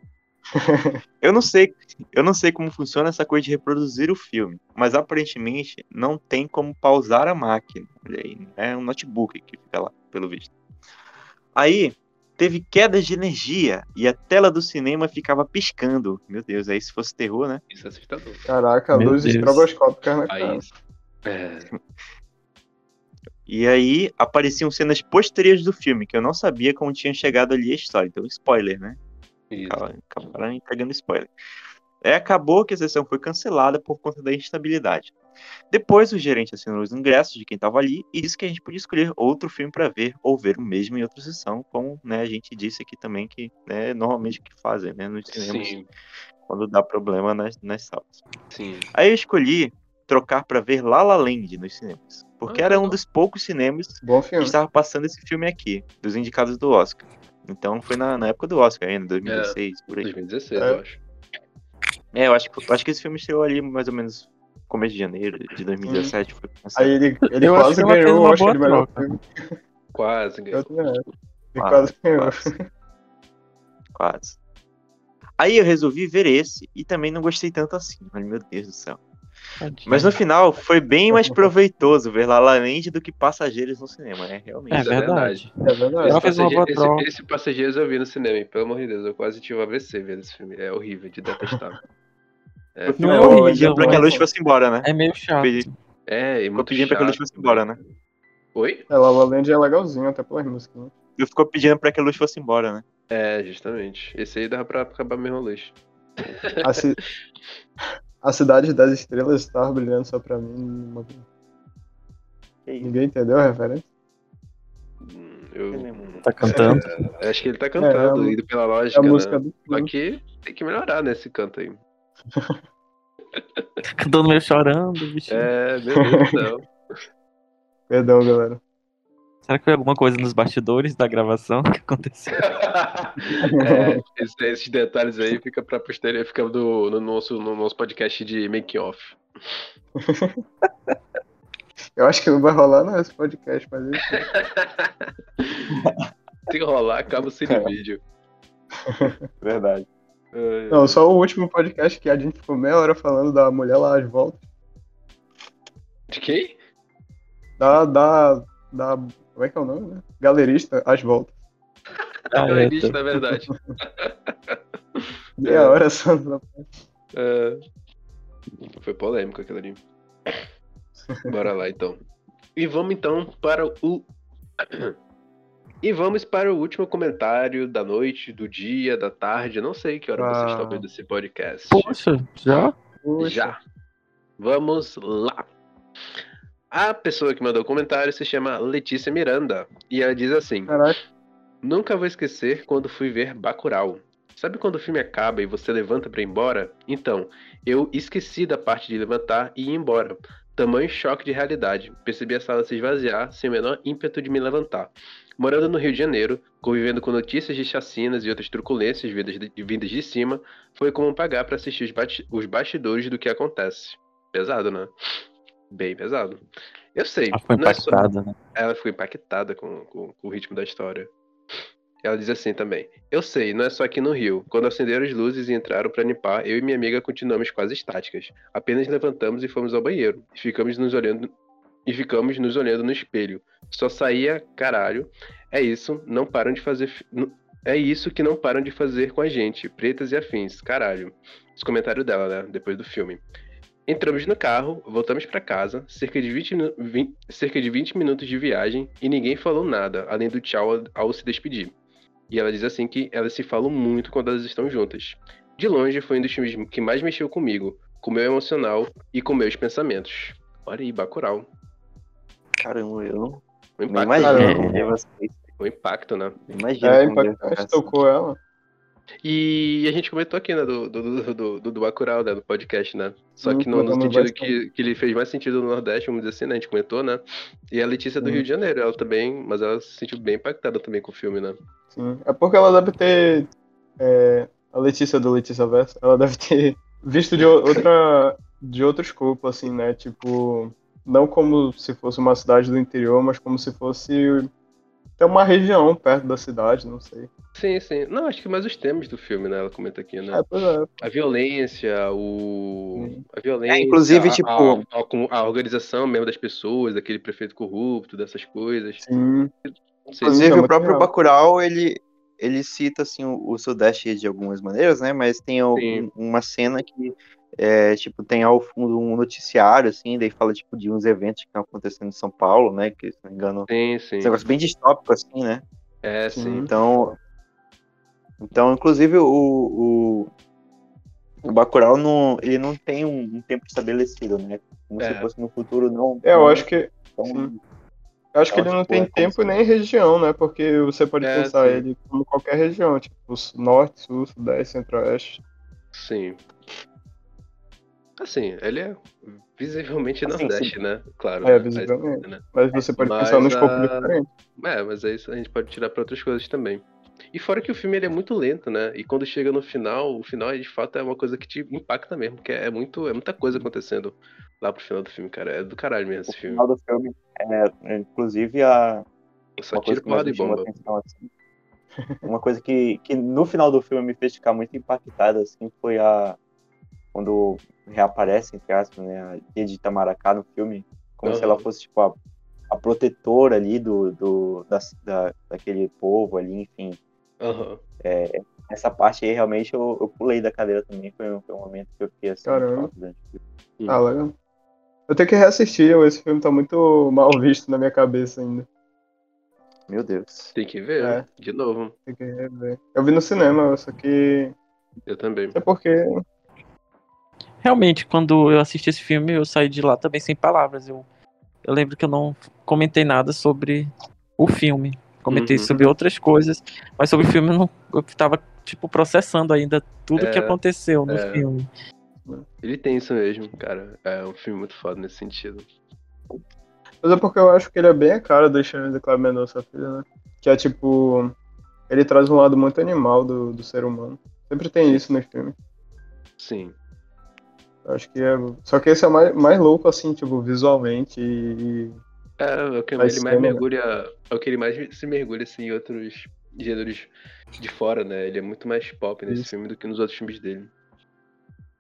eu não sei, eu não sei como funciona essa coisa de reproduzir o filme, mas aparentemente não tem como pausar a máquina. Olha aí, é um notebook que fica lá, pelo visto. Aí teve quedas de energia e a tela do cinema ficava piscando. Meu Deus, aí se fosse terror, né? Isso é assustador. Caraca, a Meu luz Deus. estroboscópica na cara. Aí. É, E aí apareciam cenas posteriores do filme que eu não sabia como tinha chegado ali a história. Então, spoiler, né? isso. Acaba- acabaram entregando spoiler. É, acabou que a sessão foi cancelada por conta da instabilidade. Depois o gerente assinou os ingressos de quem estava ali e disse que a gente podia escolher outro filme para ver ou ver o mesmo em outra sessão, como né, a gente disse aqui também que né, normalmente o que fazem né, nos cinemas Sim, quando dá problema nas, nas salas. sim. Aí eu escolhi trocar para ver La La Land nos cinemas, porque Ah, era um legal. dos poucos cinemas Bom que filme. estava passando esse filme aqui, dos indicados do Oscar. Então foi na, na época do Oscar ainda, 2016, por aí. 2016, É. eu acho. É, eu acho que, eu acho que esse filme estreou ali mais ou menos começo de janeiro de 2017. Foi lançado. Aí ele, ele Eu acho quase que ela fez ganhou o uma Oscar boa de melhor troca. filme. Quase Eu ganhou. também acho. Ele Ah, quase ganhou. quase. Quase. Aí eu resolvi ver esse e também não gostei tanto assim. Ai, meu Deus do céu. Tadinho. É Mas no final foi bem mais proveitoso ver La La Land do que Passageiros no cinema, né? Realmente. É Isso é verdade. É verdade. Ela fez uma boa Passageiro- esse- troca. esse Passageiros eu vi no cinema, hein? pelo amor de Deus, eu quase tive um AVC vendo esse filme. É horrível, de detestável. É, Não é Eu horrível, pedi pra que a mas- luz fosse embora, né? É meio chato. Pedi- é, e Ficou muito pedindo pra que a luz chato. fosse embora, né? Oi? Ela La Land é legalzinho, até pelas músicas. né? Eu ficou pedindo pra que a luz fosse embora, né? É, justamente. Esse aí dava pra acabar mesmo a luz. A, ci... a Cidade das Estrelas estava brilhando só pra mim. numa- Que isso. Ninguém entendeu a referência? Hum, Eu... Eu lembro. Tá cantando. É, acho que ele tá cantando, É, a- indo pela É lógica, a música né? do Só filme. que tem que melhorar nesse canto aí. Cantando meio chorando, bichinho. É, meu Deus do céu. Perdão, galera. Será que foi alguma coisa nos bastidores da gravação que aconteceu? É, esse- esses detalhes aí fica pra posterior, fica do- no, nosso, no nosso podcast de making off. Eu acho que não vai rolar não esse podcast, mas é enfim. Se rolar, acaba sem vídeo. Verdade. Ai, Não, só o último podcast que a gente ficou meia hora falando da mulher lá às voltas. De quem? Da. da. da. Como é que é o nome, né? Galerista às voltas. Ah, é, é, isso, tá. na verdade. Meia hora só. pra- É. Foi polêmico aquilo ali. Bora lá então. E vamos então para o. E vamos para o último comentário da noite, do dia, da tarde. Não sei que hora vocês estão Ah. vendo esse podcast. Poxa, já? Puxa. Já. Vamos lá. A pessoa que mandou o comentário se chama Letícia Miranda. E ela diz assim: Caraca, Nunca vou esquecer quando fui ver Bacurau. Sabe quando o filme acaba e você levanta pra ir embora? Então, eu esqueci da parte de levantar e ir embora. Tamanho choque de realidade. Percebi a sala se esvaziar sem o menor ímpeto de me levantar. Morando no Rio de Janeiro, convivendo com notícias de chacinas e outras truculências vindas de, vindas de cima, foi como pagar pra assistir os, bate- os bastidores do que acontece. Pesado, né? Bem pesado. Eu sei. Ela Ah, foi não é só- impactada, né? ela ficou impactada com, com- com o ritmo da história. Ela diz assim também: Eu sei, não é só aqui no Rio. Quando acenderam as luzes e entraram pra limpar, eu e minha amiga continuamos quase estáticas. Apenas levantamos e fomos ao banheiro. E ficamos nos olhando e ficamos nos olhando no espelho. Só saía caralho. É isso, não param de fazer. fi- n- É isso que não param de fazer com a gente, pretas e afins, caralho. Esse comentário dela, né? Depois do filme. Entramos no carro, voltamos pra casa, cerca de, 20, minu- vin- cerca de 20 minutos de viagem e ninguém falou nada, além do tchau ao, ao se despedir. E ela diz assim que elas se falam muito quando elas estão juntas. De longe foi um dos filmes que mais mexeu comigo, com meu emocional e com meus pensamentos. Olha aí, Bacurau. Caramba, eu não O não impacto, né? imagino. é É. Eu O impacto, né? imagino. É, como deve impactante, ficar tocou ela. E a gente comentou aqui, né, do, do, do, do, do Bacurau, né, do podcast, né? Só Hum, que no, no programa sentido bastante. que, que ele fez mais sentido no Nordeste, vamos dizer assim, né? A gente comentou, né? E a Letícia é do Hum. Rio de Janeiro, ela também, mas ela se sentiu bem impactada também com o filme, né? Sim. É porque ela deve ter. é, a Letícia do Letícia Verso, ela deve ter visto de o- outra. de outro escopo, assim, né? Tipo. Não como se fosse uma cidade do interior, mas como se fosse. É uma região perto da cidade, não sei. Sim, sim. Não, acho que mais os temas do filme, né? Ela comenta aqui, né? É, pois é. A violência, o. A violência. É, inclusive, a- tipo- A, a- a organização mesmo das pessoas, daquele prefeito corrupto, dessas coisas. Sim. Não sei se- Isso é Inclusive, o muito próprio legal. Bacurau, ele, ele cita assim, o, o Sudeste de algumas maneiras, né? Mas tem o- Sim. um- uma cena que é, tipo, tem ao fundo um noticiário, assim, daí fala tipo, de uns eventos que estão acontecendo em São Paulo, né? Que, se não me engano, Sim, sim. um negócio bem distópico, assim, né? É, sim. Então, então inclusive, o, o, o Bacurau não, ele não tem um, um tempo estabelecido, né? Como É. se fosse no futuro, não. É, eu não acho que. tão- sim. Eu acho que ele Ela, não tipo, é tem como tempo se- nem região, né? Porque você pode É, pensar sim. ele como qualquer região, tipo norte, sul, sudeste, centro-oeste. Sim. Assim, ele é visivelmente Assim, Nordeste, né? Claro. É, né? visivelmente. né? Mas você pode Mas pensar num escopo a- diferente. Mas, é, mas é isso a gente pode tirar pra outras coisas também. E fora que o filme ele é muito lento, né? E quando chega no final, o final de fato é uma coisa que te impacta mesmo, porque é muito, é muita coisa acontecendo lá pro final do filme, cara. É do caralho mesmo O esse filme. final do filme, é, inclusive, a, Só tira mais porrada e me chamou bomba. a atenção, assim, uma coisa que, que no final do filme me fez ficar muito impactado, assim, foi a. Quando reaparece, entre aspas, né, a Tia de Itamaracá no filme, como se Aham. ela fosse, tipo, a, a protetora ali do, do, da, da- daquele povo ali, enfim. Aham. Essa parte aí, realmente, eu, eu pulei da cadeira também, foi um, foi um momento que eu fiquei, assim, Caramba. impactado durante o filme. Ah, legal. Eu tenho que reassistir, esse filme tá muito mal visto na minha cabeça ainda. Meu Deus. Tem que ver, É. de novo. Tem que rever. Eu vi no cinema, só que. Eu também. É porque. Realmente, quando eu assisti esse filme, eu saí de lá também sem palavras. Eu, eu lembro que eu não comentei nada sobre o filme. Comentei Uhum. sobre outras coisas, mas sobre o filme eu, não, eu tava, tipo, processando ainda tudo É, que aconteceu no é. filme. Ele tem isso mesmo, cara. É um filme muito foda nesse sentido. Mas é porque eu acho que ele é bem a cara dos filmes do Cláudio Mendonça Filho, né? Que é tipo. Ele traz um lado muito animal do, do ser humano. Sempre tem isso nos filmes. Sim. Eu acho que é. Só que esse é mais, mais louco, assim, tipo, visualmente e. e- É, é o que Mas ele mais sim, né? mergulha. É o que ele mais se mergulha assim, em outros gêneros de fora, né? Ele é muito mais pop nesse Isso. filme do que nos outros filmes dele.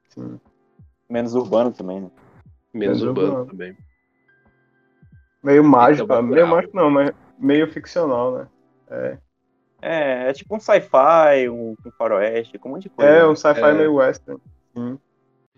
Assim. Menos urbano também, né? Menos Menos urbano urbano. também. Meio mágico, ah, Bacurau. meio mágico não, mas meio ficcional, né? É, é tipo um sci-fi, um, um faroeste, com um monte de coisa. É, né? um sci-fi É. meio western. Sim.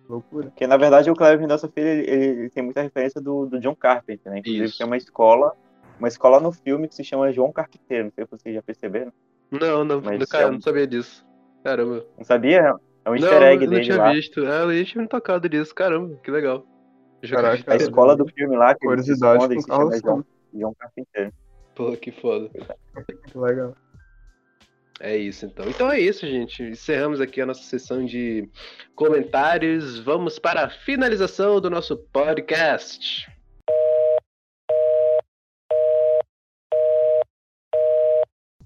Loucura. Porque, na verdade, o Cléber Mendonça Filho, ele, ele tem muita referência do, do John Carpenter, né? Inclusive, Isso. tem uma escola, uma escola no filme que se chama João Carpinteiro, não sei se vocês já perceberam. Não, não, Mas no- cara, é eu um- não sabia disso. Caramba. Não sabia? É não, um easter egg não, dele tinha lá. visto. Ah, eu tinha me tocado disso. Caramba, que legal. Já Caraca, A cara. escola do filme lá, que eles se Curiosidade escondem, com se chama Carlos João, Santos. João Carpinteiro. Pô, que foda. Que legal. É isso então. Então é isso, gente. Encerramos aqui a nossa sessão de comentários. Vamos para a finalização do nosso podcast.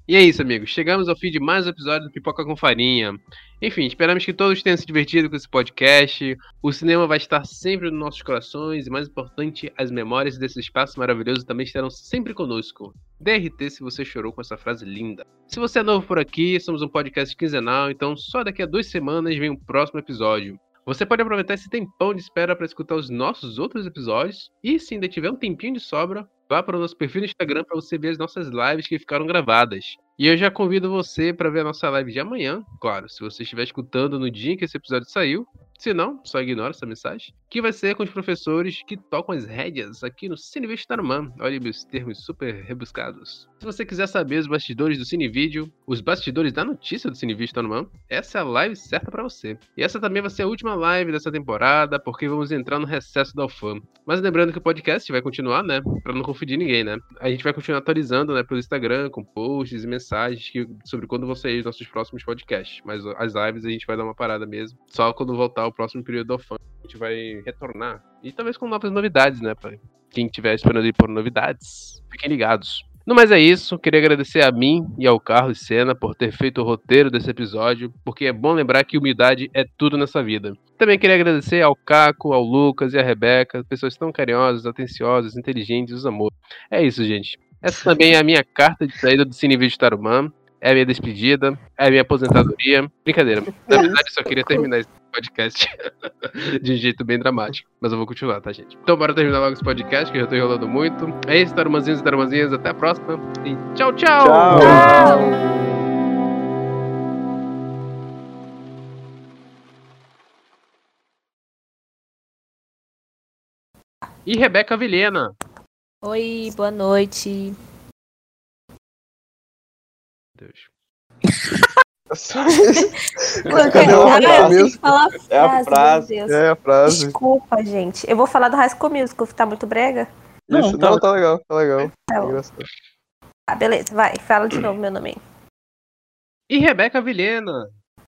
E é isso, amigos. Chegamos ao fim de mais um episódio do Pipoca com Farinha. Enfim, esperamos que todos tenham se divertido com esse podcast. O cinema vai estar sempre nos nossos corações e, mais importante, as memórias desse espaço maravilhoso também estarão sempre conosco. DRT se você chorou com essa frase linda. Se você é novo por aqui, somos um podcast quinzenal, então só daqui a duas semanas vem o próximo episódio. Você pode aproveitar esse tempão de espera para escutar os nossos outros episódios e, se ainda tiver um tempinho de sobra, vá para o nosso perfil no Instagram para você ver as nossas lives que ficaram gravadas. E eu já convido você para ver a nossa live de amanhã, claro, se você estiver escutando no dia em que esse episódio saiu. Se não, só ignora essa mensagem. que vai ser com os professores que tocam as rédeas aqui no Cinevídeo Tarumã. Olha os termos super rebuscados. Se você quiser saber os bastidores do Cinevídeo, os bastidores da notícia do Cinevídeo Tarumã, essa é a live certa para você. E essa também vai ser a última live dessa temporada, porque vamos entrar no recesso da UFAM. Mas lembrando que o podcast vai continuar, né? Pra não confundir ninguém, né? A gente vai continuar atualizando, né, pelo Instagram, com posts e mensagens que- sobre quando vão sair os nossos próximos podcasts. Mas as lives a gente vai dar uma parada mesmo. Só quando voltar o próximo período da UFAM a gente vai retornar. E talvez com novas novidades, né, pai? Quem estiver esperando aí por novidades, fiquem ligados. No mais é isso, queria agradecer a mim e ao Carlos Senna por ter feito o roteiro desse episódio, porque é bom lembrar que humildade é tudo nessa vida. Também queria agradecer ao Caco, ao Lucas e à Rebeca, pessoas tão carinhosas, atenciosas, inteligentes, os amores. É isso, gente. Essa também é a minha carta de saída do Cine Vídeo Tarumã, é a minha despedida, é a minha aposentadoria. Brincadeira, na verdade eu só queria terminar esse podcast de um jeito bem dramático. Mas eu vou continuar, tá, gente? Então bora terminar logo esse podcast, que eu já tô enrolando muito. É isso, tarumanzinhos e tarumanzinhas. Até a próxima. E tchau, tchau! Tchau. E Rebeca Vilhena. Oi, boa noite. Deus. É só isso. Mano, Cadê o cara, é? eu High tenho que falar a frase, É a frase, meu Deus. É a frase. Desculpa, gente. Eu vou falar do High School Musical, tá muito brega? Não, Isso- tá- Não, tá legal, tá legal. Tá Tá bom. engraçado. Ah, beleza, vai. Fala de novo meu nome aí. E Rebeca Vilhena.